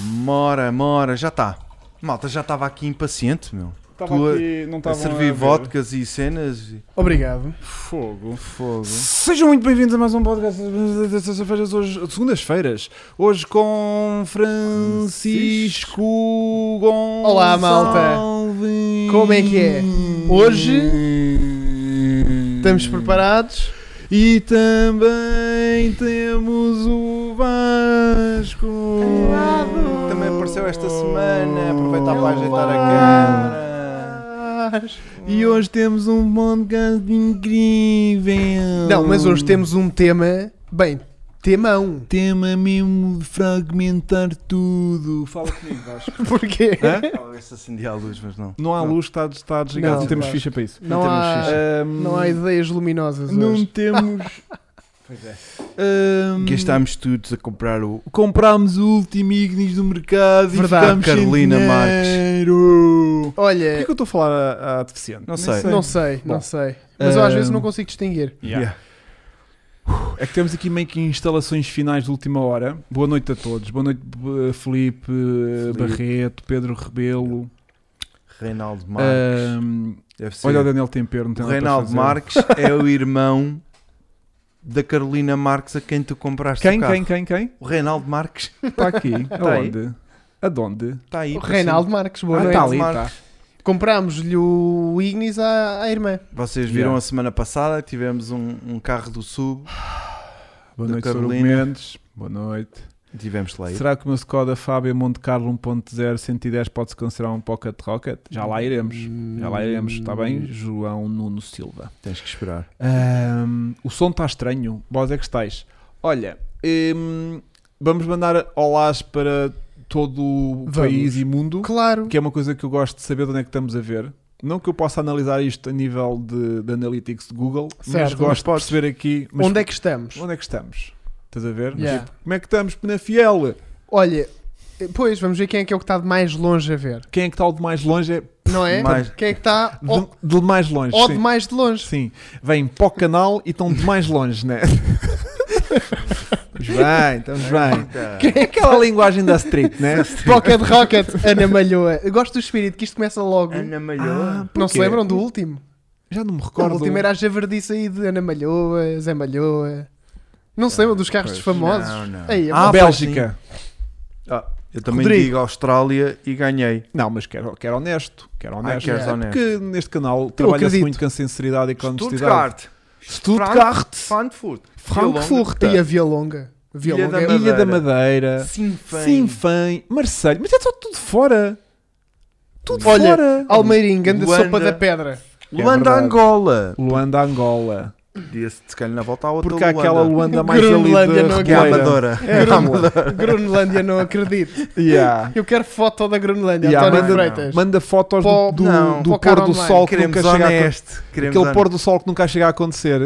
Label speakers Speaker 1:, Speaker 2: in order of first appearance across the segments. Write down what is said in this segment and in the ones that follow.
Speaker 1: Mora, mora, já está. Malta, já estava aqui impaciente, meu.
Speaker 2: Tava
Speaker 1: Tu a-
Speaker 2: aqui, não
Speaker 1: a
Speaker 2: estavam
Speaker 1: servir
Speaker 2: ver.
Speaker 1: vodkas e cenas. e-
Speaker 3: Obrigado.
Speaker 2: Fogo.
Speaker 1: Fogo.
Speaker 2: Sejam muito bem-vindos a mais um podcast das sextas-feiras, hoje, segundas-feiras. Hoje com Francisco Gonçalves.
Speaker 3: Olá, malta. Como é que é? Hoje
Speaker 2: Hum.
Speaker 3: Estamos preparados?
Speaker 2: E também temos o Vasco.
Speaker 1: Também apareceu esta semana. Aproveitar para ajeitar a câmera.
Speaker 2: E hoje temos um podcast incrível.
Speaker 3: Não, mas hoje temos um tema. Bem, tema 1.
Speaker 2: tema mesmo de fragmentar tudo. Fala comigo, Vasco.
Speaker 3: Porquê?
Speaker 1: Talvez se acendia a luz, mas não.
Speaker 2: Não há luz, está, está desligado, não,
Speaker 3: Não,
Speaker 2: temos
Speaker 3: Vasco.
Speaker 2: ficha para isso.
Speaker 3: Não
Speaker 1: temos
Speaker 3: há,
Speaker 1: ficha.
Speaker 2: Ahm,
Speaker 3: não há ideias luminosas
Speaker 2: Não
Speaker 3: hoje.
Speaker 2: temos. pois é.
Speaker 1: Gastámos todos a comprar o.
Speaker 2: Comprámos o último Ignis do mercado
Speaker 3: Verdade,
Speaker 2: e ficámos
Speaker 1: Carolina
Speaker 2: sem
Speaker 1: Marques.
Speaker 2: dinheiro.
Speaker 3: Olha,
Speaker 2: Porquê que eu estou a falar a, a deficiente?
Speaker 1: Não
Speaker 2: Nem
Speaker 1: sei.
Speaker 3: não sei,
Speaker 2: Bom. hum,
Speaker 3: não sei. Mas eu às vezes
Speaker 2: Ahm.
Speaker 3: não consigo distinguir.
Speaker 1: Yeah.
Speaker 2: É que temos aqui meio que instalações finais de última hora. Boa noite a todos. Boa noite, eh, Felipe, eh,
Speaker 1: Felipe.
Speaker 2: Barreto, Pedro Rebelo. Um,
Speaker 1: Reinaldo Marques.
Speaker 2: Ahm,
Speaker 1: deve ser.
Speaker 2: Ah, olha o Daniel Tempero, não tem
Speaker 1: o
Speaker 2: nada para
Speaker 1: Reinaldo
Speaker 2: fazer.
Speaker 1: Marques é o irmão da Carolina Marques a quem tu compraste
Speaker 2: Quem,
Speaker 1: o carro.
Speaker 2: quem, quem, quem?
Speaker 1: O Reinaldo Marques
Speaker 2: Está aqui.
Speaker 1: aí.
Speaker 2: Aonde? Aonde?
Speaker 1: está aí.
Speaker 3: O
Speaker 1: por cima.
Speaker 3: Reinaldo Marques, boa
Speaker 2: Ah,
Speaker 3: noite.
Speaker 2: está ali,
Speaker 1: Marques.
Speaker 2: está.
Speaker 3: Comprámos-lhe o Ignis à, à irmã.
Speaker 1: Vocês viram
Speaker 2: Yeah.
Speaker 1: a semana passada que tivemos um, um carro do sub.
Speaker 2: Boa
Speaker 1: Da
Speaker 2: noite,
Speaker 1: Carolina.
Speaker 2: Carolina. Mendes. Boa noite.
Speaker 1: Tivemos lá aí.
Speaker 2: Será que o meu Skoda Fábio um Monte Carlo 1.0 110 pode-se considerar um Pocket Rocket? Já lá iremos. Já lá iremos, está
Speaker 1: Hum.
Speaker 2: bem? João Nuno Silva.
Speaker 1: Tens que esperar.
Speaker 2: Ahm, o som está estranho. Vós é que estáis. Olha, hum, vamos mandar olás para todo o
Speaker 3: Vamos.
Speaker 2: país e mundo.
Speaker 3: Claro.
Speaker 2: que é uma coisa que eu gosto de saber de onde é que estamos a ver. Não que eu possa analisar isto a nível de, de analytics de Google, mas
Speaker 3: Certo,
Speaker 2: gosto
Speaker 3: mas
Speaker 2: de perceber aqui mas
Speaker 3: Onde é que estamos?
Speaker 2: onde é que estamos. Estás a ver?
Speaker 3: Yeah.
Speaker 2: Tipo, como é que estamos na Fiel?
Speaker 3: Olha, pois, vamos ver quem é que é o que está de mais longe a ver.
Speaker 2: Quem é que está o de mais longe? É de,
Speaker 3: Não é?
Speaker 1: Mais-
Speaker 3: Quem é que está ou,
Speaker 2: de mais longe.
Speaker 3: ou
Speaker 2: sim.
Speaker 3: de mais de longe?
Speaker 2: Sim. Vêm para o canal e estão de mais longe, né? Estamos bem, estamos bem. É aquela linguagem da street, né?
Speaker 3: Pocket Rocket, Ana Malhoa. Eu gosto do espírito, que isto começa logo.
Speaker 1: Ana
Speaker 2: Ah,
Speaker 1: Malhoa.
Speaker 3: Não se
Speaker 2: porquê?
Speaker 3: lembram do último?
Speaker 2: Já não me
Speaker 3: O
Speaker 2: recordo.
Speaker 3: último era a Javerdice aí de Ana Malhoa, Zé Malhoa. Não se lembram dos carros dos famosos?
Speaker 1: Não, não.
Speaker 3: Ei,
Speaker 1: Ah,
Speaker 2: Bélgica.
Speaker 1: Eu também
Speaker 2: Rodrigo.
Speaker 1: digo Austrália e ganhei.
Speaker 2: Não, mas quero, quero honesto. Quero honesto.
Speaker 1: Ah, queres
Speaker 2: É
Speaker 1: honesto.
Speaker 2: Porque neste canal trabalha-se
Speaker 3: acredito.
Speaker 2: muito com sinceridade e com honestidade. Stuttgart.
Speaker 1: Frankfurt,
Speaker 2: Frankfurt.
Speaker 3: e a Via Longa. A Via
Speaker 1: Ilha
Speaker 3: Longa
Speaker 1: da
Speaker 3: é-
Speaker 1: Madeira.
Speaker 2: Ilha da
Speaker 1: É.
Speaker 2: Madeira.
Speaker 1: Sinfém.
Speaker 2: Sinfém. Marselha. Mas é só tudo fora. Tudo
Speaker 3: Olha,
Speaker 2: fora.
Speaker 3: Almeirim, grande
Speaker 1: Luanda.
Speaker 3: sopa da pedra.
Speaker 1: Luanda,
Speaker 2: verdade.
Speaker 1: Angola.
Speaker 2: Luanda, Angola.
Speaker 1: Podia-se, se calhar, na volta à outra
Speaker 2: Porque há aquela
Speaker 1: Luanda.
Speaker 2: Luanda mais ali
Speaker 3: Groenlândia,
Speaker 2: de
Speaker 3: não
Speaker 1: Que é a
Speaker 3: Loira.
Speaker 1: Amadora.
Speaker 2: É, Amadora.
Speaker 3: Groenlândia, não acredito.
Speaker 2: Yeah.
Speaker 3: Eu quero foto da Groenlândia,
Speaker 2: Yeah,
Speaker 3: António
Speaker 1: manda-
Speaker 3: Freitas.
Speaker 2: Manda fotos
Speaker 3: Pó-
Speaker 2: do, do,
Speaker 1: não,
Speaker 2: do
Speaker 3: pó
Speaker 2: pôr
Speaker 3: cara
Speaker 2: do
Speaker 3: online.
Speaker 2: sol que
Speaker 1: Queremos
Speaker 2: nunca chega a acontecer.
Speaker 1: honesto. Queremos
Speaker 2: Aquele pôr
Speaker 1: honesto.
Speaker 2: do sol que nunca chega a acontecer.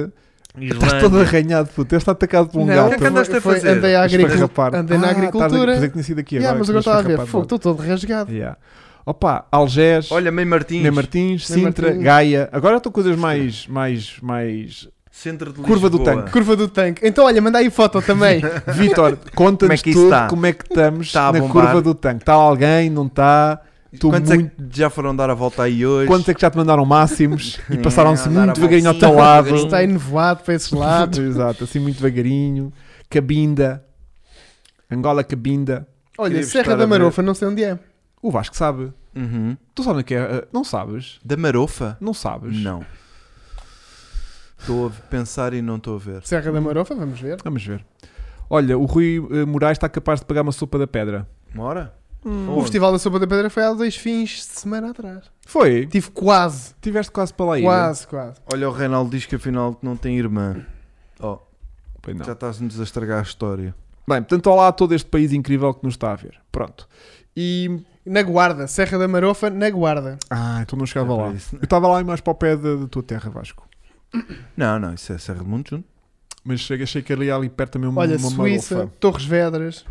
Speaker 2: Estás
Speaker 1: Islândia.
Speaker 2: todo arranhado, puto. Estás atacado por um
Speaker 3: Não,
Speaker 1: O que é
Speaker 2: gato.
Speaker 1: que andaste a
Speaker 3: foi-
Speaker 1: fazer?
Speaker 3: Andei, à agricu-
Speaker 2: Esfarrapar.
Speaker 3: andei na
Speaker 2: Ah, estás a-
Speaker 3: agricultura.
Speaker 2: pois é que tinha sido aqui
Speaker 3: tá Yeah,
Speaker 2: agora,
Speaker 3: mas
Speaker 2: que
Speaker 3: agora
Speaker 2: tinhas
Speaker 3: estava a ver.
Speaker 2: esfarrapado
Speaker 3: Fogo,
Speaker 2: no outro.
Speaker 3: Estou todo rasgado.
Speaker 2: Yeah. Opa, Algés,
Speaker 1: Olha, Meio Martins.
Speaker 2: Ney Martins,
Speaker 3: Ney
Speaker 2: Sintra,
Speaker 3: Martins.
Speaker 2: Gaia. Agora estou coisas mais, mais, mais.
Speaker 1: Centro de
Speaker 2: Curva do
Speaker 1: Lisboa.
Speaker 2: tanque.
Speaker 3: Curva do tanque. Então, olha, manda aí foto também.
Speaker 2: Vitor,
Speaker 1: Como é
Speaker 2: conta-nos
Speaker 1: que isso
Speaker 2: tudo
Speaker 1: está?
Speaker 2: como é que estamos
Speaker 1: Está a
Speaker 2: na
Speaker 1: bombar?
Speaker 2: curva do tanque. Está alguém? Não está? Estou
Speaker 1: Quantos
Speaker 2: muito.
Speaker 1: é que já foram dar a volta aí hoje?
Speaker 2: Quantos é que já te mandaram máximos e
Speaker 1: É,
Speaker 2: passaram-se
Speaker 1: andar
Speaker 2: muito
Speaker 1: à
Speaker 2: devagarinho ao
Speaker 1: voltinha,
Speaker 2: teu lado?
Speaker 1: devagarinho.
Speaker 3: Está enevoado para esses lados.
Speaker 2: Exato, assim muito devagarinho. Cabinda, Angola Cabinda.
Speaker 3: Olha,
Speaker 1: Queria
Speaker 3: Serra
Speaker 1: estar
Speaker 3: da
Speaker 1: a ver.
Speaker 3: Marofa, não sei onde é.
Speaker 2: O Vasco sabe.
Speaker 1: Uhum.
Speaker 2: Tu sabes o que é? Ah, Não sabes?
Speaker 1: Da Marofa?
Speaker 2: Não sabes?
Speaker 1: Não. Estou a pensar e não estou a ver.
Speaker 3: Serra da Marofa, vamos ver.
Speaker 2: Vamos ver. Olha, o Rui eh, Moraes está capaz de pagar uma sopa da pedra.
Speaker 1: Uma hora?
Speaker 3: O
Speaker 2: Hum.
Speaker 1: Onde?
Speaker 3: Festival da Sopa da Pedra foi há dois fins de semana atrás.
Speaker 2: Foi.
Speaker 3: Tive quase,
Speaker 2: Tiveste quase para lá ir.
Speaker 3: quase, quase.
Speaker 1: Olha, o Reinaldo diz que afinal não tem irmã. Oh,
Speaker 2: eh? Pois não.
Speaker 1: já estás-nos a estragar a história.
Speaker 2: Bem, portanto, olá a todo este país incrível que nos está a ver. Pronto. E.
Speaker 3: Na Guarda, Serra da Marofa, na Guarda.
Speaker 2: Ah, então não chegava
Speaker 1: É para
Speaker 2: lá.
Speaker 1: isso, né?
Speaker 2: Eu estava lá e mais para o pé da, da tua terra, Vasco.
Speaker 1: Não, não, isso é Serra do Mundo junto.
Speaker 2: Mas chega- achei que ali, ali perto também uma,
Speaker 3: Olha,
Speaker 2: uma
Speaker 3: Suíça,
Speaker 2: marofa.
Speaker 3: Torres Vedras.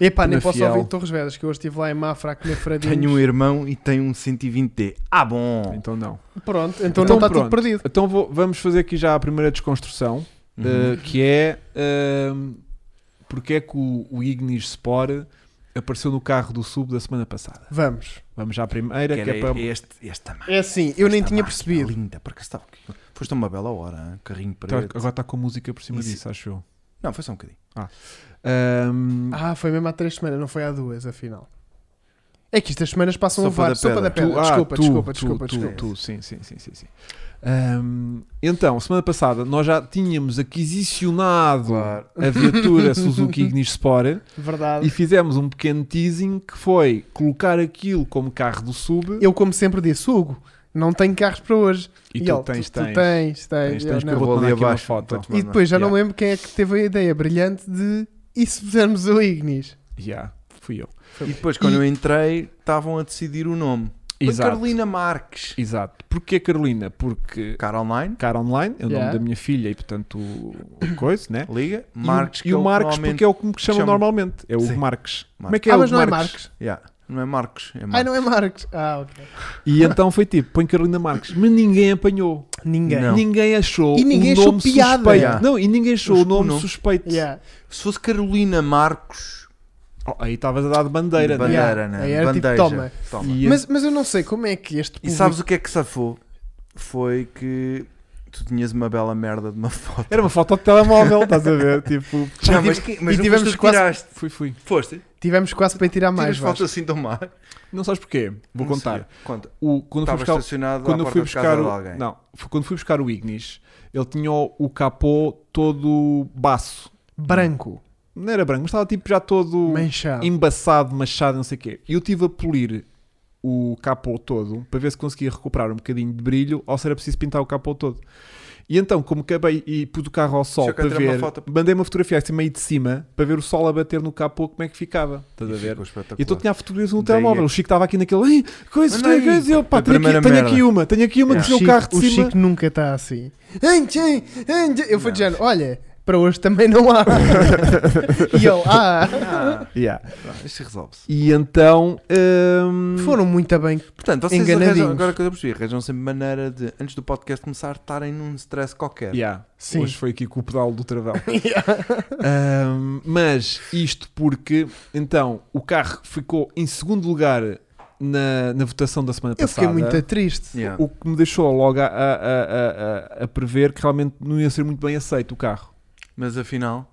Speaker 3: Epá, nem
Speaker 2: Na
Speaker 3: posso
Speaker 2: Fiel.
Speaker 3: ouvir Torres Vedras, que eu hoje estive lá em Mafra a comer fradinhos.
Speaker 1: Tenho um irmão e tenho um 120T. Ah, bom!
Speaker 2: Então não.
Speaker 3: Pronto, então,
Speaker 2: Então
Speaker 3: não está
Speaker 2: pronto.
Speaker 3: tudo perdido.
Speaker 2: Então vou- vamos fazer aqui já a primeira desconstrução,
Speaker 3: Uhum.
Speaker 1: Uhum.
Speaker 2: ehm, eh, que é eh, porque é que o, o Ignis Sport apareceu no carro do sub da semana passada.
Speaker 3: Vamos.
Speaker 2: Vamos à primeira, que,
Speaker 1: Quero
Speaker 2: é para.
Speaker 1: este, este tamanho.
Speaker 3: É assim, eu nem
Speaker 1: Esta máquina
Speaker 3: tinha percebido.
Speaker 1: Linda, porque estava. Foste uma bela hora, hein? carrinho
Speaker 2: Tá-
Speaker 1: preto.
Speaker 2: agora está com a música por cima
Speaker 1: Isso.
Speaker 2: disso, acho eu.
Speaker 1: Não, foi só um bocadinho.
Speaker 2: Ahm,
Speaker 3: Ah, foi mesmo há três semanas, não foi há duas, afinal. É que estas semanas passam
Speaker 1: Sopa
Speaker 3: a levar
Speaker 1: da
Speaker 3: sopa da
Speaker 1: pedra.
Speaker 3: pedra.
Speaker 2: ah,
Speaker 3: desculpa,
Speaker 2: tu, tu,
Speaker 3: desculpa, desculpa,
Speaker 2: tu,
Speaker 3: desculpa.
Speaker 2: tu, sim, sim, sim, sim, sim. Ahm, então, semana passada nós já tínhamos aquisicionado
Speaker 1: Claro.
Speaker 2: a viatura Suzuki Ignis Sport
Speaker 3: Verdade.
Speaker 2: e fizemos um pequeno teasing que foi colocar aquilo como carro do sub
Speaker 3: Eu, como sempre, disse, Hugo, não tenho carros para hoje.
Speaker 2: e
Speaker 3: ele,
Speaker 2: tu tens,
Speaker 3: tu,
Speaker 2: tens,
Speaker 3: tens, tens,
Speaker 2: tens,
Speaker 3: eu
Speaker 2: tens
Speaker 3: não.
Speaker 2: que eu
Speaker 1: Vou
Speaker 2: vou-te
Speaker 1: ali
Speaker 2: mandar aqui uma
Speaker 1: abaixo,
Speaker 2: foto.
Speaker 1: vou-te
Speaker 3: E depois já
Speaker 2: Yeah.
Speaker 3: não lembro quem é que teve a ideia brilhante de e se pusermos o Ignis?
Speaker 2: Yeah, fui eu.
Speaker 1: E depois, quando eu entrei, estavam a decidir o nome. Foi
Speaker 2: Exato.
Speaker 1: Carolina Marques.
Speaker 2: Exato. Porquê Carolina? Porque
Speaker 1: Cara online,
Speaker 2: Car Online é o
Speaker 3: Yeah.
Speaker 2: nome da minha filha e, portanto, coisa, né?
Speaker 1: liga.
Speaker 2: E o-
Speaker 1: Marques,
Speaker 2: e o, Marques,
Speaker 1: normalmente-
Speaker 2: porque é o que me chamam
Speaker 1: chamam.
Speaker 2: normalmente. É o
Speaker 1: Sim.
Speaker 2: Marques. Como é
Speaker 1: Marques.
Speaker 2: que é
Speaker 3: ah,
Speaker 2: o
Speaker 3: mas não é
Speaker 2: Marques?
Speaker 3: Marcos.
Speaker 1: Yeah. Não é Marcos, é Marques.
Speaker 3: Ah, não é Marcos. Ah, ok.
Speaker 2: E então foi tipo, põe Carolina Marques. Mas ninguém apanhou.
Speaker 3: Ninguém.
Speaker 1: Não.
Speaker 2: Ninguém achou.
Speaker 3: E ninguém
Speaker 2: o
Speaker 3: achou
Speaker 2: nome
Speaker 3: piada.
Speaker 2: Suspeito.
Speaker 1: Yeah.
Speaker 2: Não, e ninguém achou o
Speaker 1: Os- o
Speaker 2: nome
Speaker 1: nome.
Speaker 2: suspeito.
Speaker 3: Yeah.
Speaker 1: Se fosse Carolina Marcos,
Speaker 2: Oh, aí estavas a dar de bandeira, né?
Speaker 1: bandeira,
Speaker 3: Yeah.
Speaker 1: né?
Speaker 3: Aí era tipo,
Speaker 1: Bandeja.
Speaker 3: toma.
Speaker 2: E-
Speaker 3: Mas, mas eu não sei como é que este
Speaker 1: E
Speaker 3: público...
Speaker 1: sabes o que é que safou? Foi que tu tinhas uma bela merda de uma foto.
Speaker 2: Era uma foto de telemóvel, estás a ver? Tipo,
Speaker 1: Não,
Speaker 3: E
Speaker 1: mas,
Speaker 3: tive-
Speaker 1: que- mas
Speaker 3: e
Speaker 1: não
Speaker 3: tivemos
Speaker 1: foste tu que
Speaker 3: quase-
Speaker 1: tiraste.
Speaker 2: fui, fui.
Speaker 1: Foste?
Speaker 3: Tivemos quase para tirar mais,
Speaker 1: Tiras
Speaker 3: Vasco.
Speaker 1: fotos assim tão má.
Speaker 2: Não sabes porquê? Vou
Speaker 1: Não
Speaker 2: contar.
Speaker 1: sabia. Conta.
Speaker 2: O, quando fui
Speaker 1: Estava
Speaker 2: buscar,
Speaker 1: estacionado
Speaker 2: quando
Speaker 1: à
Speaker 2: eu fui
Speaker 1: porta de casa de
Speaker 2: buscar o,
Speaker 1: alguém.
Speaker 2: não, foi quando fui buscar o Ignis, ele tinha o, o capô todo baço.
Speaker 3: Branco.
Speaker 2: Não era branco, mas estava tipo já todo
Speaker 3: Manchado.
Speaker 2: embaçado, machado, não sei o quê. E eu tive a polir o capô todo para ver se conseguia recuperar um bocadinho de brilho ou se era preciso pintar o capô todo. E então, como acabei e pus o carro ao sol
Speaker 1: eu cá
Speaker 2: para
Speaker 1: tirar uma
Speaker 2: ver,
Speaker 1: foto.
Speaker 2: mandei uma fotografia assim meio de cima para ver o sol a bater no capô como é que ficava. Estás a
Speaker 1: E
Speaker 2: ver?
Speaker 1: ficou
Speaker 2: E então
Speaker 1: espetacular.
Speaker 2: tinha a fotografia
Speaker 1: Daí
Speaker 2: no
Speaker 1: é
Speaker 2: telemóvel. O Chico estava aqui naquele. "Ai, Coisa,
Speaker 1: Anda aí,
Speaker 2: coisa. E eu, pá,
Speaker 1: a
Speaker 2: tenho aqui,
Speaker 1: primeira
Speaker 2: tenho aqui
Speaker 1: merda."
Speaker 2: uma, tenho aqui uma
Speaker 1: É.
Speaker 2: que
Speaker 3: O
Speaker 2: se vê o
Speaker 3: Chico,
Speaker 2: carro de
Speaker 3: o
Speaker 2: cima.
Speaker 3: Chico nunca está assim. Ai, tchim, ai, tchim. Eu fui
Speaker 1: Não.
Speaker 3: dizendo, olha, para hoje também não há. e ele, ah...
Speaker 1: Ah,
Speaker 2: Yeah.
Speaker 1: não, isto resolve-se.
Speaker 2: E então. hum,
Speaker 3: Foram muito bem.
Speaker 1: Portanto, vocês
Speaker 3: Enganadinhos.
Speaker 1: arranjam, agora que eu percebi, arranjam sempre maneira de, antes do podcast começar, estarem num stress qualquer.
Speaker 2: Yeah.
Speaker 3: Sim.
Speaker 2: Hoje foi aqui com o pedal do travão. Ahm, mas isto porque, então, o carro ficou em segundo lugar na, na votação da semana
Speaker 3: Eu fiquei
Speaker 2: passada.
Speaker 3: muito triste.
Speaker 1: Yeah.
Speaker 2: O que me deixou logo a, a- a- a- a prever que realmente não ia ser muito bem aceito o carro.
Speaker 1: Mas afinal,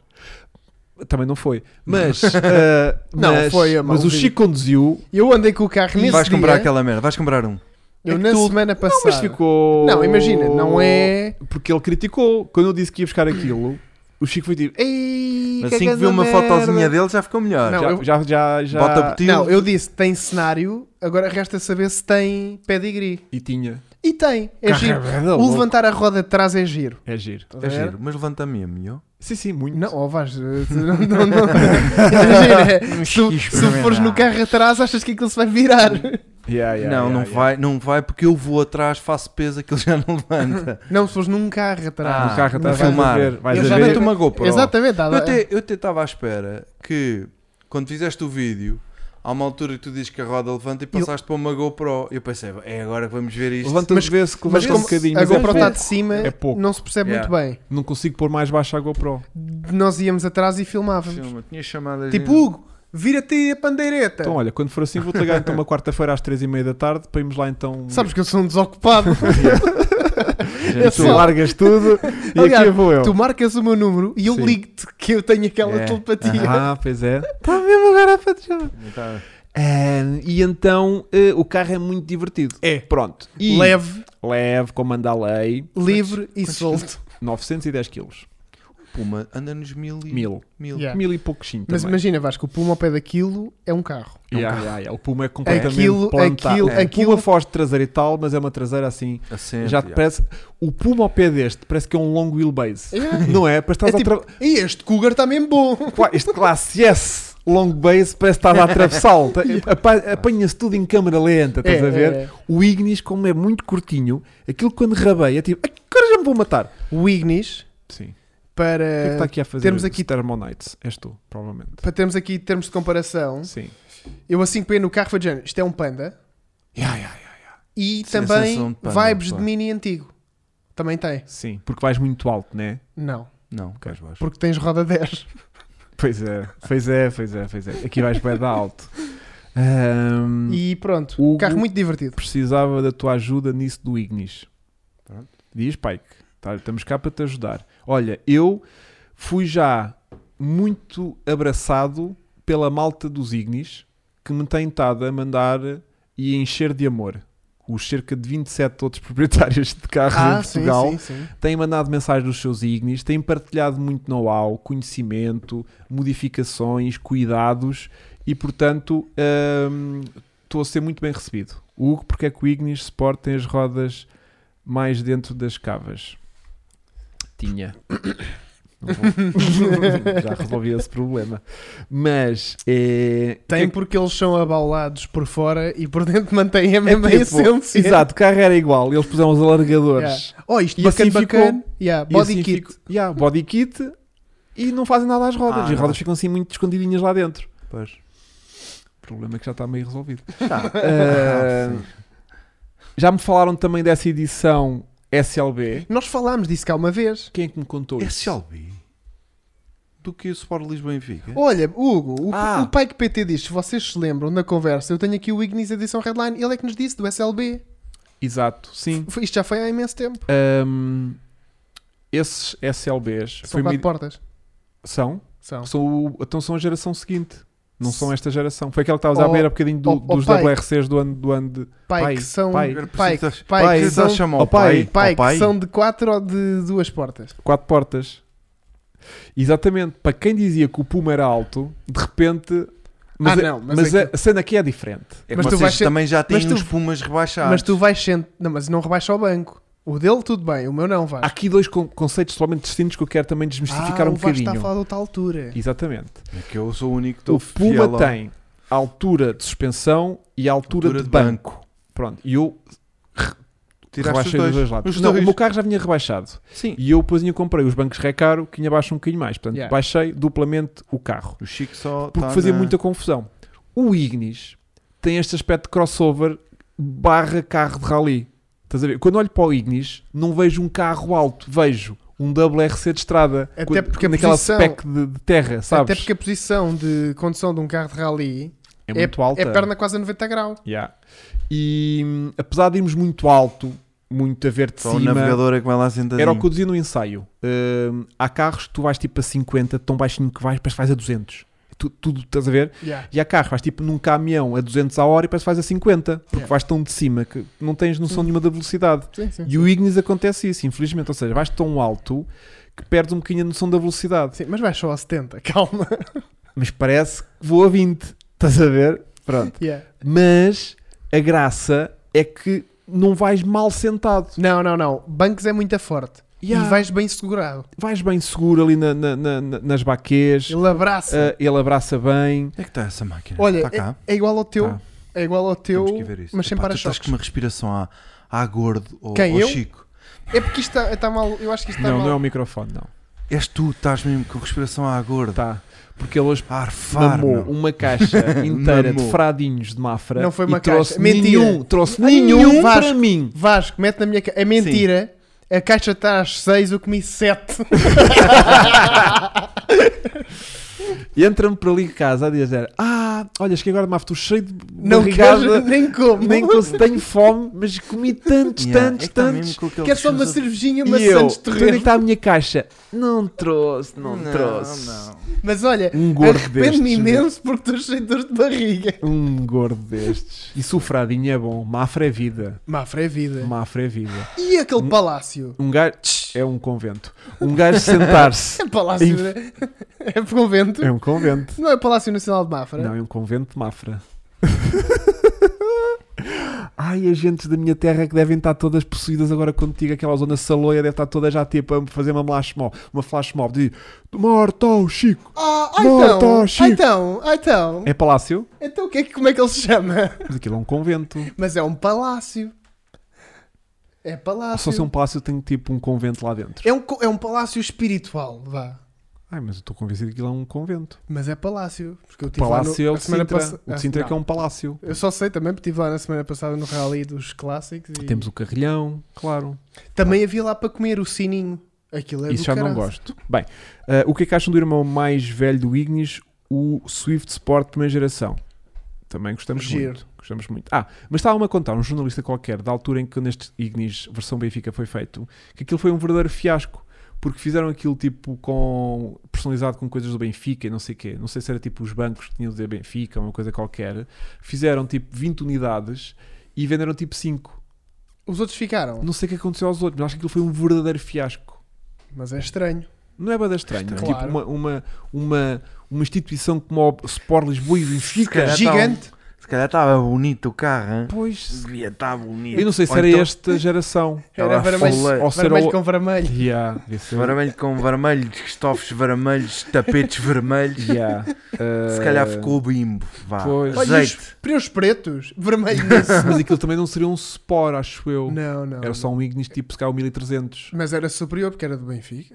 Speaker 2: Também não foi. Mas, ah,
Speaker 3: Não,
Speaker 2: mas,
Speaker 3: foi a mal
Speaker 2: mas o
Speaker 3: vida.
Speaker 2: Chico conduziu.
Speaker 3: Eu andei com o carro nesse
Speaker 1: vais
Speaker 3: dia.
Speaker 1: comprar aquela merda, vais comprar um.
Speaker 3: Eu
Speaker 2: É que
Speaker 3: na
Speaker 2: tu-
Speaker 3: semana
Speaker 2: Não,
Speaker 3: passada.
Speaker 2: mas ficou.
Speaker 3: Não, imagina, não é.
Speaker 2: Porque ele criticou. Quando eu disse que ia buscar aquilo, o Chico foi tipo. Ei,
Speaker 1: Mas
Speaker 3: é
Speaker 2: que
Speaker 1: assim que
Speaker 2: ganda
Speaker 1: viu uma
Speaker 2: merda."
Speaker 1: fotozinha dele já ficou melhor.
Speaker 3: Não,
Speaker 2: já,
Speaker 3: eu-
Speaker 2: já, já, já-
Speaker 1: Bota botil.
Speaker 3: Não, eu disse tem cenário, agora resta saber se tem pedigree.
Speaker 2: E tinha.
Speaker 3: E tem, é
Speaker 2: Carro
Speaker 3: giro.
Speaker 2: é
Speaker 3: O
Speaker 2: louco.
Speaker 3: levantar a roda de trás é giro.
Speaker 2: É giro.
Speaker 3: Estás a
Speaker 1: É
Speaker 3: ver?
Speaker 1: giro, mas levanta-me a melhor.
Speaker 2: Sim, sim, muito.
Speaker 3: Não, ó Vaz, tu- não, não, não. Imagina,
Speaker 2: Um
Speaker 1: Mas
Speaker 3: se, tu-
Speaker 1: que
Speaker 3: se fores no
Speaker 1: experimentar.
Speaker 3: carro atrás, achas que aquilo se vai virar.
Speaker 2: Yeah,
Speaker 1: não,
Speaker 2: yeah, yeah,
Speaker 1: não,
Speaker 2: yeah.
Speaker 1: Vai, não vai porque eu vou atrás, faço peso, aquilo já não levanta.
Speaker 3: Não, se fores num carro atrás.
Speaker 2: O carro
Speaker 3: não
Speaker 2: atrás
Speaker 3: vai-
Speaker 2: vais a
Speaker 1: filmar.
Speaker 2: ver. Vais
Speaker 3: Eu
Speaker 2: a
Speaker 3: já
Speaker 2: ver.
Speaker 1: Mete uma GoPro.
Speaker 3: Exatamente, tá,
Speaker 1: Eu até eu até estava à espera que, quando fizeste o vídeo, há uma altura que tu dizes que a roda levanta e passaste para uma GoPro. Eu pensei, é agora que vamos ver isto.
Speaker 2: Levanta
Speaker 3: Mas-
Speaker 2: mas, vezes que
Speaker 3: mas
Speaker 2: levanta um
Speaker 3: como
Speaker 2: bocadinho.
Speaker 3: a
Speaker 2: Mas
Speaker 3: GoPro
Speaker 2: é
Speaker 3: está
Speaker 2: pouco.
Speaker 3: de cima,
Speaker 2: É pouco.
Speaker 3: não se percebe
Speaker 1: Yeah.
Speaker 3: muito bem.
Speaker 2: Não consigo pôr mais baixo a GoPro.
Speaker 3: É. Nós íamos atrás e filmávamos.
Speaker 1: Filma, tinha chamada
Speaker 3: Tipo, Hugo, vira-te aí a pandeireta.
Speaker 2: Então, olha, quando for assim, vou-te ligar então uma quarta-feira às três e meia da tarde para irmos lá então.
Speaker 3: Sabes que eu sou um desocupado.
Speaker 1: gente, Tipo
Speaker 2: tu
Speaker 3: só-
Speaker 2: largas tudo e
Speaker 3: Aliás,
Speaker 2: aqui eu vou eu.
Speaker 3: tu marcas o meu número e eu
Speaker 2: Sim.
Speaker 3: ligo-te que eu tenho aquela
Speaker 1: É.
Speaker 3: telepatia.
Speaker 2: Ah, pois é.
Speaker 3: Tá
Speaker 2: Está mesmo agora a fatigar.
Speaker 1: tá-
Speaker 2: e então eh, o carro é muito divertido.
Speaker 3: É.
Speaker 2: Pronto. E
Speaker 3: Leve,
Speaker 2: leve, como anda a lei,
Speaker 3: livre e solto.
Speaker 2: 910 quilos.
Speaker 1: Puma, anda nos mil e...
Speaker 2: Mil.
Speaker 1: mil.
Speaker 3: Yeah.
Speaker 2: Mil e pouquinho
Speaker 3: Mas
Speaker 2: também.
Speaker 3: imagina, Vasco, o puma ao pé daquilo é um carro.
Speaker 1: É um
Speaker 2: Yeah,
Speaker 1: carro.
Speaker 2: yeah, yeah. O Puma é completamente
Speaker 3: Aquilo-
Speaker 2: plantado.
Speaker 3: aquilo-
Speaker 2: O Puma
Speaker 3: aquilo-
Speaker 2: foge de traseira e tal, mas é uma traseira assim.
Speaker 1: Assente,
Speaker 2: já te
Speaker 1: yeah.
Speaker 2: parece. O Puma ao pé deste parece que é um longo wheelbase. Não é? Parece que
Speaker 3: É
Speaker 2: estás a
Speaker 3: tipo,
Speaker 2: atra...
Speaker 3: e este cougar está mesmo bom.
Speaker 2: Qua- Este classe S long base parece que estás a atravessá-lo. Tá- apa- Apanha-se tudo em câmera lenta, estás
Speaker 3: É,
Speaker 2: a ver?
Speaker 3: é, é.
Speaker 2: O Ignis, como é muito curtinho, aquilo quando rabeia é tipo, agora já me vou matar.
Speaker 3: O Ignis,
Speaker 2: Sim.
Speaker 3: para,
Speaker 2: O que é que está aqui a fazer?
Speaker 3: temos aqui-
Speaker 2: Thermo Knights. És tu, provavelmente.
Speaker 3: para termos aqui termos de comparação,
Speaker 2: Sim.
Speaker 3: eu assim que peguei no carro foi de género, isto é um panda
Speaker 2: Yeah, yeah, yeah, yeah.
Speaker 3: e
Speaker 1: Sensação
Speaker 3: também
Speaker 2: um
Speaker 1: de panda,
Speaker 3: vibes
Speaker 1: pá.
Speaker 3: de mini antigo. Também tem.
Speaker 2: Sim. Porque vais muito alto, né?
Speaker 3: Não,
Speaker 1: Não, vais baixo.
Speaker 3: porque tens roda 10.
Speaker 2: Pois é, pois é, pois é, pois é. Aqui vais bem dar alto. Ahm,
Speaker 3: E pronto,
Speaker 2: Hugo-
Speaker 3: carro muito divertido.
Speaker 2: Precisava da tua ajuda nisso do Ignis.
Speaker 1: Pronto.
Speaker 2: Diz, Pike, tá, estamos cá para te ajudar. Olha, eu fui já muito abraçado pela malta dos Ignis que me tem estado a mandar e a encher de amor. Os cerca de 27 outros proprietários de carros em
Speaker 3: Ah, sim,
Speaker 2: Portugal
Speaker 3: sim, sim.
Speaker 2: têm mandado mensagens dos seus ignis, têm partilhado muito know-how, conhecimento, modificações, cuidados e, portanto, hum, estou a ser muito bem recebido. Hugo, porque é que o Ignis Sport tem as rodas mais dentro das cavas? Tinha. Não vou- Já resolvi esse problema. Mas é,
Speaker 3: Tem porque eles são abaulados por fora e por dentro mantêm a mesma
Speaker 2: tipo,
Speaker 3: essência.
Speaker 2: Exato, o carro era igual, eles puseram os alargadores.
Speaker 3: Yeah. Oh, isto
Speaker 2: E
Speaker 3: bacana,
Speaker 2: assim ficou.
Speaker 3: bacana. Yeah,
Speaker 2: E
Speaker 3: body
Speaker 2: assim
Speaker 3: kit.
Speaker 2: fico- yeah, body kit e não fazem nada às rodas.
Speaker 1: Ah,
Speaker 2: e as
Speaker 1: não.
Speaker 2: rodas ficam assim muito escondidinhas lá dentro.
Speaker 1: Pois.
Speaker 2: O problema é que já está meio resolvido.
Speaker 1: Tá.
Speaker 2: Ah,
Speaker 1: Ah, sim.
Speaker 2: já me falaram também dessa edição SLB.
Speaker 3: Nós falámos disso cá uma vez.
Speaker 2: Quem é que me contou isso?
Speaker 1: SLB? Do que o Sport Lisboa Benfica?
Speaker 3: Olha, Hugo, o,
Speaker 1: Ah.
Speaker 3: o pai que PT diz, se vocês se lembram da conversa, eu tenho aqui o Ignis Edição Redline, ele é que nos disse do SLB.
Speaker 2: Exato, sim.
Speaker 3: Foi- Isto já foi há imenso tempo.
Speaker 2: Ahm, esses SLBs
Speaker 3: São
Speaker 2: uma
Speaker 3: quatro
Speaker 2: edi-
Speaker 3: portas.
Speaker 2: são,
Speaker 3: São.
Speaker 2: são o- então são a geração seguinte. Não são esta geração. Foi aquela que estavas a
Speaker 3: Oh,
Speaker 2: ver há um bocadinho do-
Speaker 3: oh, oh,
Speaker 2: dos
Speaker 3: pai.
Speaker 2: WRCs do ano, do ano de.
Speaker 3: Pai,
Speaker 2: Pai,
Speaker 3: que são.
Speaker 2: pai.
Speaker 1: Agora
Speaker 3: Pai,
Speaker 1: preciso de-
Speaker 3: pai, que
Speaker 1: preciso de
Speaker 3: são.
Speaker 1: chamar
Speaker 2: Oh,
Speaker 1: o pai.
Speaker 3: Pai,
Speaker 1: Oh,
Speaker 3: que são de quatro ou de duas portas.
Speaker 2: Quatro portas. Exatamente. Para quem dizia que o Puma era alto, de repente. Mas,
Speaker 3: Ah,
Speaker 2: a-
Speaker 3: não, mas
Speaker 2: mas
Speaker 3: é
Speaker 2: a, a cena aqui é diferente.
Speaker 1: É que
Speaker 3: Mas tu
Speaker 1: vocês
Speaker 3: vais ser-
Speaker 1: também já têm
Speaker 3: mas tu-
Speaker 1: uns pumas rebaixados.
Speaker 3: Mas tu vais sendo. Não, mas não rebaixa o banco. O dele, tudo bem, o meu não vai.
Speaker 2: Há aqui dois con- conceitos totalmente distintos que eu quero também desmistificar
Speaker 3: Ah,
Speaker 2: Ah, um
Speaker 3: o Vasco está a
Speaker 2: bocadinho.
Speaker 3: falar de outra altura.
Speaker 2: Exatamente.
Speaker 1: É que eu sou o único que
Speaker 2: O
Speaker 1: estou fiel
Speaker 2: Puma
Speaker 1: ao-
Speaker 2: tem a altura de suspensão e a altura,
Speaker 1: Altura
Speaker 2: de,
Speaker 1: de
Speaker 2: banco. Pronto. E eu
Speaker 1: Tiraste os
Speaker 2: rebaixei dos
Speaker 1: dois.
Speaker 2: dois lados.
Speaker 1: Os
Speaker 2: Não,
Speaker 1: dois.
Speaker 2: o meu carro já vinha rebaixado.
Speaker 1: Sim.
Speaker 2: E eu depois ainda comprei os bancos recaro que ainda baixam um bocadinho mais. Portanto,
Speaker 3: Yeah.
Speaker 2: baixei duplamente o carro.
Speaker 1: O Chico só
Speaker 2: porque
Speaker 1: tá
Speaker 2: fazia
Speaker 1: na-
Speaker 2: muita confusão. O Ignis tem este aspecto de crossover barra carro de rally. Estás a ver? Quando olho para o Ignis, não vejo um carro alto, vejo um WRC de estrada.
Speaker 3: Até
Speaker 2: Quando-
Speaker 3: porque a
Speaker 2: naquela
Speaker 3: posição-
Speaker 2: spec de, de terra, sabes?
Speaker 3: Até porque a posição de condução de um carro de rally
Speaker 2: é muito alta.
Speaker 3: é perna quase a 90 graus.
Speaker 2: Yeah. E hum, apesar de irmos muito alto, muito a ver de
Speaker 1: Só o
Speaker 2: cima,
Speaker 1: navegador é que vai lá sentadinho.
Speaker 2: era o que eu dizia no ensaio. Hum, há carros que tu vais tipo a 50, tão baixinho que vais, parece que vais a 200. Tu, tudo, estás a ver? E há carros, vais tipo num caminhão a 200 a hora e parece que vais a 50, porque
Speaker 3: Yeah. Uhum.
Speaker 2: vais tão de cima que não tens noção nenhuma da velocidade.
Speaker 3: Sim, sim.
Speaker 2: E o Ignis acontece isso, infelizmente, ou seja, vais tão alto que perdes um bocadinho a noção da velocidade.
Speaker 3: Sim, mas vai só a 70, calma.
Speaker 2: Mas parece que vou a 20, estás a ver? Pronto.
Speaker 3: Yeah.
Speaker 2: Mas a graça é que não vais mal sentado.
Speaker 3: Não, não, não. Bancos é muito forte.
Speaker 2: Yeah.
Speaker 3: E vais bem segurado.
Speaker 2: Vais bem seguro ali na- na- na- na- nas baquês,
Speaker 3: Ele
Speaker 2: ah,
Speaker 3: abraça.
Speaker 2: ele abraça bem.
Speaker 1: Onde é que está essa máquina?
Speaker 3: Olha,
Speaker 1: está cá.
Speaker 3: é, é igual ao teu.
Speaker 2: Ah, Tá.
Speaker 3: É igual ao teu,
Speaker 1: Temos que ir ver isso.
Speaker 3: mas sem
Speaker 1: Epá, tu estás
Speaker 3: para-choques.
Speaker 1: com uma respiração à, à gordo ou
Speaker 3: Quem,
Speaker 1: ao
Speaker 3: eu?
Speaker 1: Chico.
Speaker 3: É porque isto está está mal. Eu acho que isto está
Speaker 2: Não,
Speaker 3: mal.
Speaker 2: não é o microfone, não.
Speaker 1: És tu, que estás mesmo com respiração à gordo.
Speaker 2: Tá. Porque ele hoje
Speaker 1: A arfar,
Speaker 2: mamou
Speaker 1: meu.
Speaker 2: uma caixa inteira de
Speaker 1: Mamou.
Speaker 2: fradinhos de Mafra
Speaker 3: Não foi uma
Speaker 2: e trouxe
Speaker 3: caixa. Mentira.
Speaker 2: nenhum, trouxe
Speaker 3: Nenhum,
Speaker 2: nenhum, para
Speaker 3: Vasco.
Speaker 2: mim.
Speaker 3: Vasco, mete na minha caixa. É mentira. A caixa está às 6, eu comi 7.
Speaker 2: Entra-me para ali em casa a dizer: Ah, olha, cheguei agora de Mafra, estou cheio de
Speaker 3: Não quero
Speaker 2: barrigada,
Speaker 3: nem como.
Speaker 2: nem que tenho fome, mas comi tantos,
Speaker 1: Yeah,
Speaker 2: tantos,
Speaker 1: é que tá
Speaker 2: tantos.
Speaker 1: mesmo com aquele
Speaker 3: Quero só uma
Speaker 1: cheiro-
Speaker 3: cervejinha,
Speaker 2: E
Speaker 3: maçã
Speaker 2: eu,
Speaker 3: de
Speaker 2: onde é que
Speaker 3: terreno.
Speaker 2: está a minha caixa? Não trouxe, não, trouxe.
Speaker 1: Não,
Speaker 3: Mas olha,
Speaker 2: Um gordo
Speaker 3: arrependo-me
Speaker 2: destes,
Speaker 3: imenso porque estou cheio de dor de barriga.
Speaker 2: Um gordo destes. E sufradinho é bom. Mafra é vida.
Speaker 3: Mafra é vida.
Speaker 2: Mafra é vida.
Speaker 3: E aquele palácio?
Speaker 2: Um gajo. É um convento. Um gajo sentar-se.
Speaker 3: É palácio,
Speaker 2: Inf-
Speaker 3: né? É convento?
Speaker 2: É um convento.
Speaker 3: Não é Palácio Nacional de Mafra?
Speaker 2: Não, é um convento de Mafra. Ai, as gentes da minha terra é que devem estar todas possuídas agora quando digo aquela zona saloia, deve estar toda já tipo a fazer uma flash mob, uma flash mob de morto ao Chico.
Speaker 3: Ah, ah,
Speaker 2: Morta,
Speaker 3: então, ah,
Speaker 2: Chico.
Speaker 3: então, ah, então,
Speaker 2: É palácio?
Speaker 3: então o que é que, como é que ele se chama?
Speaker 2: Mas aquilo é um convento.
Speaker 3: Mas é um palácio. É
Speaker 2: Só
Speaker 3: palácio.
Speaker 2: se é um palácio tem tipo um convento lá dentro.
Speaker 3: É um, co- é um palácio espiritual, vá.
Speaker 2: Ai, mas eu estou convencido que aquilo é um convento.
Speaker 3: Mas é palácio. Porque eu
Speaker 2: O
Speaker 3: tive
Speaker 2: palácio
Speaker 3: lá no,
Speaker 2: é o
Speaker 3: a
Speaker 2: de
Speaker 3: semana
Speaker 2: Sintra.
Speaker 3: passa-
Speaker 2: O
Speaker 3: ah,
Speaker 2: de Sintra é que é
Speaker 3: não.
Speaker 2: um palácio.
Speaker 3: Eu só sei também, porque estive lá na semana passada no Rally dos Clássicos. E...
Speaker 2: Temos o carrilhão, claro.
Speaker 3: Também havia lá para comer o sininho. Aquilo é
Speaker 2: Isso
Speaker 3: do
Speaker 2: já não
Speaker 3: caraças.
Speaker 2: gosto. Bem, eh, o que é que acham do irmão mais velho do Ignis, o Swift Sport primeira geração? Também gostamos
Speaker 3: Giro.
Speaker 2: muito. Gostamos muito. Ah, mas estava-me a contar um jornalista qualquer, da altura em que neste Ignis versão Benfica foi feito, que aquilo foi um verdadeiro fiasco. Porque fizeram aquilo tipo com personalizado com coisas do Benfica e não sei o quê. Não sei se era tipo os bancos que tinham de dizer Benfica, uma coisa qualquer. Fizeram tipo 20 unidades e venderam tipo 5.
Speaker 3: Os outros ficaram,
Speaker 2: Não sei o que aconteceu aos outros, mas acho que aquilo foi um verdadeiro fiasco.
Speaker 3: mas é estranho.
Speaker 2: Não é bada estranho.
Speaker 1: Estranho.
Speaker 2: Tipo,
Speaker 3: Claro.
Speaker 2: uma, uma, uma, uma instituição como o Sport Lisboa e o Benfica.
Speaker 1: calhar- Já está um-
Speaker 3: Gigante.
Speaker 1: Se calhar estava bonito o carro, hein?
Speaker 2: Pois.
Speaker 1: Devia estar bonito.
Speaker 2: Eu não sei se
Speaker 1: Ou
Speaker 2: era
Speaker 1: então-
Speaker 2: esta geração.
Speaker 3: Era
Speaker 1: Ela
Speaker 3: vermelho,
Speaker 1: folha-
Speaker 2: Ou se era
Speaker 3: vermelho
Speaker 2: o.
Speaker 3: com vermelho.
Speaker 2: Yeah, devia ser-
Speaker 1: Vermelho com vermelho, estofes vermelhos, tapetes vermelhos.
Speaker 2: Yeah.
Speaker 1: Se
Speaker 2: Uh,
Speaker 1: calhar ficou o bimbo. Vá.
Speaker 2: Pois.
Speaker 3: Olha, e
Speaker 1: Azeite.
Speaker 3: os pneus pretos, vermelho nisso.
Speaker 2: Mas aquilo também não seria um Sport, acho eu.
Speaker 3: não, não.
Speaker 2: Era só um Ignis tipo, se calhar, o 1300.
Speaker 3: Mas era superior porque era do Benfica.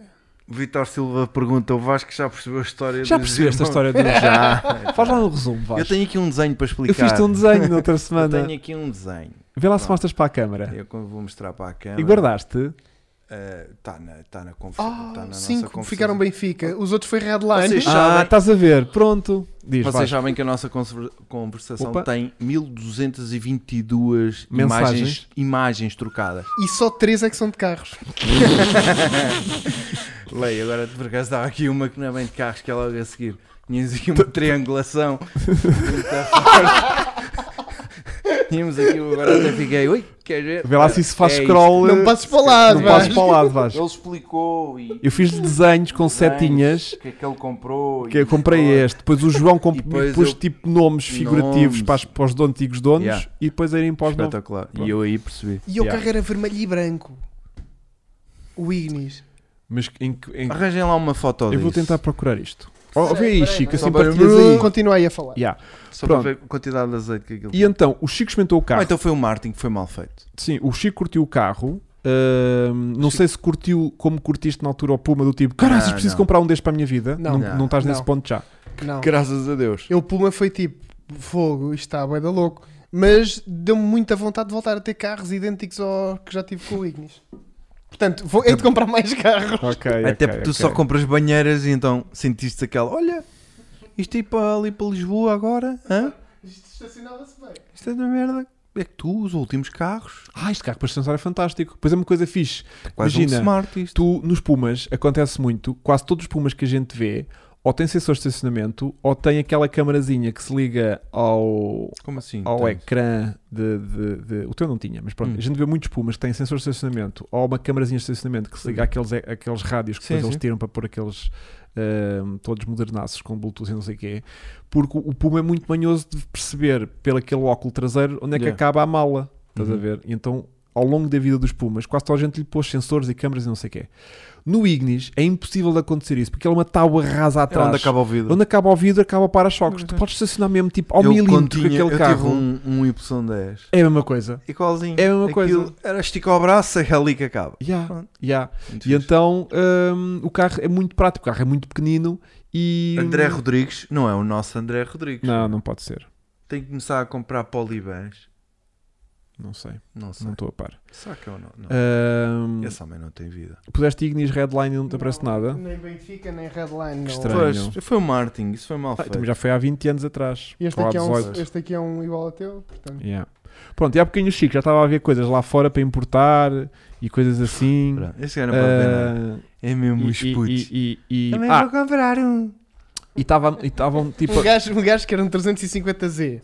Speaker 1: Vitor Silva pergunta: o Vasco já percebeu a história
Speaker 2: Já
Speaker 1: dos
Speaker 2: percebeste a
Speaker 1: irmãos?
Speaker 2: história do.
Speaker 1: Já.
Speaker 2: Faz lá um resumo,
Speaker 1: Eu
Speaker 2: Vasco.
Speaker 1: tenho aqui um desenho para
Speaker 2: Eu
Speaker 1: explicar.
Speaker 2: fiz-te um desenho na outra
Speaker 1: Eu
Speaker 2: semana.
Speaker 1: tenho aqui um desenho.
Speaker 2: Vê lá se mostras para a câmara.
Speaker 1: Eu vou mostrar para a câmera.
Speaker 2: E guardaste?
Speaker 1: Está na, tá na conversa.
Speaker 3: Ah,
Speaker 1: tá na nossa
Speaker 3: cinco
Speaker 1: conversa.
Speaker 3: ficaram Benfica. Os outros foi Redline.
Speaker 1: Vocês-
Speaker 2: Ah,
Speaker 1: Sabem.
Speaker 2: estás a ver. Pronto. Diz,
Speaker 1: Vocês
Speaker 2: Vasco.
Speaker 1: sabem que a nossa conver- conversação
Speaker 2: Opa.
Speaker 1: tem 1222
Speaker 2: Mensagens.
Speaker 1: imagens, imagens trocadas.
Speaker 3: E só três é que são de carros.
Speaker 1: Leia, agora por acaso estava aqui uma que não é bem de carros, que é logo a seguir. Tínhamos aqui uma triangulação. Tínhamos aqui, um agora até fiquei, ui, quer ver?
Speaker 2: Vê lá se isso faz
Speaker 1: É
Speaker 2: scroll.
Speaker 3: Não passes para o lado,
Speaker 2: Não passes
Speaker 3: vai.
Speaker 2: para o lado, Vasco.
Speaker 1: Ele explicou e
Speaker 2: Eu fiz desenhos com
Speaker 1: Desenhos.
Speaker 2: setinhas.
Speaker 1: que é que ele comprou.
Speaker 2: Que eu comprei este, depois o João comp...
Speaker 1: E depois
Speaker 2: pôs
Speaker 1: eu-
Speaker 2: tipo nomes figurativos
Speaker 1: Nomes.
Speaker 2: Para, as- para os donos, antigos donos
Speaker 1: Yeah. tá.
Speaker 2: e depois irem para os novos.
Speaker 1: Espetacular.
Speaker 2: Pronto.
Speaker 1: E eu aí percebi.
Speaker 3: E o
Speaker 2: Yeah.
Speaker 3: carro era vermelho e branco. O Ignis.
Speaker 2: Mas em que- em-
Speaker 1: Arranjem lá uma foto
Speaker 2: eu vou
Speaker 1: disso.
Speaker 2: tentar procurar isto. Oh, vê aí,
Speaker 3: Espera aí,
Speaker 2: Chico,
Speaker 3: espera
Speaker 2: assim
Speaker 1: aí.
Speaker 2: partilhas aí.
Speaker 3: Continua aí a falar.
Speaker 2: Yeah.
Speaker 1: Só
Speaker 2: Pronto.
Speaker 1: para ver a quantidade de azeite que aquilo
Speaker 2: E então, o Chico experimentou o
Speaker 1: Ah,
Speaker 2: carro.
Speaker 1: então foi o Martin que foi mal feito.
Speaker 2: Sim, o Chico curtiu o carro. Ahm, não sei se curtiu como curtiste na altura o Puma, do tipo, caralho,
Speaker 1: Não,
Speaker 2: preciso
Speaker 1: não.
Speaker 2: comprar um destes para a minha vida. Não,
Speaker 3: Não.
Speaker 2: não, estás nesse
Speaker 3: Não.
Speaker 2: ponto já.
Speaker 3: Não.
Speaker 1: Graças a Deus.
Speaker 3: Eu Puma foi tipo, fogo, isto está bué da louco. Mas deu-me muita vontade de voltar a ter carros idênticos ao que já tive com o Ignis. Portanto, vou hei de
Speaker 1: Então-
Speaker 3: comprar mais carros.
Speaker 2: Ok,
Speaker 1: Até
Speaker 2: ok,
Speaker 1: porque tu
Speaker 2: ok.
Speaker 1: só compras banheiras e então sentiste aquela, olha, isto é ir para ali para Lisboa agora, hã?
Speaker 3: Isto estacionava-se bem.
Speaker 1: Isto é da merda. É que tu, os últimos carros,
Speaker 2: Ah, este carro para estacionar é fantástico. Pois é uma coisa fixe.
Speaker 1: quase
Speaker 2: Imagina,
Speaker 1: um smart isto.
Speaker 2: Tu, nos Pumas, acontece muito, quase todos os Pumas que a gente vê, ou tem sensor de estacionamento, ou tem aquela camarazinha que se liga ao,
Speaker 1: Como assim?
Speaker 2: ao
Speaker 1: tens?
Speaker 2: ecrã de, de- de- O teu não tinha, mas pronto,
Speaker 1: Hum.
Speaker 2: a gente vê muitos Pumas que têm sensor de estacionamento, ou uma camarazinha de estacionamento que se liga àqueles, é, àqueles rádios que
Speaker 1: Sim,
Speaker 2: depois eles
Speaker 1: sim.
Speaker 2: tiram para pôr aqueles. ahm, todos modernaços com Bluetooth e não sei o quê, porque o Puma é muito manhoso de perceber pelo aquele óculo traseiro onde é que
Speaker 1: Yeah.
Speaker 2: acaba a mala, estás a
Speaker 1: Uhum.
Speaker 2: ver? E então, ao longo da vida dos Pumas, quase toda a gente lhe pôs sensores e câmaras e não sei o quê. No Ignis é impossível de acontecer isso, porque ele é uma tábua rasa
Speaker 1: É
Speaker 2: atrás.
Speaker 1: onde acaba o vidro. Uhum.
Speaker 2: Onde acaba o vidro, acaba o para-choques. Tu podes estacionar mesmo tipo ao
Speaker 1: eu quando
Speaker 2: milímetro com
Speaker 1: tinha,
Speaker 2: aquele
Speaker 1: eu
Speaker 2: carro.
Speaker 1: tive um, um Y10.
Speaker 2: É a mesma coisa.
Speaker 1: Igualzinho.
Speaker 2: É a mesma
Speaker 1: Aquilo
Speaker 2: coisa.
Speaker 1: Era esticar o braço, é ali que acaba.
Speaker 2: Yeah,
Speaker 1: Pronto.
Speaker 2: yeah.
Speaker 1: Muito
Speaker 2: E
Speaker 1: fixe.
Speaker 2: então hum, o carro é muito prático, o carro é muito pequenino e.
Speaker 1: André Rodrigues não é o nosso André Rodrigues.
Speaker 2: Não, não pode ser.
Speaker 1: Tem que começar a comprar polibans.
Speaker 2: Não sei,
Speaker 1: Não sei.
Speaker 2: não estou a par.
Speaker 1: Será que é ou não? não.
Speaker 2: Hum,
Speaker 1: Esse homem não tem vida.
Speaker 2: puseste Ignis Redline e não te aparece nada?
Speaker 3: Nem Benfica, nem Redline.
Speaker 2: Que
Speaker 3: Não.
Speaker 2: estranho.
Speaker 1: Pois, foi o Martin, isso foi mal
Speaker 2: Ah,
Speaker 1: feito.
Speaker 2: também já foi há 20 anos atrás.
Speaker 3: Este,
Speaker 2: ou há
Speaker 3: aqui é um,
Speaker 2: 18.
Speaker 3: este aqui é um igual a teu, portanto.
Speaker 2: Yeah. Pronto, e há bocadinho o Chico já estava a ver coisas lá fora para importar e coisas assim.
Speaker 1: Pronto, Este gajo não pode ver nada.
Speaker 2: Ah,
Speaker 1: É mesmo
Speaker 2: e-
Speaker 1: os
Speaker 2: e-
Speaker 1: putos.
Speaker 2: e- e- e-
Speaker 1: Também
Speaker 2: ah,
Speaker 1: vou comprar um.
Speaker 2: e estava- e estavam tipo.
Speaker 3: Um gajo, um gajo que era um 350Z.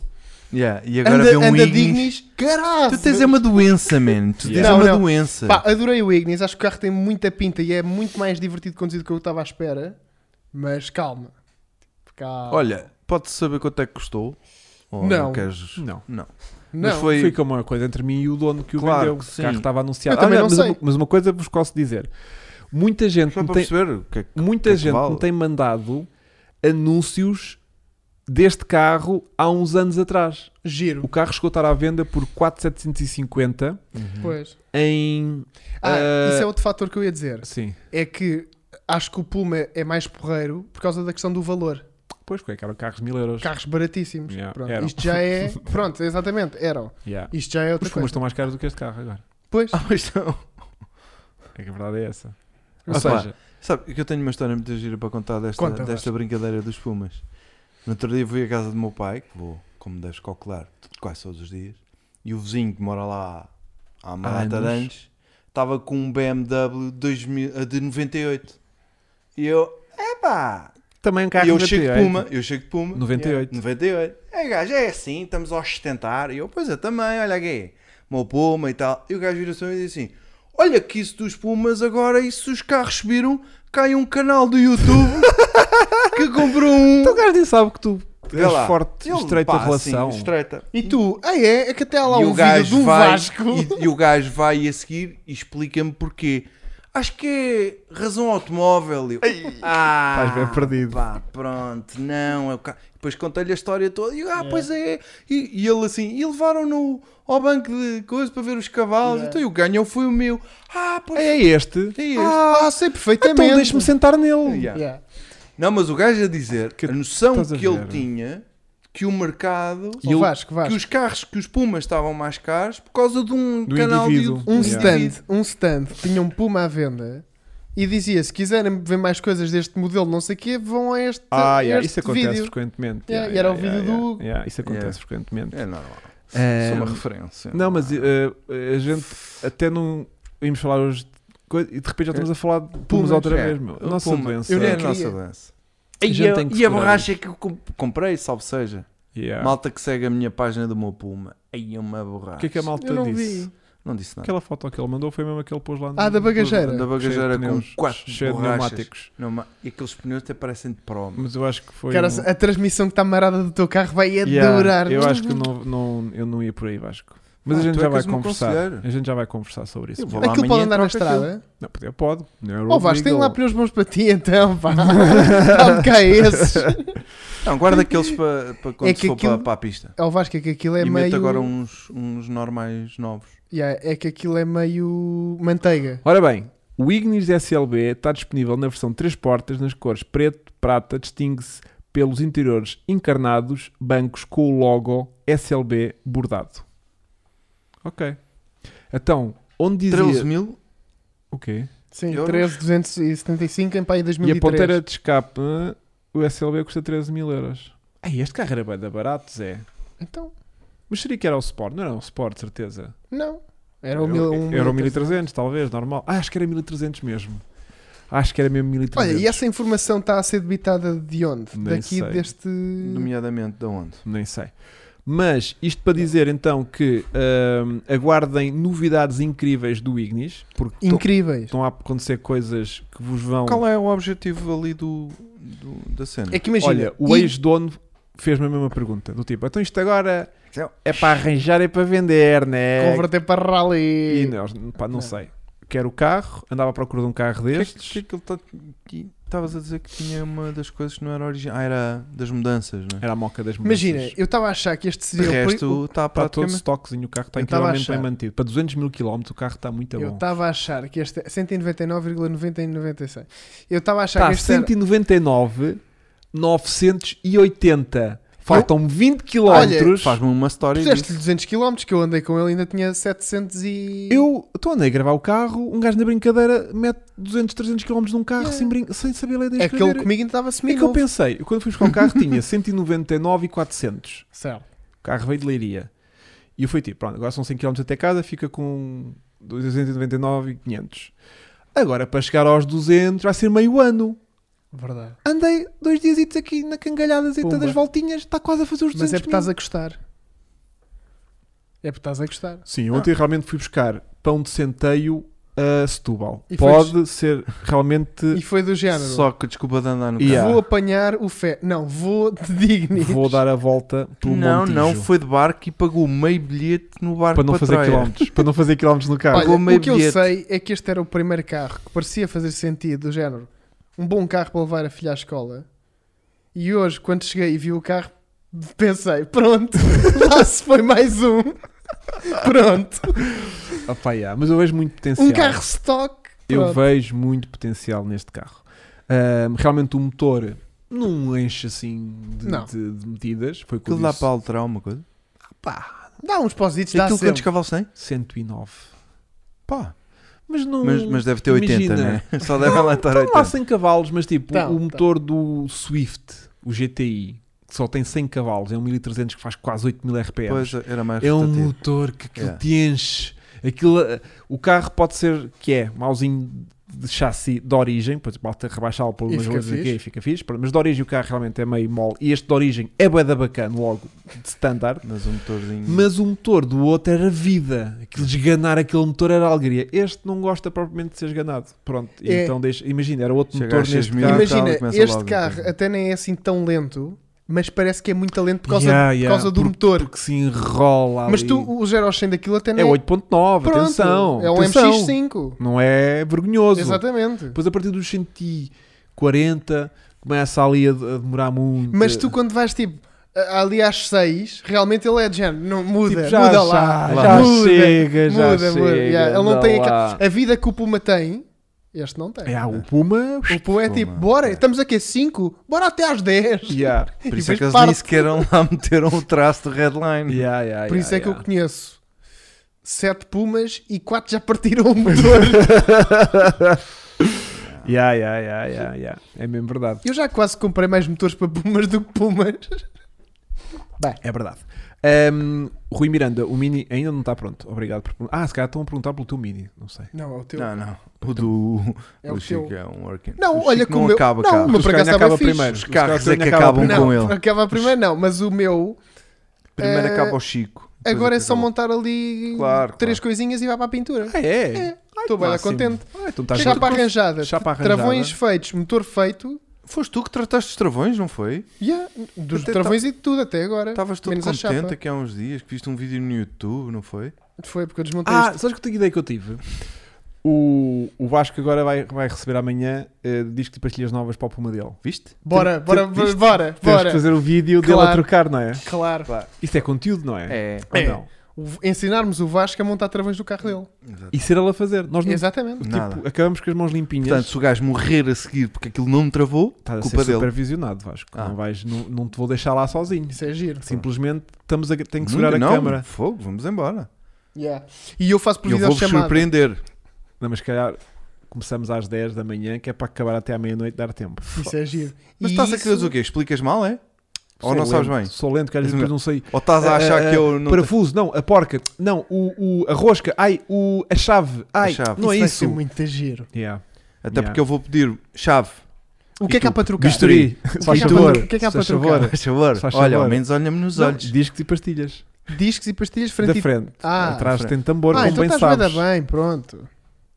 Speaker 1: Yeah, e agora
Speaker 3: Anda,
Speaker 1: vê um
Speaker 3: anda
Speaker 1: Ignis.
Speaker 3: Dignis. Caralho!
Speaker 1: Tu tens é uma doença, man. Tu tens
Speaker 2: Yeah.
Speaker 1: é uma
Speaker 3: Não, não.
Speaker 1: doença.
Speaker 3: Pá, adorei o Ignis. Acho que o carro tem muita pinta e é muito mais divertido conduzido do que eu estava à espera. Mas calma. Calma.
Speaker 1: Olha, pode-se saber quanto é que custou? Ou
Speaker 3: Não.
Speaker 1: queres-
Speaker 2: Não.
Speaker 1: Não.
Speaker 3: não.
Speaker 1: Mas foi,
Speaker 2: Foi como uma coisa entre mim e o dono que o
Speaker 1: Claro
Speaker 2: vendeu.
Speaker 1: que
Speaker 2: o
Speaker 1: sim.
Speaker 2: carro estava anunciado. Ah,
Speaker 3: Eu também não
Speaker 2: mas,
Speaker 3: sei.
Speaker 2: Uma, mas uma coisa vos posso dizer: muita gente,
Speaker 1: Só
Speaker 2: me
Speaker 1: para
Speaker 2: tem,
Speaker 1: perceber o que é que.
Speaker 2: muita
Speaker 1: que
Speaker 2: gente
Speaker 1: vale.
Speaker 2: me tem mandado anúncios deste carro há uns anos atrás.
Speaker 3: Giro.
Speaker 2: O carro chegou a estar à venda por 4,750
Speaker 3: Pois.
Speaker 2: em.
Speaker 3: Ah,
Speaker 2: eh,
Speaker 1: um-
Speaker 3: isso é outro fator que eu ia dizer.
Speaker 2: Sim.
Speaker 3: É que acho que o Puma é mais porreiro por causa da questão do valor.
Speaker 2: Pois, porque eram carros de mil euros.
Speaker 3: Carros baratíssimos.
Speaker 2: Yeah,
Speaker 3: Pronto,
Speaker 2: eram.
Speaker 3: Isto já é. Pronto, exatamente. Eram.
Speaker 2: Yeah.
Speaker 3: Isto já é
Speaker 2: Os
Speaker 3: outra
Speaker 2: fumas
Speaker 3: coisa.
Speaker 2: estão mais caros do que este carro agora.
Speaker 3: Pois.
Speaker 1: Ah, mas não.
Speaker 2: É que a verdade é essa. Ou
Speaker 1: Opa,
Speaker 2: seja,
Speaker 1: Sabe que eu tenho uma história muito gira para contar desta,
Speaker 3: Conta,
Speaker 1: desta
Speaker 3: Vasco.
Speaker 1: brincadeira dos Pumas. No outro dia fui à casa do meu pai, que vou, como deves calcular, quase todos os dias, e o vizinho que mora lá há uma data de
Speaker 2: anos.
Speaker 1: anos estava com um BMW 2000, eh, de 98. E eu, epá!
Speaker 2: também um carro
Speaker 1: E eu
Speaker 2: 98.
Speaker 1: chego de Puma, eu chego de Puma.
Speaker 2: 98.
Speaker 1: Yeah, 98. É, gajo, é assim, estamos aos 70. E eu, pois é, também, olha aqui. Meu Puma e tal. E o gajo vira-se para mim e diz assim: Olha que isso dos Pumas, agora, e se os carros subiram, cai um canal do YouTube que comprou um.
Speaker 2: Então o gajo nem sabe que tu
Speaker 1: Vê
Speaker 2: és
Speaker 1: lá.
Speaker 2: forte,
Speaker 1: Ele,
Speaker 2: estreita
Speaker 1: pá,
Speaker 2: relação.
Speaker 1: Sim, estreita.
Speaker 3: E tu, ah é, é que até há lá
Speaker 1: E
Speaker 3: um
Speaker 1: o
Speaker 3: vídeo
Speaker 1: gajo
Speaker 3: do
Speaker 1: vai,
Speaker 3: Vasco.
Speaker 1: E, e o gajo vai a seguir e explica-me porquê. Acho que é razão automóvel. Eu, ah,
Speaker 2: Estás bem perdido.
Speaker 1: Pá, pronto, não. É o ca... Depois contei-lhe a história toda. E eu, ah, pois é. E, e ele assim, e levaram-no ao banco de coisa para ver os cavalos. Então e o ganhão foi o meu. Ah, pois é.
Speaker 2: É este.
Speaker 1: este.
Speaker 3: Ah, sei perfeitamente.
Speaker 2: Então deixa-me sentar nele.
Speaker 1: Yeah.
Speaker 3: Yeah.
Speaker 1: Não, mas o gajo a dizer
Speaker 2: Que
Speaker 1: a noção
Speaker 2: estás a
Speaker 1: que ele
Speaker 2: ver?
Speaker 1: tinha que o mercado.
Speaker 3: E
Speaker 2: ele-
Speaker 3: Oh, Vasco,
Speaker 1: Que
Speaker 3: Vasco.
Speaker 1: os carros, que os Pumas estavam mais caros por causa de um
Speaker 2: Do
Speaker 1: canal de
Speaker 2: indivíduo.
Speaker 1: YouTube.
Speaker 3: Um
Speaker 2: Yeah.
Speaker 3: stand, um stand, tinha um Puma à venda e dizia: se quiserem ver mais coisas deste modelo, não sei o quê, vão a este,
Speaker 2: Ah, yeah,
Speaker 3: é este
Speaker 2: isso acontece
Speaker 3: vídeo.
Speaker 2: frequentemente.
Speaker 3: Yeah, e era o vídeo do Hugo.
Speaker 2: yeah, isso acontece
Speaker 1: Yeah.
Speaker 2: frequentemente.
Speaker 1: É normal.
Speaker 2: É,
Speaker 1: Sou uma referência.
Speaker 2: Não, mas eh, a gente até não íamos falar hoje de coisa, e de repente já estamos a falar de pumas outra
Speaker 1: é.
Speaker 2: vez, meu. A nossa
Speaker 1: Puma.
Speaker 2: doença.
Speaker 1: Eu nem
Speaker 3: É
Speaker 1: a
Speaker 3: a
Speaker 1: nossa
Speaker 3: nossa
Speaker 1: doença.
Speaker 2: A
Speaker 1: E
Speaker 2: gente
Speaker 1: a,
Speaker 2: tem que
Speaker 1: e a
Speaker 2: segurar
Speaker 1: borracha que eu comp- comprei, salve seja.
Speaker 2: Yeah.
Speaker 1: Malta que segue a minha página do meu Puma. Aí é uma borracha.
Speaker 2: O que é que a malta
Speaker 3: Eu não
Speaker 2: disse?
Speaker 3: vi.
Speaker 1: Não disse nada.
Speaker 2: Aquela foto que ele mandou foi mesmo aquele que pôs lá no
Speaker 3: Ah, da bagageira.
Speaker 1: Da
Speaker 2: cheio de
Speaker 1: bagageira com
Speaker 2: pneus,
Speaker 1: quatro
Speaker 2: cheio de
Speaker 1: borrachas.
Speaker 2: pneumáticos.
Speaker 1: Numa- E aqueles pneus até parecem de promo.
Speaker 2: Mas eu acho que foi.
Speaker 3: Cara, é
Speaker 2: um-
Speaker 3: a transmissão que está marada do teu carro vai
Speaker 2: Yeah,
Speaker 3: adorar.
Speaker 2: Eu acho que não, não, eu não ia por aí, Vasco. Mas
Speaker 1: Ah,
Speaker 2: a gente
Speaker 1: tu é
Speaker 2: já
Speaker 1: que
Speaker 2: vai
Speaker 1: és o meu
Speaker 2: conversar.
Speaker 1: conselheiro.
Speaker 2: A gente já vai conversar sobre isso.
Speaker 1: Eu vou
Speaker 2: Não,
Speaker 1: lá.
Speaker 3: Aquilo pode
Speaker 1: amanhã
Speaker 3: andar na
Speaker 1: troca aquilo.
Speaker 3: estrada.
Speaker 2: Não, pode. pode. Não é
Speaker 3: Ó oh,
Speaker 2: road
Speaker 3: Vasco, tem lá
Speaker 2: legal.
Speaker 3: pneus bons para ti então, pá. Dá-me cá esses.
Speaker 1: Não, guarda aqueles para pa quando
Speaker 3: É
Speaker 1: se
Speaker 3: que
Speaker 1: for pa-
Speaker 3: aquilo
Speaker 1: para a pista.
Speaker 3: Ó Vasco, é que aquilo é
Speaker 1: e meto
Speaker 3: meio.
Speaker 1: agora
Speaker 2: um-
Speaker 1: uns, uns normais novos.
Speaker 3: Yeah, é que aquilo é meio. manteiga.
Speaker 2: Ora bem, o Ignis SLB está disponível na versão 3 portas nas cores preto, prata, distingue-se pelos interiores encarnados, bancos com o logo SLB bordado. Ok. Então, onde dizia...
Speaker 1: 13 mil?
Speaker 2: O quê?
Speaker 3: Sim,
Speaker 1: Euros?
Speaker 3: 13,275 em pá em
Speaker 2: E
Speaker 3: 2003.
Speaker 2: a ponteira de escape, eh, o SLB custa 13 mil euros. Ei, este carro era bué da barato, Zé.
Speaker 3: Então,
Speaker 2: Mas seria que era o Sport? Não era um Sport, de certeza.
Speaker 3: não. Era o
Speaker 2: Era-
Speaker 3: mil, um
Speaker 2: é era o 1300, talvez, normal. Ah, acho que era 1300 mesmo. Acho que era mesmo 1300.
Speaker 3: Olha, e essa informação está a ser debitada de onde?
Speaker 2: Nem
Speaker 3: Daqui
Speaker 2: sei.
Speaker 3: deste.
Speaker 1: Nomeadamente, de onde?
Speaker 2: Nem sei. Mas isto para dizer então que ahm, aguardem novidades incríveis do Ignis, porque tão-
Speaker 3: Incríveis.
Speaker 2: estão a acontecer coisas que vos vão.
Speaker 1: Qual é o objetivo ali do, do- da cena?
Speaker 3: É que imagina.
Speaker 2: Olha, o
Speaker 3: e-
Speaker 2: ex-dono fez-me a mesma pergunta, do tipo, então isto agora é para arranjar e para vender, né?
Speaker 3: Então, Converter É. para rally.
Speaker 2: E nós, pá, não
Speaker 3: Não.
Speaker 2: sei. Quero o carro, andava à procura de um carro
Speaker 1: O que é que- o que é
Speaker 2: destes.
Speaker 1: que ele tá- que- Estavas a dizer que tinha uma das coisas que não era original. Ah, era das mudanças, não é?
Speaker 2: Era a moca das mudanças.
Speaker 3: Imagina, eu estava a achar que este
Speaker 1: De
Speaker 3: seria o pri-
Speaker 1: resto, está
Speaker 2: Está todo
Speaker 1: praticamente.
Speaker 2: stockzinho, o carro está
Speaker 3: Eu estava a
Speaker 2: incrivelmente bem
Speaker 3: achar.
Speaker 2: mantido. Para 200 mil km o carro está muito
Speaker 3: Eu
Speaker 2: tá bom.
Speaker 3: estava a achar que este. é 199,996. Eu estava a achar
Speaker 2: Está
Speaker 3: que
Speaker 2: a
Speaker 3: este. era-
Speaker 2: 199, 980. Faltam 20
Speaker 3: Olha,
Speaker 2: quilómetros.
Speaker 1: Faz-me uma história e
Speaker 3: Puseste-lhe
Speaker 1: disso.
Speaker 3: 200 km que eu andei com ele ainda tinha 700 e.
Speaker 2: Eu estou andei a gravar o carro, um gajo na brincadeira mete 200, 300 km num carro
Speaker 3: Yeah.
Speaker 2: sem, brin- sem saber ler nem
Speaker 3: É que ele
Speaker 2: escrever.
Speaker 3: comigo ainda estava
Speaker 2: É que eu
Speaker 3: semi-novo.
Speaker 2: pensei, eu quando fui buscar o carro tinha 199 e 400.
Speaker 3: Certo.
Speaker 2: O carro veio de Leiria. E eu fui tipo, pronto, agora são 100 km até casa, fica com 299 e 500. Agora para chegar aos 200 vai ser meio ano.
Speaker 3: Verdade.
Speaker 2: Andei dois dias aqui na cangalhada
Speaker 3: Pumba.
Speaker 2: das voltinhas, está quase a fazer os 200
Speaker 3: Mas é porque
Speaker 2: mil.
Speaker 3: estás a gostar. É porque estás a gostar.
Speaker 2: Sim, eu ontem realmente fui buscar pão de centeio a Setúbal.
Speaker 3: E
Speaker 2: Pode ser realmente.
Speaker 3: E foi do género.
Speaker 1: Só que desculpa de andar no carro.
Speaker 2: Yeah.
Speaker 3: Vou apanhar o fé. Não, vou de Dignis.
Speaker 2: Vou dar a volta pelo
Speaker 1: Não,
Speaker 2: Montijo.
Speaker 1: não, foi de barco e pagou meio bilhete no barco
Speaker 2: para não fazer
Speaker 1: Troia.
Speaker 2: quilómetros, para não fazer quilómetros no carro.
Speaker 3: Olha,
Speaker 1: Pagou meio
Speaker 3: o que eu
Speaker 1: bilhete.
Speaker 3: sei é que este era o primeiro carro que parecia fazer sentido, do género. Um bom carro para levar a filha à escola. E hoje, quando cheguei e vi o carro, pensei: pronto, lá se foi mais um. Pronto.
Speaker 2: Opa, yeah, mas eu vejo muito potencial.
Speaker 3: Um carro stock.
Speaker 2: eu
Speaker 3: Pronto.
Speaker 2: vejo muito potencial neste carro. Ahm, realmente o motor não enche assim de,
Speaker 3: Não.
Speaker 2: de- de medidas. Foi o que eu
Speaker 1: Aquilo dá
Speaker 2: disse.
Speaker 1: para alterar uma coisa.
Speaker 2: Pá,
Speaker 3: Dá uns positos, dá
Speaker 1: Aquilo
Speaker 3: sempre.
Speaker 1: quantos cavalos tem?
Speaker 2: 109.
Speaker 1: Pá,
Speaker 2: Mas não.
Speaker 1: Mas, mas deve ter 80,
Speaker 2: Hum, Imagina. então
Speaker 1: né? Só deve lá estar
Speaker 2: Estão lá
Speaker 1: 80.
Speaker 2: 100 cavalos, mas tipo,
Speaker 3: Tá,
Speaker 2: o
Speaker 3: tá.
Speaker 2: motor do Swift, o GTI, que só tem 100 cavalos, é um 1300 que faz quase 8000 RPM.
Speaker 1: Pois era mais
Speaker 2: é um
Speaker 1: rotativo.
Speaker 2: motor que aquilo
Speaker 1: Yeah.
Speaker 2: te enche. Aquilo, eh, o carro pode ser que é mauzinho de chassi de origem, depois bota rebaixá-lo por
Speaker 3: E
Speaker 2: umas
Speaker 3: fica
Speaker 2: coisas aqui
Speaker 3: fixe.
Speaker 2: e fica fixe, pronto, mas de origem o carro realmente é meio mole e este de origem é bué da bacana, logo de standard.
Speaker 1: Mas um motorzinho.
Speaker 2: Mas o motor do outro era vida.
Speaker 1: É.
Speaker 2: Aquilo de esganar aquele motor era alegria. Este não gosta propriamente de ser esganado. Pronto, e
Speaker 3: É.
Speaker 2: então deixa. Imagina, era outro
Speaker 1: Chega
Speaker 2: motor
Speaker 1: às
Speaker 2: neste
Speaker 1: 6.000. tal,
Speaker 2: carro.
Speaker 3: Imagina,
Speaker 1: e começa
Speaker 3: este
Speaker 1: logo,
Speaker 3: carro
Speaker 1: então.
Speaker 3: até nem é assim tão lento, mas parece que é muito lento por causa,
Speaker 2: Yeah,
Speaker 3: por
Speaker 2: yeah,
Speaker 3: causa do
Speaker 2: por-
Speaker 3: motor.
Speaker 2: Porque se enrola.
Speaker 3: Mas
Speaker 2: ali.
Speaker 3: tu, o 0 ao 100 daquilo até
Speaker 2: é
Speaker 3: nem
Speaker 2: 8.9,
Speaker 3: Pronto,
Speaker 2: atenção.
Speaker 3: É um
Speaker 2: atenção.
Speaker 3: MX5.
Speaker 2: Não é vergonhoso.
Speaker 3: Exatamente.
Speaker 2: Depois a partir dos 140 começa ali a, a demorar muito.
Speaker 3: Mas tu quando vais tipo a- ali às 6, realmente ele é de género. Não, muda,
Speaker 2: Tipo, já,
Speaker 3: muda
Speaker 2: já,
Speaker 3: lá.
Speaker 2: já
Speaker 3: muda,
Speaker 2: chega, já
Speaker 3: muda, muda.
Speaker 2: chega,
Speaker 3: Yeah, Ele não
Speaker 2: anda
Speaker 3: tem
Speaker 2: lá.
Speaker 3: aquela- A vida que o Puma tem, este não tem.
Speaker 2: É, ah, o Puma.
Speaker 3: O Puma é
Speaker 1: Puma,
Speaker 3: tipo, bora,
Speaker 1: é.
Speaker 3: estamos aqui a 5, bora até às 10.
Speaker 2: Yeah.
Speaker 1: Por
Speaker 3: E
Speaker 1: isso é
Speaker 3: depois
Speaker 1: que eles
Speaker 3: parte.
Speaker 1: nem sequer iam lá meteram o traço de headline.
Speaker 2: Yeah, yeah,
Speaker 3: Por
Speaker 2: yeah,
Speaker 3: isso é que eu
Speaker 2: yeah.
Speaker 3: conheço 7 Pumas e 4 já partiram o motor.
Speaker 2: Yeah, yeah, yeah, yeah, yeah. É mesmo verdade.
Speaker 3: eu já quase comprei mais motores para Pumas do que Pumas.
Speaker 2: É verdade. Ahm, Rui Miranda, o Mini ainda não está pronto. Obrigado por perguntar. Ah, se calhar estão a perguntar pelo teu Mini. Não sei.
Speaker 3: Não, é o teu.
Speaker 1: Não, não. O do.
Speaker 3: É
Speaker 1: o
Speaker 3: o
Speaker 1: Chico
Speaker 3: teu.
Speaker 1: é um working.
Speaker 3: Não,
Speaker 1: o Chico
Speaker 3: olha que o
Speaker 1: não
Speaker 3: meu-
Speaker 1: acaba
Speaker 3: não,
Speaker 1: cá.
Speaker 3: o meu
Speaker 2: Os
Speaker 3: por
Speaker 2: carros
Speaker 3: acaso
Speaker 2: acaba
Speaker 3: estava fixe.
Speaker 2: primeiro.
Speaker 1: Os
Speaker 2: Os
Speaker 1: carros
Speaker 2: carros
Speaker 1: é que
Speaker 2: ainda
Speaker 1: acabam
Speaker 2: acabam
Speaker 1: com
Speaker 3: Não,
Speaker 1: ele.
Speaker 3: acaba primeiro não, mas o meu
Speaker 1: Primeiro
Speaker 3: Eh,
Speaker 1: acaba o Chico. depois
Speaker 3: agora é
Speaker 1: que
Speaker 3: só
Speaker 1: acaba.
Speaker 3: montar ali
Speaker 1: Claro,
Speaker 3: três coisinhas e vai para a pintura.
Speaker 2: Ah, é?
Speaker 3: É.
Speaker 2: Ai,
Speaker 3: Estou bem lá
Speaker 2: máximo.
Speaker 3: contente.
Speaker 2: Ah, então estás
Speaker 3: Chapa arranjada,
Speaker 2: Chapa arranjada.
Speaker 3: travões feitos, motor feito,
Speaker 1: Foste tu que trataste os travões, não foi?
Speaker 3: yeah, dos
Speaker 1: Até tá-
Speaker 3: travões e de tudo até agora.
Speaker 1: Estavas todo
Speaker 3: É, menos a
Speaker 1: contente
Speaker 3: chapa.
Speaker 1: aqui há uns dias que viste um vídeo no YouTube, não foi?
Speaker 3: Foi porque eu desmontei
Speaker 2: Ah,
Speaker 3: isto.
Speaker 2: sabes que ideia que eu tive? O, o Vasco agora vai, vai receber amanhã eh, disco de pastilhas novas para o Puma dele.
Speaker 1: Viste?
Speaker 3: Bora,
Speaker 2: te- te-
Speaker 3: bora, bora,
Speaker 2: viste?
Speaker 3: bora,
Speaker 2: Temos que fazer o vídeo dele a
Speaker 3: Claro.
Speaker 2: trocar, não é?
Speaker 3: Claro.
Speaker 2: Isso é conteúdo, não é?
Speaker 1: É.
Speaker 2: Ou
Speaker 3: É.
Speaker 2: não?
Speaker 3: O- ensinarmos o Vasco a montar travões do carro dele.
Speaker 1: Exato.
Speaker 2: E ser ele a fazer. Nós não,
Speaker 3: Exatamente.
Speaker 1: Nada.
Speaker 2: tipo, acabamos com as mãos limpinhas.
Speaker 1: Portanto, se o gajo morrer a seguir porque aquilo não me travou,
Speaker 2: Estás Tá a
Speaker 1: culpa
Speaker 2: ser
Speaker 1: dele.
Speaker 2: supervisionado, Vasco.
Speaker 1: Ah.
Speaker 2: Não, vais, não, não te vou deixar lá sozinho.
Speaker 3: Isso é giro.
Speaker 2: Simplesmente estamos a, tenho que segurar
Speaker 1: Nunca-
Speaker 2: a
Speaker 1: não,
Speaker 2: câmara.
Speaker 1: Fogo, vamos embora.
Speaker 3: Yeah. E eu faço por
Speaker 1: Eu vou-vos
Speaker 3: videochamada.
Speaker 1: surpreender.
Speaker 2: Não, mas se calhar começamos às 10 da manhã, que é para acabar até à meia-noite dar tempo.
Speaker 3: Isso é giro.
Speaker 1: Mas
Speaker 3: E
Speaker 1: estás a
Speaker 3: isso-
Speaker 1: querer o quê? Explicas mal, é? Ou
Speaker 2: Sou
Speaker 1: não sabes
Speaker 2: lento,
Speaker 1: bem?
Speaker 2: Sou lento, quer
Speaker 1: Isso
Speaker 2: dizer, depois não sei.
Speaker 1: Ou estás a achar
Speaker 2: Ah, ah,
Speaker 1: que eu não.
Speaker 2: Parafuso, não, a porca, não, o, o- a rosca, ai, o, a chave, ai,
Speaker 1: chave.
Speaker 2: não é
Speaker 3: vai ser
Speaker 2: isso.
Speaker 3: muito giro.
Speaker 2: Yeah.
Speaker 1: Até
Speaker 2: Yeah.
Speaker 1: porque eu vou pedir chave.
Speaker 3: O que é que há para trocar?
Speaker 2: Bisturi,
Speaker 3: que
Speaker 2: faz
Speaker 3: é que há
Speaker 2: favor.
Speaker 3: para- o que é que há
Speaker 2: faz
Speaker 3: para
Speaker 2: favor.
Speaker 3: trocar?
Speaker 1: Faz favor.
Speaker 2: Faz
Speaker 1: Olha,
Speaker 2: favor.
Speaker 1: ao menos olha-me nos
Speaker 2: Não,
Speaker 1: olhos.
Speaker 2: discos e pastilhas.
Speaker 3: Discos e pastilhas
Speaker 2: da
Speaker 3: frente e...
Speaker 2: frente.
Speaker 3: Ah,
Speaker 2: Atrás
Speaker 1: frente.
Speaker 2: tem tambor,
Speaker 3: ah
Speaker 2: como
Speaker 3: então
Speaker 2: bem
Speaker 3: estás
Speaker 2: sabes.
Speaker 3: bem, bem, pronto.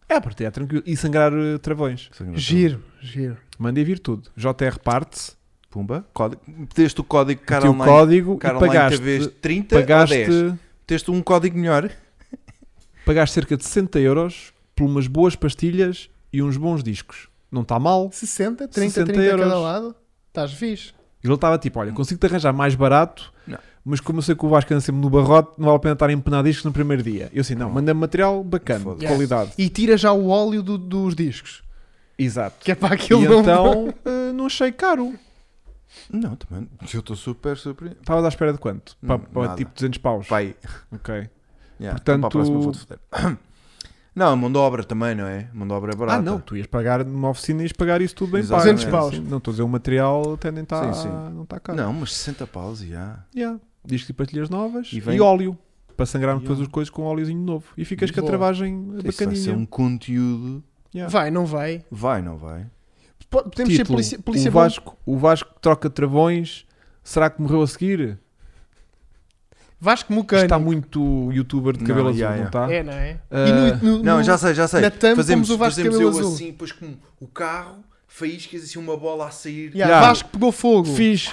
Speaker 2: É, porque é tranquilo. E sangrar eh, travões.
Speaker 3: Giro, giro.
Speaker 2: Mandei vir tudo. JR parte
Speaker 1: Pumba. Código. Meteste o código
Speaker 2: meti o
Speaker 1: Caroline.
Speaker 2: código e
Speaker 1: Caroline TVs
Speaker 2: pagaste,
Speaker 1: 30 ou 10.
Speaker 2: pagaste,
Speaker 1: Meteste um código melhor.
Speaker 2: pagaste cerca de 60 euros por umas boas pastilhas e uns bons discos. Não está mal?
Speaker 3: 60, 30,
Speaker 2: 60
Speaker 3: 30 a cada
Speaker 2: euros.
Speaker 3: lado. Estás fixe.
Speaker 2: E ele estava tipo, olha, consigo-te arranjar mais barato,
Speaker 1: Não.
Speaker 2: mas como eu sei que o Vasco anda sempre no barrote, não vale a pena estar a empenar discos no primeiro dia. Eu assim, não, manda-me material bacana, de
Speaker 1: Foda-se.
Speaker 2: qualidade.
Speaker 3: E tira já o óleo do- dos discos.
Speaker 2: Exato.
Speaker 3: Que é
Speaker 2: E
Speaker 3: para aquilo não...
Speaker 2: então eh, não achei caro.
Speaker 1: Não, também. Eu estou super surpreendido.
Speaker 2: Estavas à espera de quanto? Pa-
Speaker 1: Hum,
Speaker 2: pa-
Speaker 1: nada.
Speaker 2: tipo 200 paus.
Speaker 1: Pai.
Speaker 2: Ok.
Speaker 1: Yeah,
Speaker 2: Portanto-
Speaker 1: então para a próxima vou-te foder. Não, a mão de obra também, não é? A mão de obra é barata.
Speaker 2: Ah, não, tu ias pagar numa oficina e ias pagar isso tudo bem pago.
Speaker 1: Exatamente.
Speaker 3: 200 paus.
Speaker 2: Sim, Não estou a dizer, o material até nem está
Speaker 1: Sim, sim.
Speaker 2: não está caro.
Speaker 1: Não, mas 60 paus e já.
Speaker 2: Yeah. Discos e pastilhas novas
Speaker 1: E
Speaker 2: e,
Speaker 1: vem-
Speaker 2: óleo. Para sangrar
Speaker 1: E
Speaker 2: depois
Speaker 1: óleo.
Speaker 2: as coisas com um óleozinho novo. E ficas com a
Speaker 3: Boa.
Speaker 2: travagem
Speaker 1: Isso vai ser
Speaker 2: bacaninha.
Speaker 1: um conteúdo.
Speaker 2: Yeah.
Speaker 3: Vai, não vai.
Speaker 1: Vai, não vai?
Speaker 3: Po- Podemos ser
Speaker 2: Título,
Speaker 3: polícia, polícia
Speaker 2: o,
Speaker 3: bom.
Speaker 2: Vasco, o Vasco troca travões. Será que morreu a seguir?
Speaker 3: Vasco
Speaker 2: Isto
Speaker 3: Mucano.
Speaker 2: Está muito youtuber de
Speaker 1: Não,
Speaker 2: cabelo azul,
Speaker 1: yeah, yeah.
Speaker 2: não está?
Speaker 3: É, não é?
Speaker 2: Ah,
Speaker 3: e no, no-
Speaker 1: Não,
Speaker 3: no-
Speaker 1: já sei, já sei.
Speaker 3: na thumb
Speaker 1: fazemos
Speaker 3: pomos o Vasco de
Speaker 1: fazemos
Speaker 3: cabelo
Speaker 1: eu
Speaker 3: azul.
Speaker 1: assim, depois com o carro, faíscas assim uma bola a sair.
Speaker 3: Yeah,
Speaker 2: Yeah.
Speaker 3: Vasco pegou fogo.
Speaker 2: Fiz.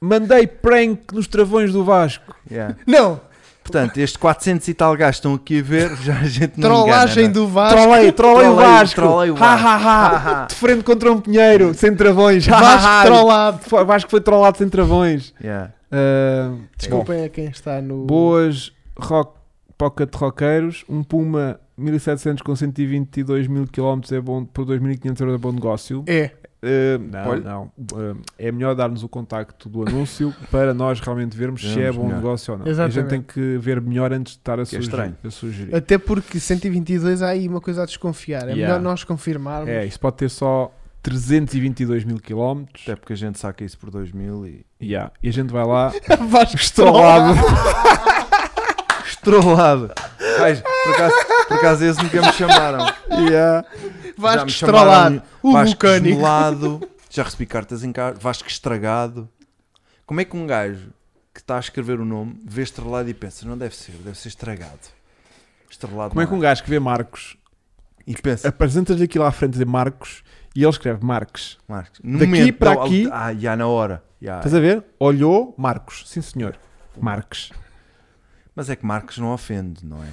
Speaker 2: Mandei prank nos travões do Vasco.
Speaker 1: Yeah.
Speaker 3: Não,
Speaker 1: Portanto, estes 400 e tal gajos estão aqui a ver, já a gente não é?
Speaker 3: trollagem
Speaker 1: engana,
Speaker 3: do Vasco.
Speaker 2: Trolei, trolei o
Speaker 1: Trolei o-
Speaker 2: Vasco.
Speaker 1: trolei o
Speaker 2: Ha, ha, ha. De frente contra um pinheiro, sem travões. Ha,
Speaker 3: Vasco
Speaker 2: ha, ha.
Speaker 3: trollado.
Speaker 2: Foi- Vasco foi trollado sem travões.
Speaker 1: não é? Yeah.
Speaker 2: Ah,
Speaker 3: Desculpem a quem está no.
Speaker 2: bom, boas rock, pocket roqueiros. Um Puma 1700 com 122 mil km é bom, por 2500 euros é bom negócio.
Speaker 3: É,
Speaker 2: Ah, eh, não,
Speaker 1: Olha.
Speaker 2: não. Eh, é melhor darmos o contacto do anúncio para nós realmente vermos se é
Speaker 1: Vermos
Speaker 2: bom
Speaker 1: melhor.
Speaker 2: negócio ou não. A gente
Speaker 3: Exatamente.
Speaker 2: tem que ver melhor antes de estar a,
Speaker 1: Que é
Speaker 2: sugerir,
Speaker 1: estranho.
Speaker 2: a sugerir.
Speaker 3: Até porque 122 há aí uma coisa a desconfiar. É
Speaker 2: Yeah.
Speaker 3: melhor nós confirmarmos.
Speaker 2: É, isso pode ter só 322 mil quilómetros.
Speaker 1: Até porque a gente saca isso por 2000 e.
Speaker 2: Yeah. E a gente vai lá
Speaker 3: Vasco
Speaker 2: estrolado.
Speaker 1: Estrolado! Ai, por, acaso, por acaso esse nunca me chamaram.
Speaker 2: yeah.
Speaker 1: Já
Speaker 3: Vasco
Speaker 1: me chamaram
Speaker 3: estrolado. O
Speaker 1: Vasco
Speaker 3: vulcânico.
Speaker 1: esmolado. Já recebi cartas em casa. Vasco estragado. Como é que um gajo que está a escrever o nome vê estrelado e pensa, não deve ser, deve ser estragado. Estrelado.
Speaker 2: Como é que um gajo que vê Marcos
Speaker 1: E pensa,
Speaker 2: apresentas-lhe aquilo à frente de Marcos e ele escreve Marcos.
Speaker 1: Marcos, no
Speaker 2: daqui
Speaker 1: momento,
Speaker 2: para
Speaker 1: ao- ao-
Speaker 2: aqui-
Speaker 1: Ah, já na hora. já.
Speaker 2: Estás a ver? Olhou Marcos, sim senhor. Marcos.
Speaker 1: Mas é que Marcos não ofende, não é?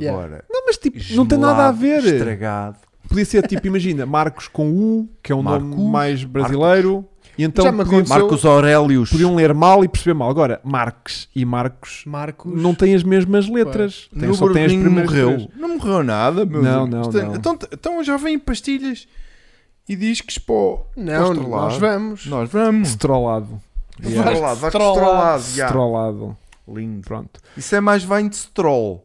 Speaker 3: Yeah.
Speaker 1: Agora,
Speaker 2: Não, mas tipo, não tem nada a
Speaker 1: esmolado,
Speaker 2: ver.
Speaker 1: Estragado.
Speaker 2: Podia ser tipo, imagina, Marcos com U, que é um nome
Speaker 1: Marcos,
Speaker 2: mais brasileiro. E então
Speaker 3: Já me
Speaker 2: podiam,
Speaker 3: aconteceu.
Speaker 1: Marcos Aurélios.
Speaker 2: podiam ler mal e perceber mal. Agora, Marques e Marcos
Speaker 3: Marcos.
Speaker 2: não têm as mesmas letras. Tem,
Speaker 1: No
Speaker 2: só têm
Speaker 1: Burger
Speaker 2: as
Speaker 1: King
Speaker 2: primeiras
Speaker 1: morreu.
Speaker 2: três.
Speaker 1: Não morreu nada, meu
Speaker 2: Não, não, não.
Speaker 1: Então, então já vem pastilhas e diz que expô.
Speaker 3: Não,
Speaker 1: Posto lá.
Speaker 3: nós vamos.
Speaker 1: Nós vamos.
Speaker 2: Estrolado.
Speaker 3: Yeah. Vasco
Speaker 1: Estrolado, Vasco
Speaker 3: Stroll.
Speaker 1: Estrolado, já.
Speaker 2: Estrolado.
Speaker 1: Lindo.
Speaker 2: Pronto.
Speaker 1: Isso é mais vem de stroll.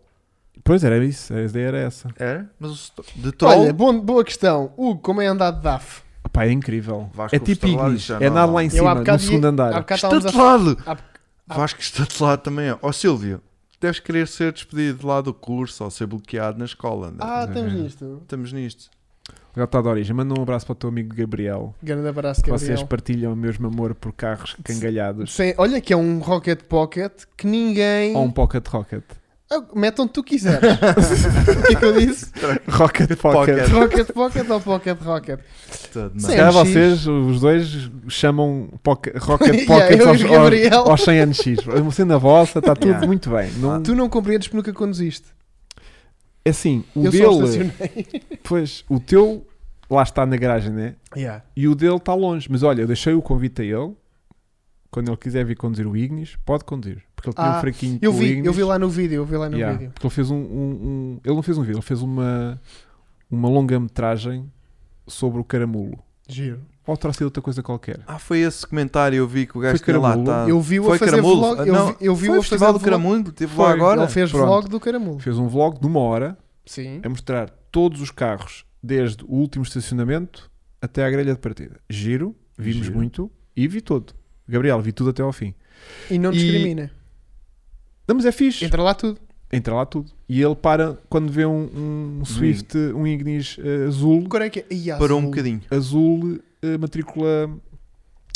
Speaker 2: Pois era isso, a ideia era essa.
Speaker 1: É? Mas o stro- de troll.
Speaker 3: Olha, bom- boa questão. Hugo, como é andar de DAF?
Speaker 2: Pá, é incrível.
Speaker 1: Vasco
Speaker 2: é tipo
Speaker 1: Estrolado
Speaker 2: Ignis.
Speaker 1: já
Speaker 2: É
Speaker 1: não-
Speaker 2: nada lá em
Speaker 1: Eu
Speaker 2: cima,
Speaker 3: há bocado
Speaker 2: no segundo
Speaker 3: ia-
Speaker 2: andar.
Speaker 3: Há bocado estávamos a Ah,
Speaker 1: Estatelado.
Speaker 3: há bo-
Speaker 1: Vasco estatelado também é. Ó Silvio, deves querer ser despedido lá do curso ou ser bloqueado na escola. não é?
Speaker 3: Ah, estamos
Speaker 2: Uhum.
Speaker 3: nisto.
Speaker 1: Estamos nisto.
Speaker 2: Já está de origem. Manda um abraço para o teu amigo Gabriel.
Speaker 3: Grande abraço,
Speaker 2: que
Speaker 3: Gabriel.
Speaker 2: Vocês partilham o mesmo amor por carros cangalhados.
Speaker 3: Sem- olha que é um Rocket Pocket que ninguém.
Speaker 2: Ou um Pocket Rocket.
Speaker 3: Ah, Mete onde tu quiseres. O que é que eu disse?
Speaker 2: Rocket Pocket.
Speaker 1: Pocket.
Speaker 3: Rocket Pocket ou Pocket Rocket?
Speaker 1: Tudo
Speaker 3: Sim.
Speaker 2: Se
Speaker 1: bem.
Speaker 2: calhar
Speaker 3: MX.
Speaker 2: vocês, os dois, chamam poca- Rocket
Speaker 3: Yeah,
Speaker 2: Pockets
Speaker 3: eu e o
Speaker 2: aos,
Speaker 3: Gabriel.
Speaker 2: aos, aos 100 NX. Você na vossa, está tudo
Speaker 1: Yeah.
Speaker 2: muito bem. Não,
Speaker 3: Tu não compreendes porque nunca conduziste.
Speaker 2: é assim, o
Speaker 3: eu um só
Speaker 2: dele,
Speaker 3: estacionei.
Speaker 2: pois, o teu lá está na garagem, né?
Speaker 3: Yeah.
Speaker 2: E o dele está longe. Mas olha, eu deixei o convite a ele. Quando ele quiser vir conduzir o Ignis, pode conduzir. Porque ele tinha um
Speaker 3: Ah,
Speaker 2: fraquinho
Speaker 3: Eu
Speaker 2: com o
Speaker 3: vi,
Speaker 2: Ignis.
Speaker 3: eu vi lá no vídeo, eu vi lá no
Speaker 2: Yeah,
Speaker 3: vídeo.
Speaker 2: Porque ele fez um, um- um- Ele não fez um vídeo, ele fez uma, uma longa metragem sobre o caramulo.
Speaker 3: Giro.
Speaker 2: Ou terá sido outra coisa qualquer.
Speaker 1: Ah, foi esse comentário eu vi que o gajo
Speaker 2: Foi
Speaker 1: tinha lá.
Speaker 2: Ah, Caramulo?
Speaker 1: Tá.
Speaker 3: Eu vi-o a
Speaker 1: Foi
Speaker 3: fazer
Speaker 1: Caramulo?
Speaker 3: vlog.
Speaker 1: Ah,
Speaker 3: Eu
Speaker 1: não.
Speaker 3: vi- eu
Speaker 1: Foi
Speaker 3: vi-o
Speaker 1: o
Speaker 3: a fazer
Speaker 1: Festival do
Speaker 3: vlog.
Speaker 1: Caramundo, teve
Speaker 2: Foi.
Speaker 1: lá agora.
Speaker 3: Ele fez
Speaker 2: Pronto.
Speaker 3: vlog do caramulo.
Speaker 2: Fez um vlog de uma hora
Speaker 3: Sim.
Speaker 2: a mostrar todos os carros, desde o último estacionamento até à grelha de partida. Giro, vimos
Speaker 1: Giro.
Speaker 2: muito e vi tudo. Gabriel, vi tudo até ao fim.
Speaker 3: E não
Speaker 2: E-
Speaker 3: discrimina.
Speaker 2: Não, mas é fixe. Entra,
Speaker 3: Entra lá tudo.
Speaker 2: lá tudo. E ele para quando vê um, um Swift, um Ignis eh, azul,
Speaker 3: Agora é que. Ih, azul.
Speaker 1: Parou um bocadinho.
Speaker 2: azul, eh, matrícula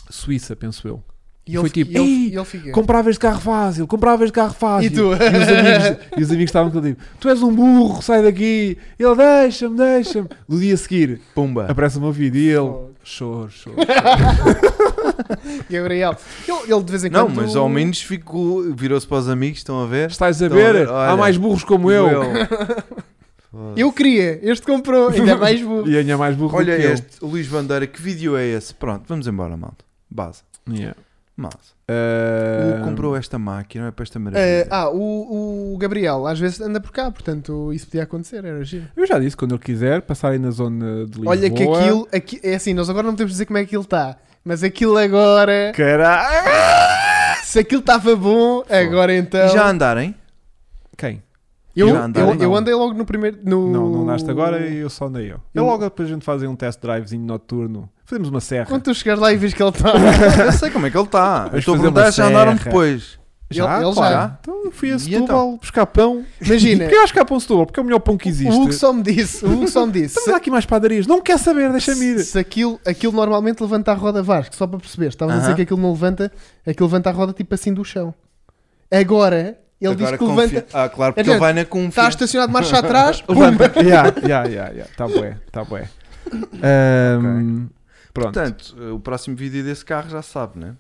Speaker 2: suíça, penso eu.
Speaker 3: E ele
Speaker 2: Foi
Speaker 3: foi
Speaker 2: tipo,
Speaker 3: tipo. E ele,
Speaker 2: "Ei,
Speaker 3: e ele fica.
Speaker 2: Comprava este carro fácil, comprava este carro fácil.
Speaker 3: E
Speaker 2: os
Speaker 3: tu?
Speaker 2: amigos, e os amigos estavam com ele, tipo, tu és um burro, sai daqui. Ele, deixa-me, deixa-me. No dia a seguir,
Speaker 1: Pumba.
Speaker 2: aparece o meu vídeo e ele,
Speaker 3: Fogo.
Speaker 2: choro, choro.
Speaker 3: Gabriel. Ele, ele de vez em
Speaker 1: Não,
Speaker 3: quando.
Speaker 1: mas ao menos ficou. Virou-se para os amigos, estão a ver?
Speaker 2: Estás a
Speaker 1: Estão a ver?
Speaker 2: ver? Há
Speaker 1: Olha,
Speaker 2: mais burros como eu.
Speaker 3: Eu queria, este comprou, ainda é mais burro.
Speaker 2: E a minha mais burro
Speaker 1: Olha
Speaker 2: do que eu.
Speaker 1: este, Luís Bandeira, que vídeo é esse? Pronto, vamos embora, malta. Base.
Speaker 2: Yeah.
Speaker 1: Mas,
Speaker 2: Ah,
Speaker 1: o comprou esta máquina, não é para esta
Speaker 3: Eh,
Speaker 1: maravilha.
Speaker 3: ah, o, o Gabriel às vezes anda por cá, portanto isso podia acontecer, era giro.
Speaker 2: Eu já disse, quando ele quiser, passarem na zona de Lisboa.
Speaker 3: Olha que aquilo, aqui- é assim, nós agora não podemos dizer como é que ele está, mas aquilo agora,
Speaker 2: Caralho!
Speaker 3: se aquilo estava bom, agora então.
Speaker 1: E já andarem?
Speaker 2: Quem?
Speaker 3: eu,
Speaker 1: já andaram,
Speaker 3: eu, eu
Speaker 2: não.
Speaker 3: andei logo no primeiro. No...
Speaker 2: Não, não andaste agora e eu só andei eu. É
Speaker 3: Eu-
Speaker 2: logo depois a gente fazer um test drivezinho noturno. Fazemos uma serra.
Speaker 3: Quando tu chegares lá e vês que ele tá. está.
Speaker 1: Eu sei como é que ele está. Eu
Speaker 2: Vamos
Speaker 1: estou a
Speaker 2: fazer uma
Speaker 1: perguntar, já andaram
Speaker 2: serra.
Speaker 1: depois.
Speaker 2: Já,
Speaker 3: Ele- ele
Speaker 2: claro.
Speaker 1: já.
Speaker 2: Então eu fui a
Speaker 1: E
Speaker 2: Setúbal
Speaker 1: então?
Speaker 2: buscar pão.
Speaker 3: Imagina,
Speaker 2: Porquê vais buscar pão em Setúbal? Porque é o melhor pão que existe. Então,
Speaker 3: o Hugo só me disse, o Hugo só me disse.
Speaker 2: Estamos aqui mais padarias. Não quer saber, deixa-me
Speaker 3: se,
Speaker 2: ir.
Speaker 3: se aquilo, aquilo normalmente levanta a roda Vasco, só para perceber, estavas a dizer
Speaker 1: Aham.
Speaker 3: que aquilo não levanta, aquilo levanta a roda tipo assim do chão. Agora, ele diz
Speaker 1: Agora
Speaker 3: que
Speaker 1: confia-
Speaker 3: levanta,
Speaker 1: Ah, claro, porque
Speaker 3: Adiante.
Speaker 1: ele vai na
Speaker 3: está
Speaker 1: confiança.
Speaker 3: estacionado de marcha atrás, pum,
Speaker 2: Levanta. Já, já, já, já. Está Tá bué, está bué. Ahm, Pronto.
Speaker 1: Portanto, o próximo vídeo desse carro já sabe, né?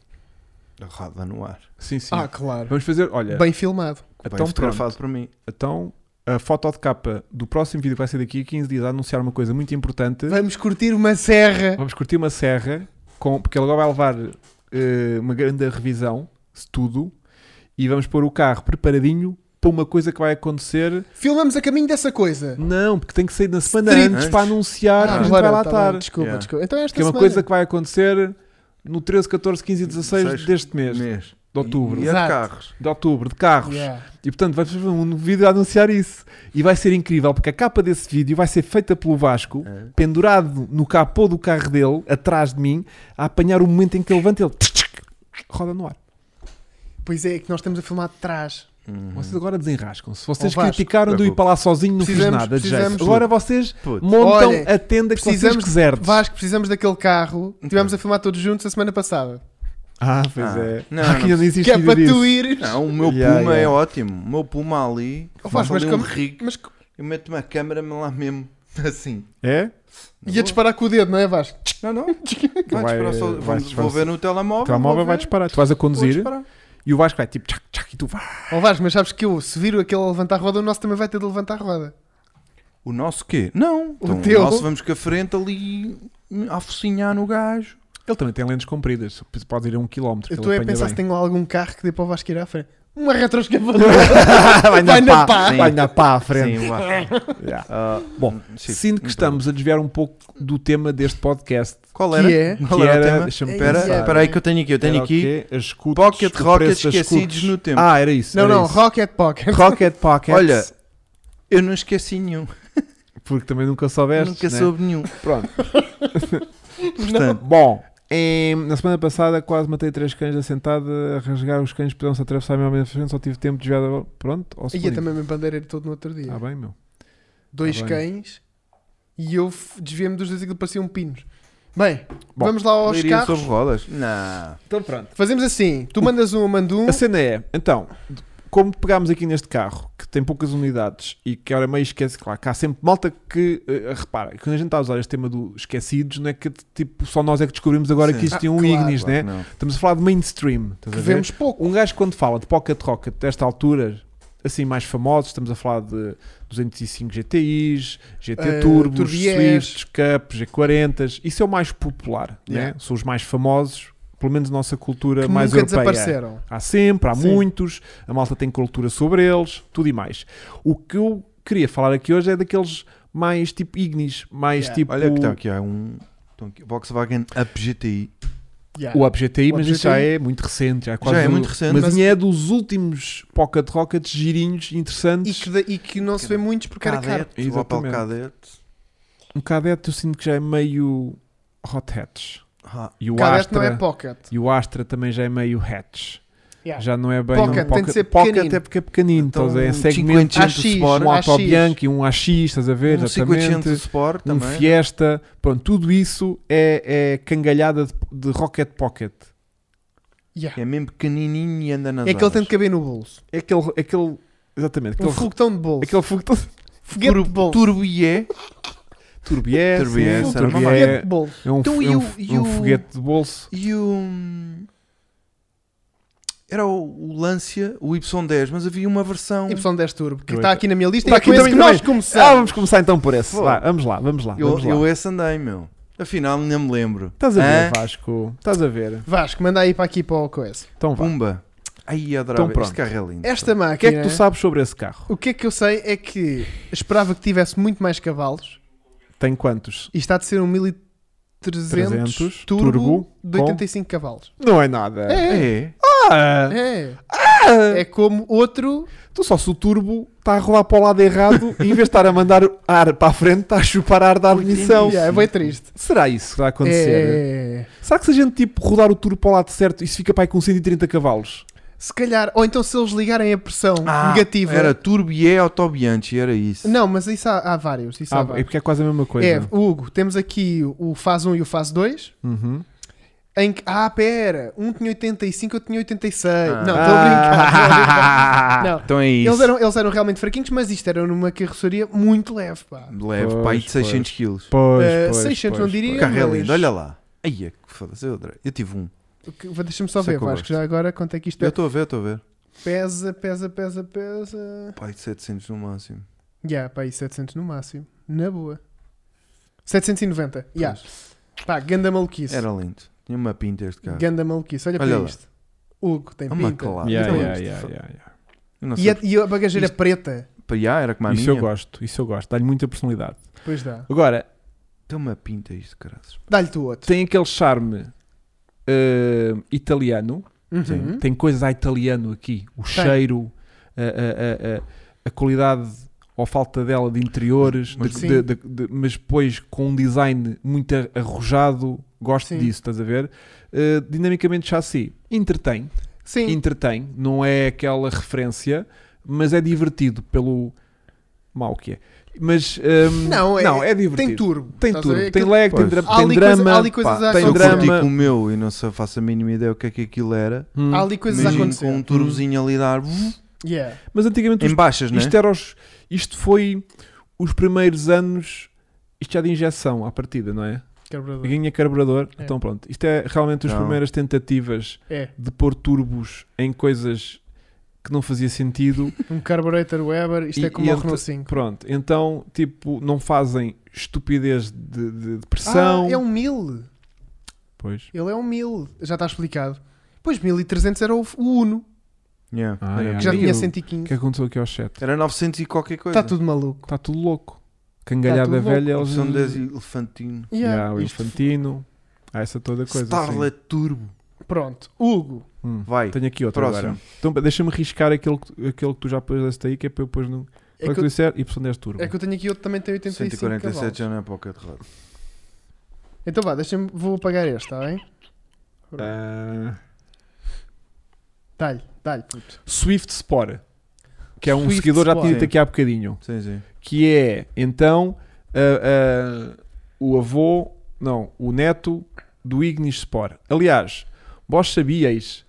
Speaker 1: A roda no ar.
Speaker 2: sim, sim.
Speaker 3: Ah, claro.
Speaker 2: Vamos fazer, olha,
Speaker 3: Bem filmado.
Speaker 1: Então,
Speaker 2: então, pronto,
Speaker 1: fotografado para mim.
Speaker 2: então a foto de capa do próximo vídeo que vai ser daqui a 15 dias a anunciar uma coisa muito importante.
Speaker 3: Vamos curtir uma serra.
Speaker 2: Vamos curtir uma serra, com, porque ele agora vai levar eh, uma grande revisão, se tudo, e vamos pôr o carro preparadinho para uma coisa que vai acontecer.
Speaker 3: Filmamos a caminho dessa coisa.
Speaker 2: Não, porque tem que sair na semana
Speaker 3: Street.
Speaker 2: antes para anunciar que a gente
Speaker 3: bora,
Speaker 2: vai lá
Speaker 3: tá bem,
Speaker 2: estar.
Speaker 3: Desculpa,
Speaker 1: Yeah.
Speaker 3: desculpa. Então esta
Speaker 2: que é uma
Speaker 3: semana-
Speaker 2: coisa que vai acontecer no 13, 14, 15 e 16
Speaker 1: Seis
Speaker 2: deste mês,
Speaker 1: Mês.
Speaker 2: de outubro.
Speaker 1: E, e é de
Speaker 3: Exato.
Speaker 1: carros.
Speaker 2: De outubro, de carros.
Speaker 3: Yeah.
Speaker 2: E portanto, vais fazer um vídeo a anunciar isso. E vai ser incrível, porque a capa desse vídeo vai ser feita pelo Vasco,
Speaker 1: É.
Speaker 2: pendurado no capô do carro dele, atrás de mim, a apanhar o momento em que ele levanta, ele roda no ar.
Speaker 3: Pois é, é que nós estamos a filmar de trás.
Speaker 1: Uhum.
Speaker 2: Vocês agora desenrascam. Se vocês
Speaker 3: Ó, Vasco, é
Speaker 2: criticaram de eu ir para lá sozinho, não fiz
Speaker 3: precisamos-
Speaker 2: nada de
Speaker 3: precisamos-
Speaker 2: jeito. Agora vocês
Speaker 1: Puto.
Speaker 2: montam
Speaker 3: Olha,
Speaker 2: a tenda que vocês
Speaker 3: precisamos-
Speaker 2: quiserem.
Speaker 3: Vasco, precisamos daquele carro. Estivemos a filmar todos juntos a semana passada.
Speaker 2: Ah, pois
Speaker 1: Ah,
Speaker 2: é.
Speaker 1: não,
Speaker 2: Aqui
Speaker 1: não.
Speaker 2: ainda existe
Speaker 3: Que é
Speaker 2: vídeo
Speaker 3: para
Speaker 2: disso.
Speaker 3: tu ires.
Speaker 1: Não, o meu
Speaker 2: Yeah,
Speaker 1: Puma é
Speaker 2: yeah.
Speaker 1: ótimo. O meu Puma ali.
Speaker 3: Oh, Vasco,
Speaker 1: faz
Speaker 3: mas
Speaker 1: ali um
Speaker 3: como-
Speaker 1: rico.
Speaker 3: Mas
Speaker 1: Eu meto uma câmera lá mesmo. Assim. Na
Speaker 2: É?
Speaker 3: ia
Speaker 1: boa.
Speaker 3: disparar com o dedo, não é Vasco?
Speaker 1: Não, não. Vai disparar só.
Speaker 2: vai
Speaker 1: vou-
Speaker 2: disparar
Speaker 1: Vou
Speaker 2: só.
Speaker 1: ver no telemóvel.
Speaker 2: O telemóvel
Speaker 1: vou
Speaker 2: vai
Speaker 1: ver,
Speaker 2: disparar. Tu vais a
Speaker 1: vou
Speaker 2: conduzir
Speaker 1: disparar.
Speaker 2: e o Vasco vai tipo tchac, tchac, e tu vá.
Speaker 3: Ó Vasco, mas sabes que eu, se vir aquele a levantar a roda, o nosso também vai ter de levantar a roda.
Speaker 1: O nosso quê? Não. Então,
Speaker 3: teu?
Speaker 1: O nosso vamos com a frente ali a focinhar no gajo.
Speaker 2: Ele também tem lentes compridas, pode ir a um quilómetro.
Speaker 3: Eu
Speaker 2: que
Speaker 3: estou
Speaker 2: ele
Speaker 3: a
Speaker 2: apanha
Speaker 3: pensar
Speaker 2: bem.
Speaker 3: se tem lá algum carro que dê para o Vasco ir à frente. Uma retroescavadora.
Speaker 2: vai
Speaker 3: Vai na
Speaker 2: na
Speaker 3: pá.
Speaker 2: pá,
Speaker 1: Sim.
Speaker 2: vai na pá à frente.
Speaker 1: Sim, vá.
Speaker 2: Yeah.
Speaker 1: Ah,
Speaker 2: Bom,
Speaker 1: sim,
Speaker 2: Sinto
Speaker 1: então.
Speaker 2: que estamos a desviar um pouco do tema deste podcast,
Speaker 1: Qual era?
Speaker 3: que é.
Speaker 1: Qual
Speaker 2: que
Speaker 1: era o
Speaker 2: era,
Speaker 1: tema?
Speaker 2: deixa-me
Speaker 3: É
Speaker 1: Espera
Speaker 3: isso, é,
Speaker 2: pensar.
Speaker 1: espera aí que eu tenho aqui. Eu tenho
Speaker 2: Era o
Speaker 1: aqui
Speaker 2: quê? as scooters,
Speaker 1: Pocket
Speaker 2: o
Speaker 1: Rockets
Speaker 2: preço das
Speaker 1: esquecidos
Speaker 2: scooters.
Speaker 1: no tempo.
Speaker 2: Ah, era isso.
Speaker 3: Não,
Speaker 2: era
Speaker 3: não,
Speaker 2: isso.
Speaker 3: Rocket Pocket.
Speaker 2: Rocket Pockets.
Speaker 1: Olha, eu não esqueci nenhum.
Speaker 2: porque também nunca soubeste.
Speaker 1: Nunca
Speaker 2: né?
Speaker 1: soube nenhum.
Speaker 2: Pronto.
Speaker 1: Portanto,
Speaker 2: Bom, em- na semana passada quase matei três cães assentada a rasgar os cães, puderam-se atravessar a minha mesa frente, só tive tempo de desviar da... Pronto, ao
Speaker 3: Ia
Speaker 2: segundo.
Speaker 3: também meu bandeira todo no outro dia.
Speaker 2: Ah, bem, meu.
Speaker 3: Dois
Speaker 2: tá bem.
Speaker 3: cães e eu f- desviei-me dos dois e aquilo pareciam pinos. Bem,
Speaker 2: Bom,
Speaker 3: vamos lá aos
Speaker 1: leiria
Speaker 3: carros.
Speaker 1: sobre rodas? Não.
Speaker 2: Então pronto.
Speaker 3: Fazemos assim: tu mandas um, eu mando um.
Speaker 2: A cena é, então, como pegámos aqui neste carro, que tem poucas unidades e que hora meio esquece, claro, que há sempre malta que, eh, repara, que quando a gente está a usar este tema do esquecidos, não é que tipo, só nós é que descobrimos agora
Speaker 1: Sim.
Speaker 2: que existia
Speaker 3: Ah,
Speaker 2: um
Speaker 3: claro,
Speaker 2: Ignis, né?
Speaker 1: Não.
Speaker 2: Estamos a falar de mainstream, estás
Speaker 3: que
Speaker 2: a ver?
Speaker 3: vemos pouco.
Speaker 2: Um gajo quando fala de Pocket Rocket desta altura, assim mais famosos, estamos a falar de 205 GTIs, GT
Speaker 3: Eh,
Speaker 2: Turbos,
Speaker 3: Turbiés.
Speaker 2: Swifts, Cups, G40s, isso é o mais popular,
Speaker 3: Yeah.
Speaker 2: né? são os mais famosos, pelo menos na nossa cultura
Speaker 3: Que
Speaker 2: mais
Speaker 3: nunca
Speaker 2: europeia.
Speaker 3: desapareceram.
Speaker 2: Há sempre, há
Speaker 3: Sim.
Speaker 2: muitos, a malta tem cultura sobre eles, tudo e mais. O que eu queria falar aqui hoje é daqueles mais tipo Ignis, mais
Speaker 3: Yeah.
Speaker 2: tipo
Speaker 1: Olha que está aqui, há um estão aqui, Volkswagen Up GTI.
Speaker 3: Yeah.
Speaker 2: o UpGTI,
Speaker 3: O
Speaker 2: mas
Speaker 3: Up
Speaker 2: isso já
Speaker 3: GTI.
Speaker 2: é muito recente. Já é, quase
Speaker 1: Já é
Speaker 2: do-
Speaker 1: muito recente,
Speaker 2: Mas,
Speaker 3: mas-
Speaker 2: ainda é dos últimos Pocket Rockets girinhos
Speaker 3: E
Speaker 2: interessantes.
Speaker 3: que, da- e que não se vê muitos porque era caro.
Speaker 1: Cadete, o Opel
Speaker 2: Exatamente.
Speaker 1: Cadete.
Speaker 2: Um cadete eu sinto que já é meio hot hatch.
Speaker 1: Ah,
Speaker 2: E o
Speaker 3: Cadete
Speaker 2: Astra,
Speaker 3: não é pocket.
Speaker 2: e o Astra também já é meio hatch.
Speaker 3: Yeah.
Speaker 2: Já não é bem
Speaker 3: Pocket,
Speaker 2: um
Speaker 3: tem de ser
Speaker 2: pocket
Speaker 3: pequenino.
Speaker 2: até porque é pequenino,
Speaker 1: então,
Speaker 2: estás a ver? é
Speaker 1: um
Speaker 2: segmento
Speaker 1: 500
Speaker 3: AX,
Speaker 1: Sport,
Speaker 2: um
Speaker 3: AX.
Speaker 2: Auto Bianchi, um AX, estás a ver?
Speaker 1: um 500
Speaker 2: exatamente.
Speaker 1: Sport
Speaker 2: Um
Speaker 1: também. né?
Speaker 2: Fiesta, pronto, tudo isso é, é cangalhada de, de Rocket Pocket.
Speaker 3: Yeah.
Speaker 1: É mesmo pequenininho e anda nas
Speaker 3: É que ele tem de
Speaker 1: que
Speaker 3: caber no bolso.
Speaker 2: É aquele, aquele exatamente,
Speaker 3: Um
Speaker 2: aquele,
Speaker 3: foguetão de bolso.
Speaker 2: aquele fogo todo
Speaker 3: Foguete de bolso.
Speaker 2: é.
Speaker 1: Turbié.
Speaker 2: Turbié,
Speaker 1: Turbié,
Speaker 2: sim,
Speaker 1: essa
Speaker 3: Um
Speaker 1: era uma
Speaker 2: turbié.
Speaker 3: foguete de bolso.
Speaker 2: é um,
Speaker 1: Então,
Speaker 2: é
Speaker 1: e
Speaker 2: um-
Speaker 1: o- e
Speaker 2: um
Speaker 1: o-
Speaker 2: foguete de bolso.
Speaker 1: E o. hum, Era o, o Lancia, o Y10, mas havia uma versão.
Speaker 3: Y10 Turbo, que
Speaker 2: Eu
Speaker 3: está
Speaker 2: até-
Speaker 3: aqui na minha lista e
Speaker 2: Tá
Speaker 3: é
Speaker 2: aqui
Speaker 3: com esse que
Speaker 2: também,
Speaker 3: nós
Speaker 2: também.
Speaker 3: começamos.
Speaker 2: Ah, vamos começar então por esse.
Speaker 1: Pô.
Speaker 2: Vá, vamos lá, vamos lá.
Speaker 1: Eu,
Speaker 2: Vamos lá.
Speaker 1: eu esse andei, meu. Afinal, nem me lembro.
Speaker 2: Estás a ver,
Speaker 1: Hã?
Speaker 2: Vasco? Estás a ver?
Speaker 3: Vasco, manda aí para aqui para o coisa.
Speaker 2: Então vá.
Speaker 1: Pumba. Aí adorava.
Speaker 2: Então,
Speaker 1: Então,
Speaker 2: pronto.
Speaker 1: este carro é lindo.
Speaker 3: Esta máquina.
Speaker 2: O que é que tu sabes sobre esse carro?
Speaker 3: O que é que eu sei é que esperava que tivesse muito mais cavalos
Speaker 2: Tem quantos?
Speaker 3: e está de ser um 1300
Speaker 2: 300
Speaker 3: turbo,
Speaker 2: turbo
Speaker 3: de
Speaker 2: com-
Speaker 3: 85 cavalos.
Speaker 2: Não é nada.
Speaker 1: É.
Speaker 2: Ah,
Speaker 3: É. É como outro.
Speaker 2: Tu só se o turbo está a rolar para o lado errado, em vez de estar a mandar ar para a frente, está a chupar ar da
Speaker 3: Yeah,
Speaker 2: admissão.
Speaker 3: É bem triste.
Speaker 2: Será isso que está a Então, acontecer?
Speaker 3: É.
Speaker 2: Será que se a gente tipo, rodar o turbo para o lado certo, isso fica para aí com 130 cavalos?
Speaker 3: Se calhar, ou então se eles ligarem a pressão
Speaker 1: Ah,
Speaker 3: negativa.
Speaker 1: Era Turbié Autobianchi, era isso.
Speaker 3: Não, mas isso há, há vários. Isso há
Speaker 2: Ah, é
Speaker 3: vários.
Speaker 2: porque é quase a mesma coisa.
Speaker 3: É, Hugo, temos aqui o fase 1 e o fase 2.
Speaker 2: Uhum.
Speaker 3: Em que, ah, pera, um tinha 85, eu tinha 86.
Speaker 1: Ah.
Speaker 3: Não, estou a brincar. tô a brincar. Não,
Speaker 1: Então é isso.
Speaker 3: Eles eram, eles eram realmente fraquinhos, mas isto era numa carroceria muito leve, pá.
Speaker 1: Leve, pai de
Speaker 2: Pois,
Speaker 1: 600 quilos.
Speaker 2: Pois,
Speaker 3: Eh,
Speaker 2: pois, pois,
Speaker 3: 600 não
Speaker 1: O
Speaker 3: diria.
Speaker 2: pois.
Speaker 1: carro é
Speaker 3: mas-
Speaker 1: lindo, olha lá. Aí é que foda-se, eu adorei. Eu tive um.
Speaker 3: O que- vou- Deixa-me só
Speaker 1: Isso é
Speaker 3: ver,
Speaker 1: que eu
Speaker 3: Vasco,
Speaker 1: gosto.
Speaker 3: já agora quanto é que isto
Speaker 1: Eu
Speaker 3: é.
Speaker 1: estou a ver, estou a ver.
Speaker 3: Pesa, pesa, pesa, pesa.
Speaker 1: Pai de 700 no máximo.
Speaker 3: Yeah, pá, aí 700 no máximo. Na boa. 790, yeah. Pá, ganda maluquice.
Speaker 1: Era lindo. Tinha uma pinta este carro.
Speaker 3: Ganda maluquice, olha,
Speaker 1: Olha
Speaker 3: para
Speaker 1: lá. É
Speaker 3: isto. Hugo tem
Speaker 1: Uma
Speaker 3: pinta.
Speaker 1: clara.
Speaker 2: Yeah,
Speaker 3: Então,
Speaker 2: yeah,
Speaker 3: isto-
Speaker 2: yeah, yeah, yeah.
Speaker 1: Eu não
Speaker 3: E é
Speaker 1: sei.
Speaker 3: a, e a bagageira
Speaker 1: Isto-
Speaker 3: preta.
Speaker 1: Para já era como a
Speaker 2: isso
Speaker 1: minha.
Speaker 2: eu gosto, isso eu gosto. Dá-lhe muita personalidade.
Speaker 3: Pois dá.
Speaker 2: Agora,
Speaker 1: Tem uma pinta isto, caras.
Speaker 3: Dá-lhe tu outro.
Speaker 2: tem aquele charme eh, italiano.
Speaker 3: Uhum.
Speaker 1: Sim.
Speaker 2: Tem coisa a italiano aqui. O cheiro, a, a- a- a- a qualidade ou falta dela de interiores,
Speaker 1: Mas-
Speaker 2: de-
Speaker 3: Sim.
Speaker 2: de- de- de- mas depois com um design muito ar- arrojado. Gosto
Speaker 3: Sim.
Speaker 2: disso, estás a ver? Eh, dinamicamente chassi. Entretém.
Speaker 3: Sim.
Speaker 2: entretém, não é aquela referência, mas é divertido pelo mal que é. Mas hum,
Speaker 3: Não, é-
Speaker 2: divertido.
Speaker 3: Tem turbo.
Speaker 2: Tem
Speaker 3: Estás a
Speaker 2: tudo,
Speaker 3: ver?
Speaker 2: tem
Speaker 3: Aquilo-
Speaker 2: lag, tem,
Speaker 1: Pois.
Speaker 2: dra-
Speaker 3: Há
Speaker 2: tem
Speaker 3: ali coisa- há
Speaker 2: drama.
Speaker 3: ali coisas
Speaker 2: pá,
Speaker 3: a
Speaker 2: tem
Speaker 1: eu
Speaker 3: acontecer.
Speaker 1: um curti
Speaker 2: drama.
Speaker 1: com o meu e não se faço a mínima ideia o que é que aquilo era.
Speaker 2: Hum,
Speaker 3: Há ali coisas a
Speaker 1: Imagino
Speaker 3: acontecer.
Speaker 1: com um turbozinho ali dar vuf,
Speaker 3: Yeah.
Speaker 2: Mas antigamente
Speaker 1: em
Speaker 2: os-
Speaker 1: baixas, né?
Speaker 2: isto, era os- isto foi os primeiros anos. Isto já de injeção à partida, não é?
Speaker 3: Carburador.
Speaker 2: Ganha carburador,
Speaker 3: É.
Speaker 2: então pronto. Isto é realmente as
Speaker 1: Não.
Speaker 2: primeiras tentativas
Speaker 3: É.
Speaker 2: de pôr turbos em coisas que não fazia sentido
Speaker 3: Um carburetor Weber. Isto
Speaker 2: E-
Speaker 3: é como
Speaker 2: e
Speaker 3: o
Speaker 2: ent-
Speaker 3: Renault 5.
Speaker 2: Pronto, então, tipo, não fazem estupidez de, de- de pressão.
Speaker 3: Ah, é um 1000.
Speaker 2: Pois.
Speaker 3: Ele é um 1000. Já está explicado. Pois 1300 era o, o Uno.
Speaker 1: Yeah.
Speaker 2: Ah,
Speaker 1: era,
Speaker 2: é.
Speaker 3: Que já
Speaker 2: Mil.
Speaker 3: tinha
Speaker 2: O
Speaker 3: 115.
Speaker 2: que aconteceu aqui ao chat?
Speaker 1: era 900 e qualquer coisa.
Speaker 3: Está Tá tudo maluco.
Speaker 2: Está tudo louco. Cangalhada
Speaker 3: Tá tudo louco.
Speaker 2: velha, eles.
Speaker 1: Opção 10 elefantino.
Speaker 3: Yeah.
Speaker 2: Yeah, o Infantino. Há essa toda coisa. assim. Sim.
Speaker 1: Starlet Turbo.
Speaker 3: Pronto. Hugo.
Speaker 2: Hum.
Speaker 1: Vai.
Speaker 2: Tenho aqui outra
Speaker 1: Próximo.
Speaker 2: agora. Então, pá, deixa-me riscar aquele, que- aquele que tu já puseste aí, que é para eu depois não.
Speaker 3: É
Speaker 2: Para o
Speaker 3: que,
Speaker 2: que tu
Speaker 3: eu,
Speaker 2: disser, Y10 Turbo.
Speaker 3: é que eu tenho aqui outro que também tem 85
Speaker 1: 147
Speaker 3: cavalos.
Speaker 1: já não é pouca de roda.
Speaker 3: Então vá, deixa-me. Vou apagar este, está bem?
Speaker 2: Ah,
Speaker 3: Dá-lhe, dá-lhe, puto.
Speaker 2: Swift Spore. Que é um
Speaker 3: Swift
Speaker 2: seguidor, já tinha
Speaker 1: Spore.
Speaker 2: dito aqui há bocadinho.
Speaker 1: Sim, sim.
Speaker 2: que é então a- a- o avô, não, o neto do Ignis Spore. Aliás, vós sabíeis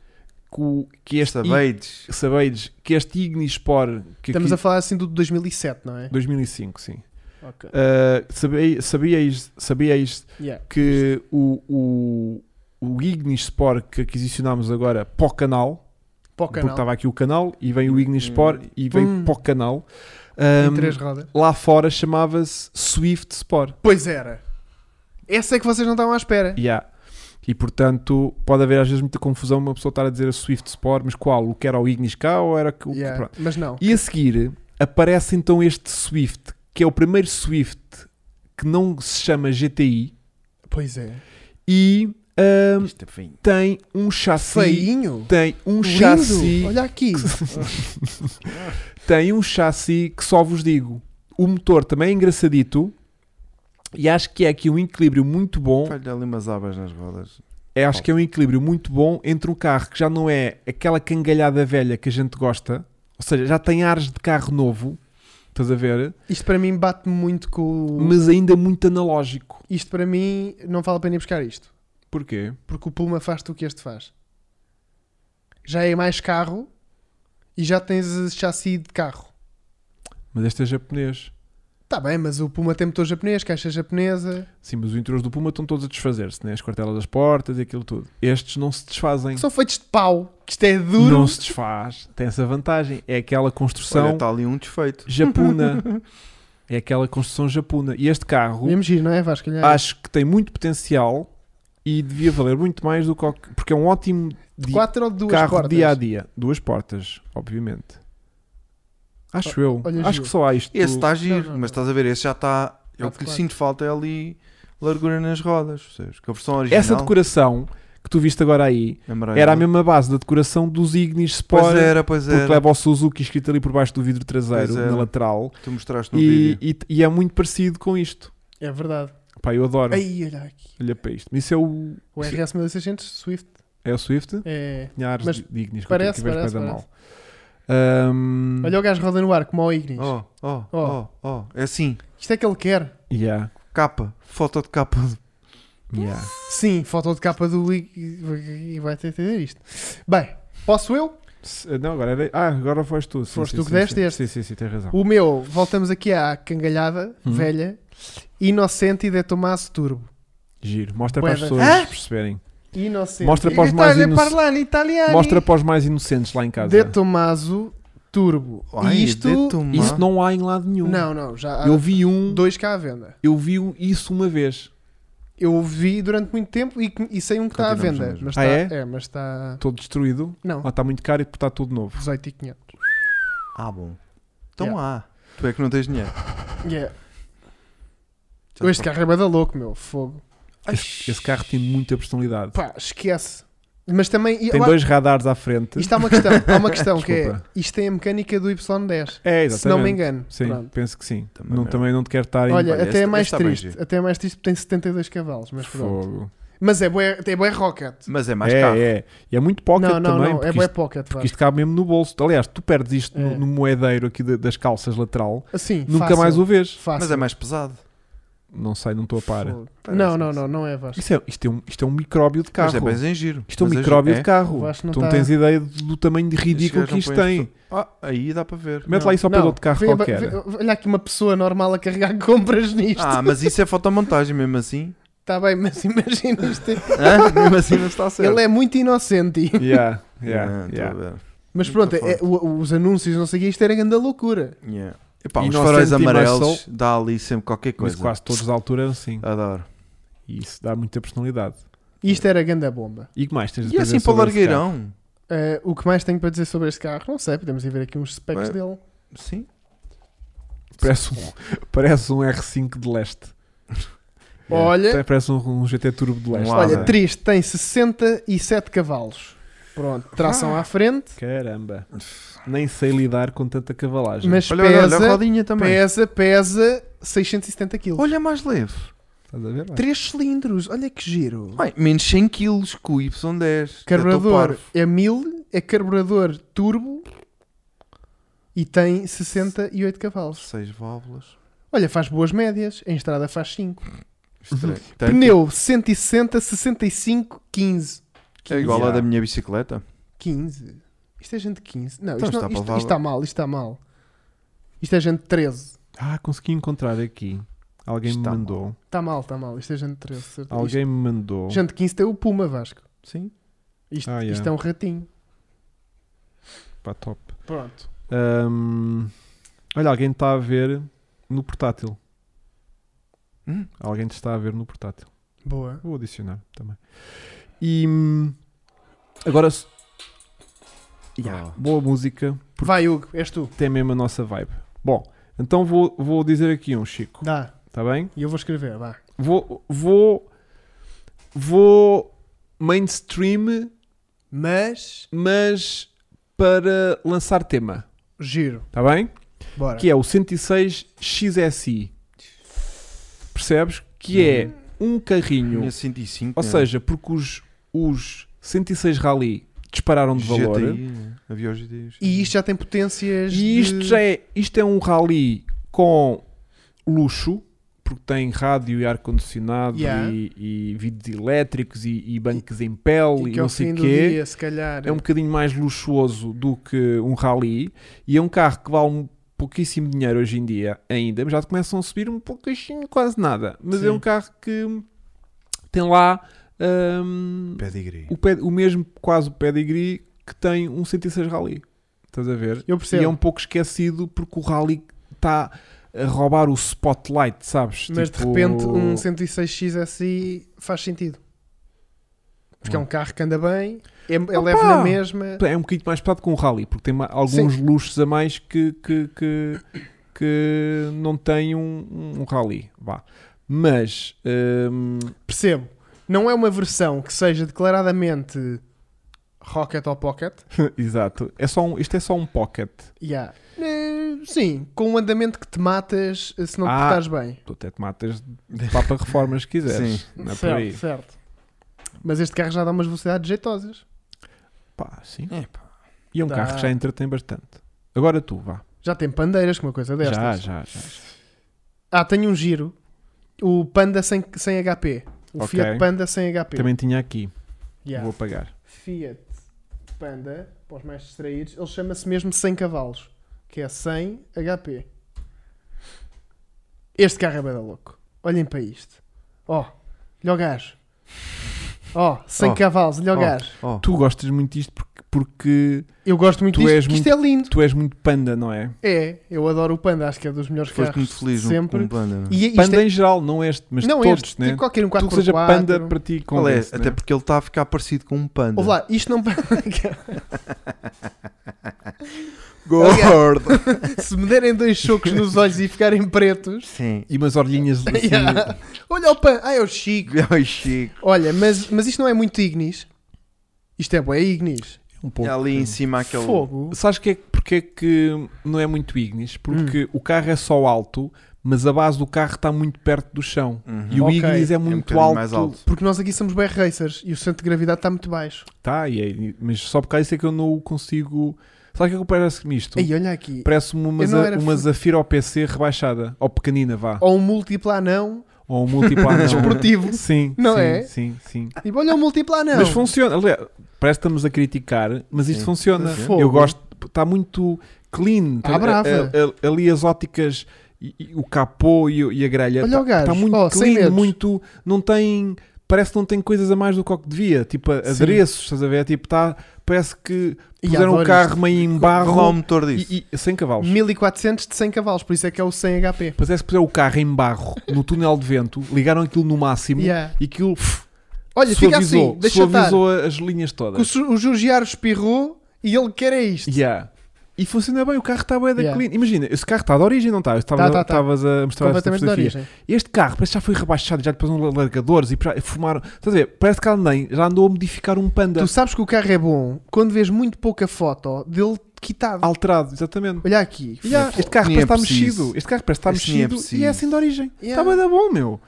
Speaker 2: que, o- que este
Speaker 1: Esta Bates.
Speaker 2: I- sabeis que este Ignis Spore que
Speaker 3: Estamos a
Speaker 2: aqui,
Speaker 3: falar assim do 2007, não é?
Speaker 2: 2005, sim.
Speaker 3: Ok.
Speaker 2: Ah, sabei- sabíeis, sabíeis
Speaker 3: Yeah.
Speaker 2: que o, o, o Ignis Spore que aquisicionámos agora é para o canal,
Speaker 3: Para o
Speaker 2: porque
Speaker 3: canal.
Speaker 2: estava aqui o canal e vem o Ignis
Speaker 1: Hum.
Speaker 2: Spore e vem
Speaker 3: Hum.
Speaker 2: para o canal.
Speaker 3: Em
Speaker 2: ahm,
Speaker 3: três rodas.
Speaker 2: lá fora chamava-se Swift Spore.
Speaker 3: Pois era. Essa é que vocês não estavam à espera.
Speaker 2: Yeah. E portanto, pode haver às vezes muita confusão uma pessoa estar a dizer a Swift Sport, mas qual? O que era o Ignis cá ou era que o. que-
Speaker 3: Yeah,
Speaker 2: pronto.
Speaker 3: Mas não.
Speaker 2: E a seguir aparece então este Swift, que é o primeiro Swift que não se chama GTI
Speaker 3: Pois é.
Speaker 2: e ahm,
Speaker 1: Isto é fim.
Speaker 2: tem um chassi.
Speaker 3: Feinho.
Speaker 2: Tem um
Speaker 3: Lindo.
Speaker 2: chassi.
Speaker 3: Olha aqui.
Speaker 2: Tem um chassi que só vos digo. O motor também é engraçadito e acho que é aqui um equilíbrio muito bom
Speaker 1: Falha ali umas abas nas rodas.
Speaker 2: É, acho que é um equilíbrio muito bom entre um carro que já não é aquela cangalhada velha que a gente gosta, ou seja, já tem ares de carro novo, estás a ver?
Speaker 3: Isto para mim bate muito com o...
Speaker 2: Mas ainda muito analógico.
Speaker 3: Isto para mim não vale a pena ir buscar isto.
Speaker 2: Porquê?
Speaker 3: Porque o Puma faz-te o que este faz. Já é mais carro e já tens eh, chassi de carro.
Speaker 2: Mas este é japonês.
Speaker 3: Tá bem, mas o Puma tem motor japonês, caixa japonesa.
Speaker 2: Sim, mas os interiores do Puma estão todos a desfazer-se, né? as cartelas das portas e aquilo tudo. Estes não se desfazem.
Speaker 3: São feitos de pau. Que isto é duro.
Speaker 2: Não se desfaz. Tem essa vantagem. É aquela construção
Speaker 1: Olha, está ali um desfeito.
Speaker 2: japuna. é aquela construção japuna. E este carro.
Speaker 3: Mesmo giro, não é, Vasco? Olha aí.
Speaker 2: acho que tem muito potencial e devia valer muito mais do que qualquer- porque é um ótimo di-
Speaker 3: Quatro ou duas
Speaker 2: carro
Speaker 3: portas.
Speaker 2: dia a dia. Duas portas, obviamente. Acho eu.
Speaker 3: olha,
Speaker 2: Acho
Speaker 3: Gil.
Speaker 2: que só há isto.
Speaker 1: Esse tá está giro,
Speaker 3: não, Tá não.
Speaker 1: mas estás a ver, esse já está. Eu o
Speaker 3: de
Speaker 1: que lhe
Speaker 3: quatro.
Speaker 1: sinto falta é ali largura nas rodas. percebes? Que a versão original
Speaker 2: Essa decoração que tu viste agora aí
Speaker 1: amarela.
Speaker 2: era a mesma base da decoração dos Ignis Sport.
Speaker 1: Pois era, pois
Speaker 2: Porque
Speaker 1: era.
Speaker 2: leva o Suzuki escrito ali por baixo do vidro traseiro,
Speaker 1: Pois era.
Speaker 2: na lateral,
Speaker 1: Tu mostraste no
Speaker 2: e,
Speaker 1: vídeo.
Speaker 2: e, e é muito parecido com isto.
Speaker 3: É verdade.
Speaker 2: Pá, eu adoro.
Speaker 3: Aí, olha aqui.
Speaker 2: Olha para isto. Mas isso é o,
Speaker 3: O RS1600 Swift.
Speaker 2: é o Swift?
Speaker 3: É.
Speaker 2: Tinha ares
Speaker 3: Mas
Speaker 2: de de Ignis, que eu
Speaker 3: parece,
Speaker 2: tive que ver,
Speaker 3: parece,
Speaker 2: vai dar
Speaker 3: parece.
Speaker 2: mal. Um, Ahm,
Speaker 3: Olha o gajo roda no ar, como ao Ignis.
Speaker 1: Oh, oh,
Speaker 3: Oh.
Speaker 1: oh, oh. É assim.
Speaker 3: Isto é que ele quer.
Speaker 2: Yeah.
Speaker 1: Capa. Foto de capa.
Speaker 2: Yeah.
Speaker 3: Sim, foto de capa do Ignis. E vai ter entender isto. Bem, posso eu?
Speaker 2: S- Não, agora era. Ah, agora foste tu. Sim,
Speaker 3: Foste
Speaker 2: sim,
Speaker 3: tu que
Speaker 2: sim,
Speaker 3: deste
Speaker 2: sim. Sim,
Speaker 3: este.
Speaker 2: sim, sim, tens razão.
Speaker 3: O meu, voltamos aqui à cangalhada
Speaker 2: Hum.
Speaker 3: velha. Inocente de Tomás Turbo.
Speaker 2: Giro. Mostra para as
Speaker 3: Boeda.
Speaker 2: pessoas
Speaker 1: Hã?
Speaker 2: perceberem.
Speaker 3: Inocente. tá
Speaker 2: Mostra para os mais inocentes.
Speaker 1: italiano.
Speaker 2: Mostra para os mais inocentes lá em casa.
Speaker 3: De Tomaso Turbo.
Speaker 1: Ai,
Speaker 3: e isto.
Speaker 1: dedo-me.
Speaker 2: Isso não há em lado nenhum.
Speaker 3: um, Não, não, já há
Speaker 2: Eu vi um.
Speaker 3: dois cá à venda.
Speaker 2: Eu vi um- isso uma vez.
Speaker 3: Eu vi durante muito tempo e, e sei um que está à
Speaker 1: Continuamos na
Speaker 3: venda.
Speaker 1: mesma.
Speaker 3: Mas
Speaker 2: Ah,
Speaker 3: está,
Speaker 2: é? Ah.
Speaker 3: mas está.
Speaker 2: Todo destruído.
Speaker 3: Não,
Speaker 2: Lá está muito caro e está tudo novo.
Speaker 3: 18,500.
Speaker 1: Ah, bom. Então
Speaker 3: Yeah.
Speaker 1: há. Tu é que não tens dinheiro.
Speaker 3: Yeah.
Speaker 1: Já
Speaker 3: Este
Speaker 1: te-
Speaker 3: carro é bada louco, meu. Fogo.
Speaker 2: Esse, esse carro tem muita personalidade.
Speaker 3: Pá, esquece. Mas também. e
Speaker 2: Tem
Speaker 3: lá-
Speaker 2: dois radares à frente.
Speaker 3: Isto há uma questão, há uma questão que é.
Speaker 2: Desculpa.
Speaker 3: Isto tem a mecânica do Y10.
Speaker 2: É,
Speaker 3: Se não
Speaker 2: exatamente.
Speaker 3: me engano.
Speaker 2: Sim,
Speaker 3: Pronto.
Speaker 2: penso que sim.
Speaker 1: Também
Speaker 2: não,
Speaker 1: não.
Speaker 2: também não te quero estar em
Speaker 3: Olha,
Speaker 1: Olha,
Speaker 3: até
Speaker 1: este-
Speaker 3: é mais
Speaker 1: este está bem
Speaker 3: triste.
Speaker 1: giro.
Speaker 3: até é mais triste porque tem 72 cavalos, mas pronto.
Speaker 2: tá fogo.
Speaker 3: Mas é bué, é bué rocket.
Speaker 1: Mas é mais
Speaker 2: é,
Speaker 1: caro.
Speaker 2: é. E é muito pocket
Speaker 3: não, não,
Speaker 2: também.
Speaker 3: não. É
Speaker 2: porque
Speaker 3: bué
Speaker 2: isto,
Speaker 3: pocket, vá.
Speaker 2: porque isto cabe mesmo no bolso. Aliás, tu perdes isto no,
Speaker 3: É.
Speaker 2: no moedeiro aqui da- das calças lateral,
Speaker 3: Assim,
Speaker 2: nunca
Speaker 3: fácil,
Speaker 2: mais o vês.
Speaker 3: Fácil.
Speaker 1: Mas é mais pesado.
Speaker 2: Não sei, não estou a par.
Speaker 3: Fogo.
Speaker 1: Parece
Speaker 3: Não, não,
Speaker 1: isso.
Speaker 3: não, não é Vasco.
Speaker 2: Isto é, isto, é um, isto é um micróbio de
Speaker 1: Mas
Speaker 2: carro.
Speaker 1: é bem em giro.
Speaker 2: Isto é um
Speaker 1: Mas
Speaker 2: micróbio
Speaker 1: giro.
Speaker 2: de carro.
Speaker 3: Eu acho que não
Speaker 2: tu não
Speaker 3: tá-
Speaker 2: tens ideia do do tamanho de ridículo
Speaker 1: Estes
Speaker 2: que
Speaker 1: gajos
Speaker 2: isto
Speaker 1: não põem
Speaker 2: tem.
Speaker 1: Ah, aí dá para ver.
Speaker 2: Mete
Speaker 3: Não,
Speaker 2: lá isso ao
Speaker 3: não.
Speaker 2: piloto de carro
Speaker 3: Vê-
Speaker 2: qualquer.
Speaker 3: vê- Olha aqui uma pessoa normal a carregar compras nisto.
Speaker 1: Ah, mas isso é fotomontagem mesmo assim.
Speaker 3: Está bem, mas imagina isto.
Speaker 1: Hã? Mesmo assim não está certo.
Speaker 3: Ele é muito inocente.
Speaker 2: Yeah,
Speaker 1: Ah,
Speaker 2: yeah,
Speaker 1: estou
Speaker 2: yeah.
Speaker 1: a ver.
Speaker 3: Mas
Speaker 1: Muito
Speaker 3: pronto, é-
Speaker 1: forte.
Speaker 3: o- os anúncios, não sei o que, isto era grande loucura.
Speaker 1: Yeah. Epá, os
Speaker 2: Inocente
Speaker 1: faróis
Speaker 2: e
Speaker 1: amarelos
Speaker 2: Marcel.
Speaker 1: dá ali sempre qualquer
Speaker 2: Mas
Speaker 1: coisa.
Speaker 2: quase todos à altura eram assim.
Speaker 1: Adoro.
Speaker 2: E isso dá muita personalidade.
Speaker 3: E
Speaker 1: É.
Speaker 3: Isto era grande bomba.
Speaker 2: E é que mais tens de
Speaker 1: E assim para o largueirão.
Speaker 3: Eh, o que mais tenho para dizer sobre este carro? Não sei, podemos ir ver aqui uns specs
Speaker 1: Bem.
Speaker 3: dele.
Speaker 1: Sim.
Speaker 2: Parece um, parece um R5 de leste.
Speaker 1: É.
Speaker 3: Olha,
Speaker 2: Até Parece um, um GT Turbo de leste.
Speaker 1: Um
Speaker 3: É. olha,
Speaker 1: asa.
Speaker 3: triste, tem 67 cavalos. Pronto,
Speaker 1: Ah.
Speaker 3: tração à frente,
Speaker 2: Caramba. Nem sei lidar com tanta cavalagem.
Speaker 3: mas
Speaker 1: Olha, olha, olha a
Speaker 3: pesa,
Speaker 1: rodinha também.
Speaker 3: pesa, pesa 670 kg.
Speaker 1: Olha, mais leve.
Speaker 2: Estás a ver? lá?
Speaker 3: 3 cilindros, olha que giro.
Speaker 1: Ai, menos 100 kg com o Y10.
Speaker 3: Carburador é 1000, é carburador turbo e tem 68 cavalos.
Speaker 1: 6 válvulas.
Speaker 3: Olha, faz boas médias, em estrada faz 5.
Speaker 1: Estranho.
Speaker 3: Pneu 160, 65, 15.
Speaker 1: É igual à
Speaker 2: Yeah.
Speaker 1: da minha bicicleta.
Speaker 3: 15? Isto é gente de 15? Não,
Speaker 1: Então
Speaker 3: isto,
Speaker 1: está
Speaker 3: não, isto,
Speaker 1: provável.
Speaker 3: isto está mal, isto está mal. Isto é gente de 13.
Speaker 2: Ah, consegui encontrar aqui. Alguém
Speaker 1: Está
Speaker 2: me
Speaker 1: mal.
Speaker 2: mandou.
Speaker 3: Está mal, está mal. Isto é gente de 13. certeza.
Speaker 2: Alguém me mandou.
Speaker 3: Isto- gente de 15 tem o Puma, Vasco.
Speaker 1: Sim.
Speaker 3: Isto,
Speaker 2: Ah, yeah.
Speaker 3: isto é um ratinho.
Speaker 2: Pá, top.
Speaker 3: Pronto.
Speaker 2: Ahm, olha, alguém está a ver no portátil.
Speaker 1: Hum.
Speaker 2: Alguém te está a ver no portátil.
Speaker 3: Boa.
Speaker 2: Vou adicionar também. E hum, agora se- Yeah,
Speaker 1: Ah.
Speaker 2: boa música,
Speaker 3: Vai, Hugo, és tu.
Speaker 2: tem mesmo a nossa vibe. Bom, então vou, vou dizer aqui um Chico,
Speaker 3: Dá.
Speaker 2: está bem?
Speaker 3: E eu vou escrever, vá.
Speaker 2: Vou vou vou mainstream,
Speaker 3: Mas,
Speaker 2: mas para lançar tema,
Speaker 3: giro.
Speaker 2: está bem?
Speaker 3: Bora.
Speaker 2: que é o 106 XSI. Percebes? Que é um carrinho.
Speaker 1: Minha 105.
Speaker 2: Ou
Speaker 1: né?
Speaker 2: seja, porque os, os 106 Rally dispararam de valor.
Speaker 1: GTI, né? Havia os GTIs.
Speaker 3: E isto já tem potências
Speaker 2: E isto
Speaker 3: de...
Speaker 2: já é, isto é um rally com luxo, porque tem rádio e ar-condicionado
Speaker 3: Yeah.
Speaker 2: e, e vídeos elétricos e, e bancos em pele
Speaker 3: e
Speaker 2: e,
Speaker 3: que ao
Speaker 2: não sei
Speaker 3: fim
Speaker 2: o
Speaker 3: do
Speaker 2: quê.
Speaker 3: dia, se calhar...
Speaker 2: é um bocadinho mais luxuoso do que um rally e é um carro que vale um pouquíssimo dinheiro hoje em dia ainda, mas já começam a subir um pouquinho, quase nada. Mas
Speaker 3: Sim.
Speaker 2: é um carro que tem lá hum,
Speaker 1: Pedigree.
Speaker 2: o, ped- o mesmo quase o pedigree que tem um 106 rally. Estás a ver?
Speaker 3: Eu
Speaker 2: E
Speaker 3: percebo.
Speaker 2: é um pouco esquecido porque o rally está a roubar o spotlight, sabes?
Speaker 3: Mas
Speaker 2: Tipo,
Speaker 3: de repente um 106X SI faz sentido. Porque é
Speaker 2: Hum.
Speaker 3: um carro que anda bem, é, é leve na mesma.
Speaker 2: é um bocadinho mais pesado que um rally, porque tem ma- alguns luxos a mais que, que, que, que não tem um, um rally. Vá. Mas hum,
Speaker 3: Percebo. Não é uma versão que seja declaradamente Rocket ou Pocket.
Speaker 2: exato, é só um, isto é só um pocket.
Speaker 3: Yeah. Eh, Sim, com um andamento que te matas eh, se não
Speaker 2: Ah,
Speaker 3: te portares bem.
Speaker 2: Tu até te matas de lá para reformas se quiseres.
Speaker 1: Sim.
Speaker 2: Não é por aí.
Speaker 3: certo, certo. Mas este carro já dá umas velocidades jeitosas.
Speaker 2: Pá, sim.
Speaker 1: É, pá.
Speaker 2: E é um
Speaker 3: Dá.
Speaker 2: carro que já entretém bastante. Agora tu, vá.
Speaker 3: Já tem pandeiras com uma coisa destas.
Speaker 2: Já, já, já.
Speaker 3: Ah, tem um giro. O Panda sem, sem HP. O
Speaker 2: Ok.
Speaker 3: Fiat Panda sem HP.
Speaker 2: Também tinha aqui.
Speaker 3: Yeah.
Speaker 2: Vou apagar.
Speaker 3: Fiat Panda, para os mais distraídos, ele chama-se mesmo 100 cavalos, que é 100 HP. Este carro é bada louco. Olhem para isto. Ó, oh, o gajo. Ó, 100
Speaker 1: Oh.
Speaker 3: cavalos, olha o
Speaker 1: Oh.
Speaker 3: gajo.
Speaker 1: Oh,
Speaker 2: Tu gostas muito disto porque, porque
Speaker 3: Eu gosto muito
Speaker 2: Tu
Speaker 3: disto,
Speaker 2: és
Speaker 3: porque isto é lindo.
Speaker 2: tu és muito panda, não é?
Speaker 3: É, eu adoro o Panda, acho que é dos melhores
Speaker 1: foste
Speaker 3: carros
Speaker 1: muito feliz
Speaker 3: de
Speaker 1: no
Speaker 3: sempre.
Speaker 1: com panda. não é?
Speaker 3: E isto
Speaker 2: Panda
Speaker 3: é-
Speaker 2: em geral, não este, mas
Speaker 3: não
Speaker 2: todos,
Speaker 3: este,
Speaker 2: né?
Speaker 3: tipo qualquer um 4x4.
Speaker 2: tu que seja panda para ti
Speaker 1: Qual é?
Speaker 2: convence,
Speaker 1: Até
Speaker 2: né?
Speaker 3: tá
Speaker 1: porque ele está a ficar parecido com um panda.
Speaker 3: Ouve lá, isto não...
Speaker 2: Gordo.
Speaker 3: Se me derem dois socos nos olhos e ficarem pretos.
Speaker 1: Sim.
Speaker 2: E umas orelhinhas de assim,
Speaker 3: Yeah. Olha o pan. Ah, é o Chico.
Speaker 1: Ai, Chico.
Speaker 3: Olha, mas, mas isto não é muito Ignis. Isto é bom, é Ignis.
Speaker 2: um pouco.
Speaker 1: É Ali em cima
Speaker 2: é
Speaker 1: aquele.
Speaker 3: Fogo.
Speaker 2: Sabes que é, porque é que não é muito Ignis?
Speaker 3: Hum.
Speaker 2: Porque o carro é só alto, mas a base do carro está muito perto do chão.
Speaker 1: Uhum.
Speaker 2: E o
Speaker 3: Ok.
Speaker 2: Ignis é
Speaker 1: um
Speaker 2: muito
Speaker 1: bocadinho
Speaker 2: alto.
Speaker 1: mais alto.
Speaker 3: Porque nós aqui somos BR Racers e o centro de gravidade está muito baixo.
Speaker 2: Tá, e aí- mas só por causa disso é que eu não o consigo. Sabe o que é que parece-me isto?
Speaker 3: Ei, olha aqui.
Speaker 2: Parece-me uma,
Speaker 3: Eu não era
Speaker 2: uma
Speaker 3: fã-
Speaker 2: Zafira OPC rebaixada, ou pequenina, vá.
Speaker 3: Ou um múltiplo anão
Speaker 2: Ou um múltiplo anão.
Speaker 3: desportivo.
Speaker 2: Sim,
Speaker 3: Não
Speaker 2: sim,
Speaker 3: é?
Speaker 2: Sim, sim.
Speaker 3: E olha o múltiplo anão.
Speaker 2: Mas funciona. Aliás, parece que estamos a criticar, mas isto
Speaker 1: Sim.
Speaker 2: funciona.
Speaker 3: Fogo.
Speaker 2: Eu gosto. Está muito clean.
Speaker 3: Tá brava.
Speaker 2: a- a- eh, ali as óticas, e- e o capô e, o- e a grelha.
Speaker 3: Olha o gajo.
Speaker 2: Está muito
Speaker 3: Oh, sem
Speaker 2: clean,
Speaker 3: medos.
Speaker 2: muito. Não tem. Parece que não tem coisas a mais do que o que devia. Tipo, adereços, estás a ver? Tipo, tá, parece que
Speaker 3: E
Speaker 2: puseram o
Speaker 3: adoro
Speaker 2: carro meio em
Speaker 1: Qual é o
Speaker 2: barro
Speaker 1: motor disso?
Speaker 2: e, e- sem cavalos.
Speaker 3: 1400 de 100 cavalos, por isso é que é o 100 HP.
Speaker 2: Parece que puseram o carro em barro no túnel de vento, ligaram aquilo no máximo
Speaker 3: Yeah.
Speaker 2: e aquilo pff,
Speaker 3: Olha, fica
Speaker 2: suavizou,
Speaker 3: assim, deixa estar.
Speaker 2: suavizou as linhas
Speaker 3: Que o,
Speaker 2: todas.
Speaker 3: Su- o Jugiaro espirrou e ele quer é isto.
Speaker 2: Yeah. E funciona bem, o carro está bem da
Speaker 3: Yeah.
Speaker 2: clean. Imagina, esse carro está de origem, não está? Estavas
Speaker 3: Tá, tá, tá.
Speaker 2: a mostrar essa
Speaker 3: Completamente de
Speaker 2: fotografia.
Speaker 3: origem.
Speaker 2: Este carro parece que já foi rebaixado, já depois uns largadores e já fumaram. Estás a ver? Parece que alguém já andou a modificar um panda
Speaker 3: Tu sabes que o carro é bom quando vês muito pouca foto dele quitado.
Speaker 2: alterado, exatamente.
Speaker 3: Olha aqui.
Speaker 2: Yeah,
Speaker 1: Nem é
Speaker 2: Este carro
Speaker 1: preciso.
Speaker 2: parece estar mexido. Este carro parece estar
Speaker 1: Esse nem é
Speaker 2: mexido e é
Speaker 1: preciso.
Speaker 2: assim de origem. Está
Speaker 3: Yeah.
Speaker 2: bem da bom, meu.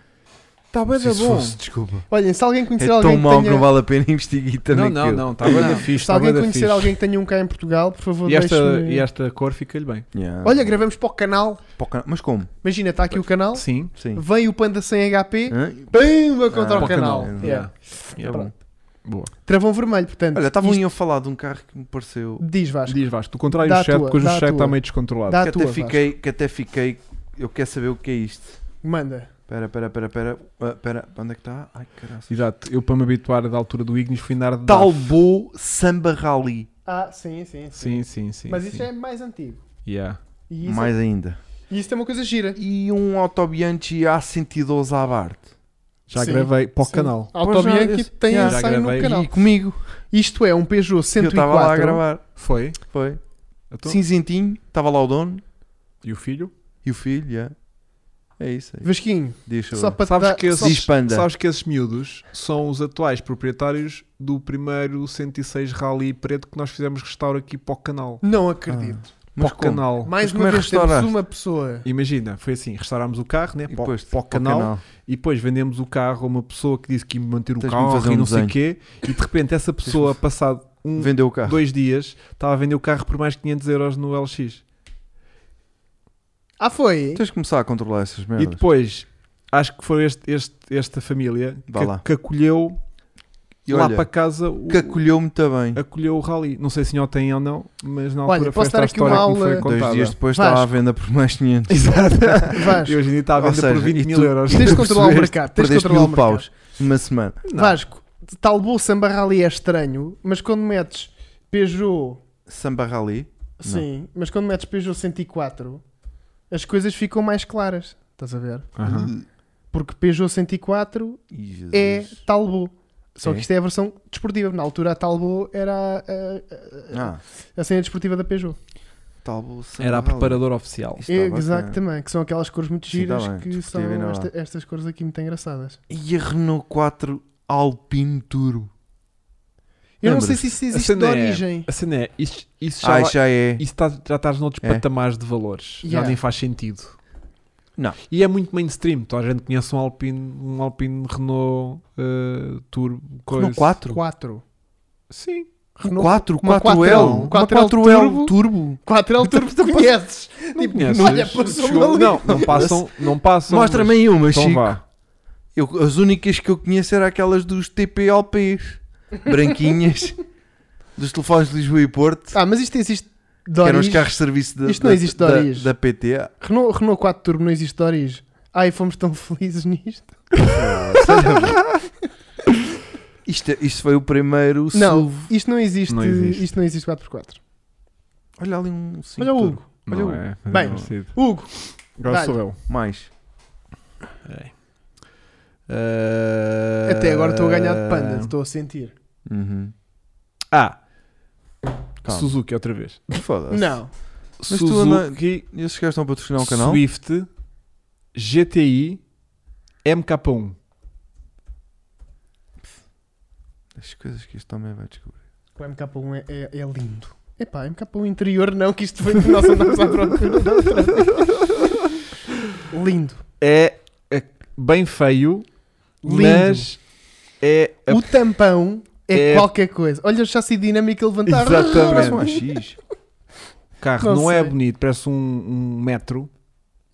Speaker 2: Está bem da
Speaker 1: Se
Speaker 2: bom.
Speaker 1: fosse, desculpa.
Speaker 3: Olha, se alguém
Speaker 1: É
Speaker 3: conhecer
Speaker 1: tão
Speaker 3: alguém que
Speaker 1: mau que
Speaker 3: tenha...
Speaker 1: não vale a pena investigar
Speaker 2: Não,
Speaker 1: também.
Speaker 2: não,
Speaker 1: aquilo.
Speaker 2: não, está bem da fixe.
Speaker 3: Se
Speaker 2: tá bué
Speaker 3: alguém
Speaker 2: da
Speaker 3: conhecer
Speaker 2: fixe.
Speaker 3: alguém que tenha um cá em Portugal, por favor,
Speaker 2: E esta,
Speaker 3: deixe-me-
Speaker 2: e esta cor fica-lhe bem.
Speaker 1: Yeah.
Speaker 3: Olha, gravamos para o canal.
Speaker 1: Poca- Mas como?
Speaker 3: Imagina, está aqui o canal.
Speaker 2: Sim.
Speaker 1: Sim.
Speaker 3: Vem o Panda sem HP.
Speaker 1: Hã?
Speaker 3: Pumba contra
Speaker 1: Ah,
Speaker 3: o
Speaker 1: para o
Speaker 3: canal.
Speaker 1: canal.
Speaker 3: Yeah.
Speaker 2: Yeah,
Speaker 3: Pronto.
Speaker 2: Boa.
Speaker 3: Travão vermelho, portanto.
Speaker 1: Olha, estavam
Speaker 3: isto-
Speaker 1: a falar de um carro que me pareceu.
Speaker 3: Diz Vasco.
Speaker 2: Diz Vasco, do contrário
Speaker 3: Dá
Speaker 2: do
Speaker 3: a
Speaker 2: chat,
Speaker 3: tua,
Speaker 2: porque hoje
Speaker 3: dá
Speaker 2: o
Speaker 3: a
Speaker 2: chat está
Speaker 3: tua.
Speaker 2: meio descontrolado.
Speaker 3: Dá a
Speaker 1: que
Speaker 3: tua,
Speaker 1: até fiquei, que até fiquei. Eu quero saber o que é isto.
Speaker 3: Manda.
Speaker 1: Espera, espera, espera, espera. Ah, Espera, onde é que está? Ai, caralho.
Speaker 2: Exato, eu para me habituar da altura do Ignis fui andar de DAF.
Speaker 1: Talbot Samba Rally.
Speaker 3: Ah, sim, sim.
Speaker 2: Sim, sim, sim.
Speaker 3: Mas
Speaker 2: sim.
Speaker 3: isso é mais antigo.
Speaker 2: Yeah.
Speaker 3: E isso, é-
Speaker 1: Mais ainda.
Speaker 3: e isso é uma coisa gira.
Speaker 1: E um Autobianchi A112 Abarth.
Speaker 2: Já
Speaker 3: Sim,
Speaker 2: gravei para o
Speaker 3: Sim.
Speaker 2: canal.
Speaker 3: Autobianchi
Speaker 1: Pois já,
Speaker 3: tem
Speaker 1: esse-
Speaker 2: já
Speaker 3: ensaio no
Speaker 2: gravei.
Speaker 3: canal.
Speaker 1: E comigo.
Speaker 3: Isto é um Peugeot
Speaker 1: que Eu
Speaker 3: 104.
Speaker 1: estava lá a gravar.
Speaker 2: Foi?
Speaker 1: Foi.
Speaker 2: Então,
Speaker 1: Cinzentinho. Estava lá o dono
Speaker 2: E o filho?
Speaker 1: e o filho. yeah. É isso aí.
Speaker 3: Vasquinho,
Speaker 1: Deixa eu
Speaker 3: só
Speaker 1: ver.
Speaker 3: para te
Speaker 2: Sabes
Speaker 3: dar...
Speaker 2: que
Speaker 3: só-
Speaker 1: Diz panda.
Speaker 2: Sabes que esses miúdos são os atuais proprietários do primeiro 106 Rally Preto que nós fizemos restauro aqui para o canal.
Speaker 3: Não acredito.
Speaker 1: Mas
Speaker 2: para o
Speaker 1: como?
Speaker 2: canal.
Speaker 1: Mas
Speaker 3: Mais
Speaker 1: como
Speaker 3: uma
Speaker 1: é
Speaker 3: vez temos
Speaker 1: restauraste?
Speaker 3: uma pessoa.
Speaker 2: Imagina, foi assim, restaurámos o carro, né?
Speaker 1: E
Speaker 2: Para, o-
Speaker 1: depois
Speaker 2: para o canal.
Speaker 1: canal.
Speaker 2: e depois vendemos o carro a uma pessoa que disse que ia manter o
Speaker 1: Tens de
Speaker 2: carro
Speaker 1: me fazer
Speaker 2: e
Speaker 1: um
Speaker 2: não sei o
Speaker 1: desenho.
Speaker 2: quê, e de repente essa pessoa, passado um,
Speaker 1: Vendeu o carro.
Speaker 2: dois dias, estava a vender o carro por mais 500 euros no LX.
Speaker 3: Ah, foi?
Speaker 1: Tens de começar a controlar essas
Speaker 2: E
Speaker 1: merdas.
Speaker 2: depois, acho que foi este, este- esta família
Speaker 1: Vá
Speaker 2: que,
Speaker 1: lá.
Speaker 2: que acolheu
Speaker 1: E
Speaker 2: lá
Speaker 1: olha,
Speaker 2: para casa o,
Speaker 1: que acolheu muito bem.
Speaker 2: acolheu o rally. Não sei se ainda tem ou não, mas na
Speaker 3: Olha,
Speaker 2: altura foi
Speaker 3: posso
Speaker 2: esta
Speaker 3: dar
Speaker 2: a
Speaker 3: aqui uma
Speaker 2: história que me
Speaker 3: aula-
Speaker 2: foi
Speaker 1: Dois
Speaker 2: contada.
Speaker 1: dias depois
Speaker 3: Vasco.
Speaker 1: estava à venda por mais 500.
Speaker 2: Exato.
Speaker 3: Vasco,
Speaker 2: E hoje em dia está a
Speaker 1: Ou
Speaker 2: vender por
Speaker 1: seja,
Speaker 2: 20
Speaker 1: e
Speaker 2: mil
Speaker 1: tu-
Speaker 2: euros.
Speaker 3: tens de controlar o
Speaker 1: percebeste-
Speaker 3: mercado. Tens de
Speaker 1: Perdeste
Speaker 3: controlar o
Speaker 1: mil
Speaker 3: mercado.
Speaker 1: paus numa semana.
Speaker 2: Não.
Speaker 3: Vasco, Talbou Samba Rally é estranho, mas quando metes Peugeot,
Speaker 1: Samba Rally.
Speaker 3: sim, mas quando metes Peugeot 104, as coisas ficam mais claras. Estás a ver?
Speaker 2: Aham.
Speaker 3: Porque Peugeot 104
Speaker 1: Ih, Jesus.
Speaker 3: é Talbot. Só que
Speaker 1: É?
Speaker 3: isto é a versão desportiva. Na altura a Talbot era a, a- a-
Speaker 1: Ah,
Speaker 3: a cena desportiva da Peugeot.
Speaker 1: Talbot Samba
Speaker 2: Era a
Speaker 1: Rally.
Speaker 2: preparadora oficial.
Speaker 1: Isto estava
Speaker 3: Exato,
Speaker 1: bacana.
Speaker 3: também. Que são aquelas cores muito
Speaker 1: Sim, tá
Speaker 3: giras
Speaker 1: bem,
Speaker 3: que são
Speaker 1: desportiva e não
Speaker 3: esta-
Speaker 1: há.
Speaker 3: estas cores aqui muito engraçadas.
Speaker 1: E a Renault 4 Alpine Turbo.
Speaker 3: Eu não
Speaker 2: Lembras?
Speaker 3: sei se isso
Speaker 2: A
Speaker 3: existe de
Speaker 2: cena é-
Speaker 3: origem.
Speaker 2: A cena é, isso, isso já
Speaker 1: Ah,
Speaker 2: vai-
Speaker 1: isso já é.
Speaker 2: Isso tá- já estás noutros
Speaker 1: É.
Speaker 2: patamares de valores. Já
Speaker 3: Yeah.
Speaker 2: nem faz sentido.
Speaker 1: Não.
Speaker 2: E é muito mainstream. Toda a gente conhece um Alpine, um Alpine Renault eh, Turbo. coisa.
Speaker 1: Renault 4?
Speaker 3: 4.
Speaker 2: Sim.
Speaker 1: 4,
Speaker 3: uma
Speaker 1: 4L. Uma
Speaker 3: 4L
Speaker 1: 4L Turbo.
Speaker 3: 4L Turbo tu conheces.
Speaker 2: Não conheces?
Speaker 3: não olha para o som
Speaker 2: Chegou-
Speaker 3: ali.
Speaker 2: Não, não passam. Não passam
Speaker 1: Mostra-me aí uma,
Speaker 2: mas- Então
Speaker 1: Chico.
Speaker 2: vá.
Speaker 1: Eu- as únicas que eu conheço eram aquelas dos TPLPs. Branquinhas. dos telefones de Lisboa e Porto.
Speaker 3: Ah, mas isto existe de
Speaker 1: que eram os
Speaker 3: origem.
Speaker 1: carros de serviço da,
Speaker 3: Isto não
Speaker 1: da-
Speaker 3: existe de
Speaker 1: da,
Speaker 3: origem.
Speaker 1: da PT.
Speaker 3: Renault, Renault 4 Turbo não existe de origem. Ai, fomos tão felizes nisto.
Speaker 1: Isto, é- isto foi o primeiro
Speaker 3: Não,
Speaker 1: SUV.
Speaker 3: isto não existe.
Speaker 2: Não existe.
Speaker 3: Isto não existe 4x4.
Speaker 1: Olha ali um 5
Speaker 3: Olha o Hugo.
Speaker 2: Não
Speaker 1: Olha o-
Speaker 2: é,
Speaker 3: Bem.
Speaker 2: não sei.
Speaker 3: Hugo,
Speaker 2: Agora
Speaker 3: Dá-lhe.
Speaker 2: sou eu.
Speaker 1: Mais.
Speaker 2: Peraí. Eh, Ah.
Speaker 3: até agora estou a ganhar de panda, estou a sentir.
Speaker 1: Uhum.
Speaker 2: Ah,
Speaker 1: Calma.
Speaker 2: Suzuki outra vez.
Speaker 1: Foda-se.
Speaker 3: Não.
Speaker 1: Mas tu anda-
Speaker 2: Suzuki,
Speaker 1: E esses gajos estão a patrocinar um canal?
Speaker 2: Swift, GTI, MK1.
Speaker 1: As coisas que este homem vai descobrir.
Speaker 3: O MK1 é, é, é lindo. Epá, MK1 interior não, que isto foi que nós andámos à procura. da outra vez. lindo.
Speaker 2: É, é bem feio,
Speaker 3: Lindo.
Speaker 2: mas é a
Speaker 3: O tampão é,
Speaker 2: É-
Speaker 3: qualquer coisa. Olha o chassi dinâmico a levantar. Ah,
Speaker 1: Parece um
Speaker 2: Exatamente.
Speaker 1: AX.
Speaker 2: O carro
Speaker 3: Não
Speaker 2: não, é
Speaker 3: sei.
Speaker 2: bonito, parece um, um metro,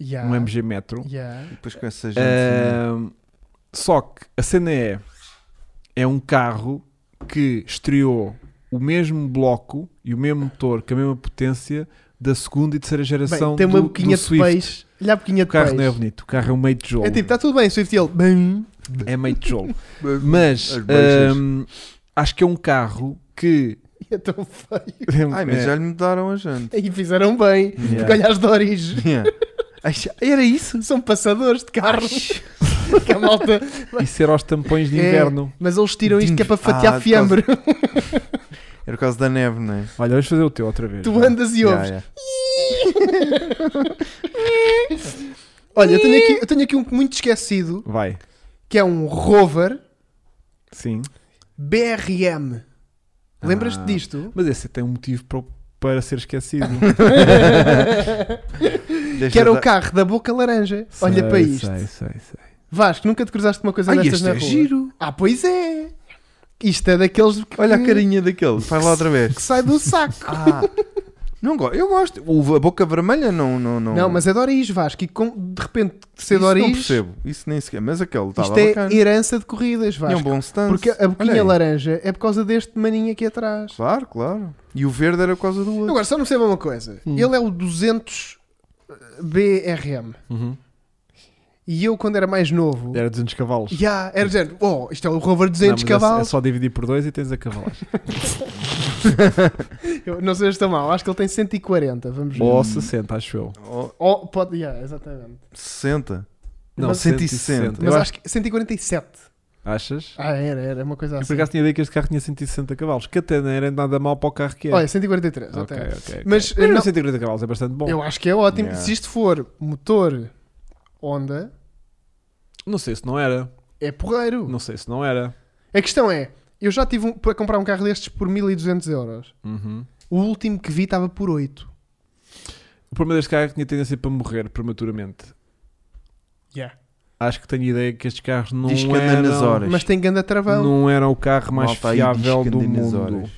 Speaker 3: Yeah.
Speaker 2: um MG metro.
Speaker 3: Yeah.
Speaker 1: Depois com essa gente. Eh,
Speaker 2: Ahm, só que a cena é é um carro que estreou o mesmo bloco e o mesmo motor com a mesma potência da segunda e terceira geração
Speaker 3: Bem, tem uma
Speaker 2: do, do
Speaker 3: boquinha de
Speaker 2: Swift.
Speaker 3: peixe. Olha a boquinha
Speaker 2: O
Speaker 3: de
Speaker 2: carro
Speaker 3: peixe.
Speaker 2: não é bonito, o carro é um meio de tijolo.
Speaker 3: É tipo, está tudo bem, Swift e ele. Bem.
Speaker 2: É meio de tijolo.
Speaker 1: assim.
Speaker 2: Mas
Speaker 1: As beixas.
Speaker 2: ahm, acho que é um carro que.
Speaker 3: E é tão feio.
Speaker 1: Ai,
Speaker 2: é,
Speaker 1: mas já lhe mudaram a gente.
Speaker 3: E fizeram bem.
Speaker 2: Yeah.
Speaker 3: Porque olha as de origem.
Speaker 1: Yeah. Ai, já- Era isso?
Speaker 3: São passadores de carros. que a malta.
Speaker 2: Isso era aos tampões de
Speaker 3: É.
Speaker 2: inverno.
Speaker 3: Mas eles tiram isto que é para
Speaker 1: Ah,
Speaker 3: fatiar
Speaker 1: por
Speaker 3: fiambre.
Speaker 1: Era por causa da neve, não é?
Speaker 2: Olha, vamos fazer o teu outra vez.
Speaker 3: Tu
Speaker 2: vá.
Speaker 3: andas e ouves.
Speaker 1: Yeah, yeah.
Speaker 3: Olha, eu tenho, aqui, eu tenho aqui um muito esquecido,
Speaker 2: Vai.
Speaker 3: que é um Rover
Speaker 2: Sim.
Speaker 3: BRM. Lembras-te
Speaker 2: Ah.
Speaker 3: disto?
Speaker 2: Mas esse tem um motivo para, para ser esquecido.
Speaker 1: Deixa
Speaker 3: Que era
Speaker 1: dar-
Speaker 3: o carro da boca laranja.
Speaker 2: Sei,
Speaker 3: Olha para isto.
Speaker 2: Sei, sei, sei.
Speaker 3: Vasco, nunca te cruzaste uma coisa
Speaker 1: Ai,
Speaker 3: destas
Speaker 1: este
Speaker 3: na
Speaker 1: é
Speaker 3: rua?
Speaker 1: giro.
Speaker 3: Ah, pois é. Isto é daqueles que,
Speaker 1: Olha a carinha daquele. Faz lá outra vez.
Speaker 3: que sai do saco.
Speaker 1: Ah, não gosto. Eu gosto. O, a boca vermelha não. Não, não,
Speaker 3: Não, mas é de Oriz, Vasco. E com- de repente, de
Speaker 1: isso
Speaker 3: ser de
Speaker 1: não
Speaker 3: Oriz,
Speaker 1: percebo. Isso nem sequer. Mas aquele estava
Speaker 3: isto é
Speaker 1: bacana.
Speaker 3: herança de corridas,
Speaker 1: Tinha um
Speaker 3: Vasco.
Speaker 1: bom stand.
Speaker 3: Porque a boquinha laranja é por causa deste maninho aqui atrás.
Speaker 1: Claro, claro. E o verde era por causa do
Speaker 3: Eu
Speaker 1: outro.
Speaker 3: agora só não percebo uma coisa.
Speaker 2: Hum.
Speaker 3: Ele é o eh, 200 BRM. E eu, quando era mais novo,
Speaker 2: Era 200 cavalos.
Speaker 3: já era do género, oh, isto é o Rover
Speaker 2: É. Não, mas é-
Speaker 3: 200
Speaker 2: É
Speaker 3: é cavalos.
Speaker 2: só dividir por dois e tens a cavalagem.
Speaker 3: é Eu não sei se está mal, acho que ele tem 140, vamos ver.
Speaker 2: Ou 60, acho eu.
Speaker 1: Oh,
Speaker 3: Oh, pode, yeah, exatamente.
Speaker 1: 60.
Speaker 2: Não,
Speaker 1: Mas-
Speaker 2: 160.
Speaker 3: Mas
Speaker 2: Eu
Speaker 3: acho que 147.
Speaker 2: acho- Achas?
Speaker 3: Ah, era, era uma coisa
Speaker 2: Eu
Speaker 3: assim.
Speaker 2: por acaso tinha ideia que este carro tinha 160 cavalos, que até não era nada mal para o carro que é.
Speaker 3: Olha, 143,
Speaker 2: ok,
Speaker 3: até.
Speaker 2: ok. ok.
Speaker 3: Mas, eh,
Speaker 2: Mas
Speaker 3: não-
Speaker 2: não... 140 cavalos é bastante bom.
Speaker 3: Eu acho que é ótimo.
Speaker 1: Yeah.
Speaker 3: Se isto for motor Honda,
Speaker 2: Não sei se não era.
Speaker 3: é porreiro.
Speaker 2: Não sei se não era.
Speaker 3: A questão é, eu já tive um, para comprar um carro destes por 1200 euros.
Speaker 2: Uhum.
Speaker 3: O último que vi estava por 8.
Speaker 2: O problema deste carro é que tinha tendência para morrer prematuramente.
Speaker 3: Yeah.
Speaker 2: Acho que tenho ideia que estes carros não
Speaker 1: Diz que anda
Speaker 2: eram...
Speaker 1: nas horas.
Speaker 3: Mas tem ganda travão.
Speaker 2: Não eram o carro mais
Speaker 1: Malta aí diz
Speaker 2: fiável
Speaker 1: que é
Speaker 2: do
Speaker 1: anda nas
Speaker 2: mundo.
Speaker 1: horas.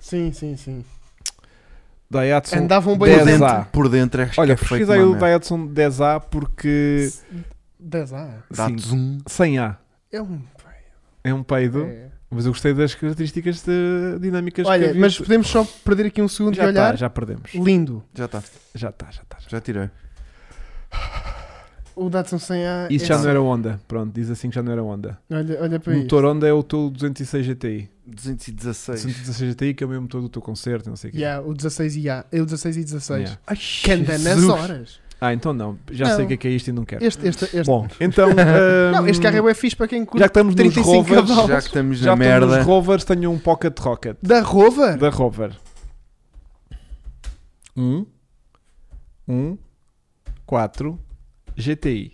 Speaker 3: Sim, sim, sim.
Speaker 2: Daihatsu
Speaker 3: Andavam bem
Speaker 1: Por
Speaker 2: 10A.
Speaker 3: dentro.
Speaker 1: dentro, por dentro acho
Speaker 2: Olha,
Speaker 1: que é feito
Speaker 2: pesquisei
Speaker 1: uma
Speaker 2: o
Speaker 1: merda.
Speaker 2: Daihatsu 10A porque
Speaker 3: 10A.
Speaker 1: Dá-te
Speaker 2: sim,
Speaker 1: zoom.
Speaker 2: sem A
Speaker 3: É um.
Speaker 2: é um peido,
Speaker 3: é.
Speaker 2: mas eu gostei das características de- dinâmicas que
Speaker 3: Olha,
Speaker 2: havia.
Speaker 3: mas podemos só perder aqui um segundo
Speaker 2: já
Speaker 3: e olhar.
Speaker 2: tá, já perdemos.
Speaker 3: Lindo.
Speaker 1: Já está.
Speaker 2: Já está, já tá. está.
Speaker 1: Já tirei.
Speaker 3: O Datsun 100A.
Speaker 2: Isso
Speaker 3: é
Speaker 2: já
Speaker 3: assim.
Speaker 2: não era Honda, pronto, diz assim que já não era Honda.
Speaker 3: Olha, olha
Speaker 2: O
Speaker 3: para isto.
Speaker 2: motor Honda é o teu 206 GTI.
Speaker 1: 216.
Speaker 2: 206 GTI que é o mesmo motor do teu concerto, não sei o quê.
Speaker 3: Yeah, o 16 e A. É o 16 e 16.
Speaker 2: Yeah.
Speaker 1: Ai,
Speaker 3: Que anda nas
Speaker 1: Jesus.
Speaker 3: horas.
Speaker 2: Ah, então não, já
Speaker 3: Não.
Speaker 2: sei o que é, que é isto e não quero.
Speaker 3: Este, este, este.
Speaker 2: Bom, então... hum,
Speaker 3: Não, este carro é bué fixe para quem
Speaker 2: Já que
Speaker 3: curte.
Speaker 2: estamos nos
Speaker 3: 35
Speaker 2: Rovers,
Speaker 3: cavalos.
Speaker 1: Já que estamos
Speaker 2: já
Speaker 1: na
Speaker 2: estamos
Speaker 1: merda.
Speaker 2: nos Rovers, tenho um Pocket Rocket
Speaker 3: Da Rover?
Speaker 2: da Rover. Um, um, quatro, GTI.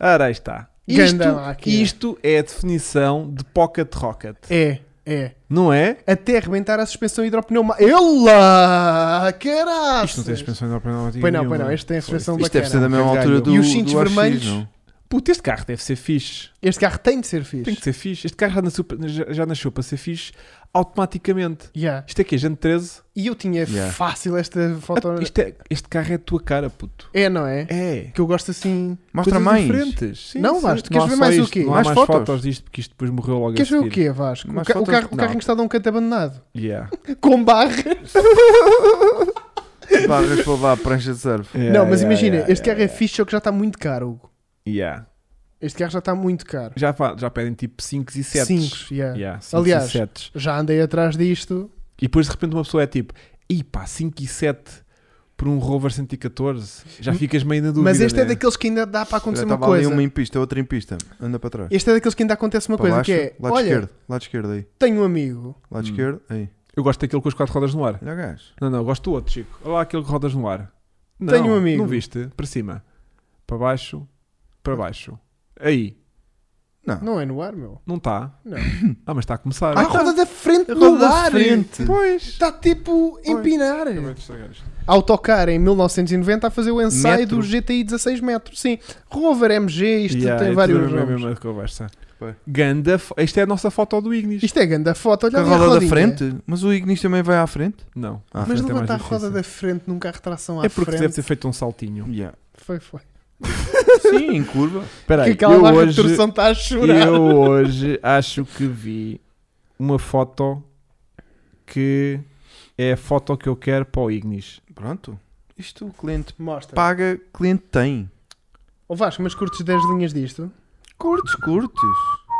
Speaker 2: Ora, aí está. Isto,
Speaker 3: Ganda máquina.
Speaker 2: isto é a definição de Pocket Rocket.
Speaker 3: É, é.
Speaker 2: Não é?
Speaker 3: Até arrebentar a suspensão hidropneumática. Ela! Caralho!
Speaker 2: Isto não tem suspensão hidropneumática
Speaker 3: Pois não,
Speaker 2: nenhuma.
Speaker 3: pois não. Este tem a
Speaker 2: Foda-se.
Speaker 3: suspensão
Speaker 1: Isto deve ser da
Speaker 3: bacana.
Speaker 1: mesma
Speaker 2: Quem
Speaker 1: altura
Speaker 2: ganhou?
Speaker 1: do
Speaker 3: E os cintos
Speaker 1: do AX,
Speaker 3: vermelhos?
Speaker 1: não?
Speaker 2: Puto, este carro deve ser fixe.
Speaker 3: Este carro tem de ser fixe.
Speaker 2: Tem que ser fixe. Este carro já nasceu, pa- já- já nasceu para ser fixe automaticamente.
Speaker 3: Yeah.
Speaker 2: Isto é que é gente 13.
Speaker 3: E eu tinha
Speaker 1: Yeah.
Speaker 3: fácil esta foto.
Speaker 2: Isto é- este carro é a tua cara, puto.
Speaker 3: É, não é?
Speaker 2: É.
Speaker 3: Que eu gosto assim.
Speaker 1: Mostra
Speaker 2: Coisas
Speaker 1: mais.
Speaker 2: diferentes. Sim,
Speaker 3: Não,
Speaker 2: sim.
Speaker 3: Vasco, tu
Speaker 2: Não
Speaker 3: queres
Speaker 2: há
Speaker 3: ver
Speaker 2: só
Speaker 3: mais o
Speaker 2: isto,
Speaker 3: quê?
Speaker 2: Não há
Speaker 1: Mais
Speaker 2: mais,
Speaker 1: fotos?
Speaker 2: fotos? disto, porque isto depois morreu logo a
Speaker 3: Queres ver o
Speaker 2: seguir.
Speaker 3: quê, Vasco? O,
Speaker 1: Mas
Speaker 3: ca o
Speaker 1: fotos-
Speaker 3: carro, o
Speaker 2: não.
Speaker 3: carro encostado a um canto abandonado.
Speaker 2: Yeah.
Speaker 3: Com barra.
Speaker 1: Barras para levar a prancha de surf.
Speaker 2: Yeah,
Speaker 3: não, mas
Speaker 2: yeah,
Speaker 3: imagina,
Speaker 2: yeah,
Speaker 3: este carro
Speaker 2: yeah,
Speaker 3: é fixe, só que já está muito caro, Hugo.
Speaker 2: yeah.
Speaker 3: Este carro já está muito caro.
Speaker 2: Já, fa- já pedem tipo 5 e 7.
Speaker 3: 5, yeah.
Speaker 2: Yeah, cinco
Speaker 3: Aliás.
Speaker 2: e setes.
Speaker 3: Já andei atrás disto.
Speaker 2: E depois de repente uma pessoa é tipo, e pá, 5 e 7 por um Rover 114, já ficas meio na dúvida.
Speaker 3: mas este é
Speaker 2: né?
Speaker 3: daqueles que ainda dá para
Speaker 1: Olha,
Speaker 3: acontecer uma
Speaker 1: Estava ali
Speaker 3: coisa.
Speaker 1: uma em pista, outra em pista. Anda para trás.
Speaker 3: Este é daqueles que ainda acontece uma
Speaker 1: Para
Speaker 3: coisa,
Speaker 1: baixo,
Speaker 3: que é,
Speaker 1: lado
Speaker 3: olha,
Speaker 1: esquerdo. Lado esquerdo aí.
Speaker 3: tenho um amigo
Speaker 1: Lado
Speaker 2: Hum.
Speaker 1: esquerdo aí.
Speaker 2: Eu gosto daquele com as quatro rodas no ar.
Speaker 1: Olha o gajo.
Speaker 2: Não, não, eu gosto do outro, Chico. Olha lá aquele com rodas no ar. Não,
Speaker 3: Tenho um amigo.
Speaker 2: Não viste? Para cima. Para baixo. Para baixo. Aí.
Speaker 1: Não.
Speaker 3: Não é no ar, meu.
Speaker 2: Não está.
Speaker 3: Não. então
Speaker 2: Ah, mas está a começar.
Speaker 1: Ah,
Speaker 3: A roda da frente
Speaker 1: A
Speaker 3: no
Speaker 1: roda da
Speaker 3: ar.
Speaker 1: frente.
Speaker 2: Pois.
Speaker 3: Está tipo a empinar. Autocar em 1990 a fazer o ensaio
Speaker 2: Metro.
Speaker 3: do GTI 16 metros. Sim. Rover MG, isto
Speaker 2: Yeah,
Speaker 3: tem
Speaker 2: é
Speaker 3: vários
Speaker 2: tudo a
Speaker 3: nomes.
Speaker 2: mesma conversa.
Speaker 1: Pois.
Speaker 2: Ganda, fo- esta é a nossa foto do Ignis.
Speaker 3: Isto é grande a foto, olha
Speaker 1: Com a
Speaker 3: ali a
Speaker 1: roda da
Speaker 3: rodinha.
Speaker 1: frente? Mas o Ignis também vai à frente?
Speaker 2: Não.
Speaker 1: Ah,
Speaker 2: frente
Speaker 3: Mas
Speaker 2: é
Speaker 3: levantar a
Speaker 2: mais
Speaker 3: roda
Speaker 2: difícil.
Speaker 3: da frente num carro de tração à
Speaker 2: É porque deve
Speaker 3: frente.
Speaker 2: ter feito um saltinho.
Speaker 1: Yeah.
Speaker 3: Foi, foi.
Speaker 1: Sim, em curva.
Speaker 2: Espera
Speaker 3: Que
Speaker 2: aí,
Speaker 3: aquela
Speaker 2: eu
Speaker 3: barra
Speaker 2: hoje,
Speaker 3: de torção está a chorar.
Speaker 2: eu hoje acho que vi uma foto que é a foto que eu quero para o Ignis.
Speaker 1: Pronto. Isto o cliente
Speaker 3: Mostra.
Speaker 1: paga, cliente tem.
Speaker 3: Ô Vasco, mas curtes 10 linhas disto?
Speaker 1: Curtos, curtos.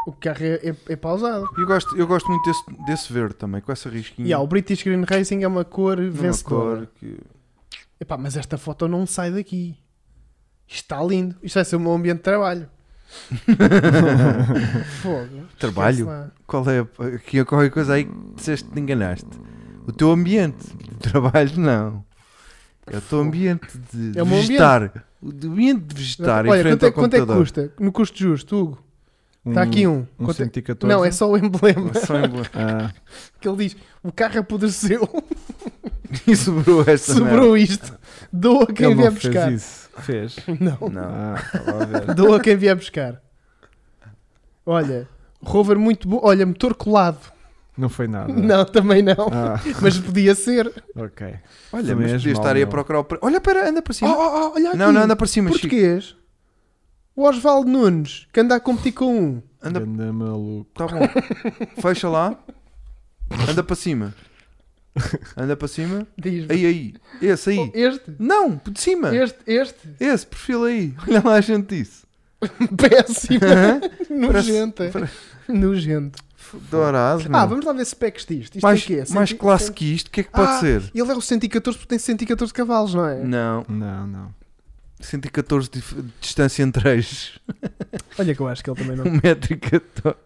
Speaker 3: O carro é, é, é pausado.
Speaker 1: Eu gosto, eu gosto muito desse, desse verde também, com essa risquinha.
Speaker 3: E há o British Green Racing é uma cor
Speaker 1: Hum. Uma
Speaker 3: vencedora.
Speaker 1: cor que-
Speaker 3: Epá, mas esta foto não sai daqui. Isto está lindo. Isto vai ser o meu ambiente de trabalho. Fogo.
Speaker 1: Trabalho?
Speaker 3: Esquece lá.
Speaker 1: Qual é? a- Aqui há qualquer coisa aí que disseste que te enganaste. O teu ambiente de trabalho, não. É o teu ambiente de de
Speaker 3: É o meu
Speaker 1: vegetar. O de- ambiente de vegetar em
Speaker 3: Olha,
Speaker 1: frente
Speaker 3: quanto é,
Speaker 1: ao
Speaker 3: quanto é que
Speaker 1: computador.
Speaker 3: custa? No custo justo, Hugo. Está aqui um.
Speaker 2: Um
Speaker 3: Quanto é-
Speaker 2: 114.
Speaker 3: Não, é só o emblema.
Speaker 1: Só em boa.
Speaker 2: Ah,
Speaker 3: Que ele diz: o carro apodreceu,
Speaker 1: E sobrou esta merda.
Speaker 3: sobrou isto. Doa quem
Speaker 2: ele
Speaker 3: vier
Speaker 2: não fez
Speaker 3: buscar.
Speaker 2: isso. Fez.
Speaker 3: Não.
Speaker 1: Não.
Speaker 2: Ah, estava a ver.
Speaker 3: Doa quem vier buscar. Olha, rover muito bom. Olha, motor colado.
Speaker 2: Ah, Não foi nada.
Speaker 3: Não, também não.
Speaker 2: Ah,
Speaker 3: Mas podia ser.
Speaker 2: ok.
Speaker 1: Olha,
Speaker 2: Também
Speaker 1: mas
Speaker 2: és
Speaker 1: podias
Speaker 2: mau,
Speaker 1: estar aí a
Speaker 2: meu.
Speaker 1: procurar o pre... Olha, pera, anda para
Speaker 3: Oh,
Speaker 1: cima.
Speaker 3: oh, oh, olha aqui.
Speaker 1: não, não, anda para cima, Chico.
Speaker 3: Português. O Osvaldo Nunes, que anda a competir com um.
Speaker 1: Anda,
Speaker 2: Ganda maluco.
Speaker 1: tá bom. Fecha lá. Anda para cima. Anda para cima.
Speaker 3: Diz-me.
Speaker 1: Aí, aí. Esse aí.
Speaker 3: Oh, Este,
Speaker 1: Não, de cima.
Speaker 3: este, este.
Speaker 1: Esse perfil aí. Olha lá a gente disse.
Speaker 3: Péssimo.
Speaker 1: Hã?
Speaker 3: Nojenta.
Speaker 1: Parece-
Speaker 3: Nojento.
Speaker 1: Dourado,
Speaker 3: Ah,
Speaker 1: meu.
Speaker 3: vamos lá ver specs disto. Isto
Speaker 1: mais,
Speaker 3: é que é?
Speaker 1: mais
Speaker 3: Cento-
Speaker 1: classe
Speaker 3: cento-
Speaker 1: que isto, o que é que pode
Speaker 3: Ah,
Speaker 1: ser?
Speaker 3: Ele é o 114 porque tem 114 cavalos, não é?
Speaker 1: Não,
Speaker 2: Não, não.
Speaker 1: 114 de dif- distância entre eixos.
Speaker 3: Olha que eu acho que ele também não.
Speaker 1: 1,14m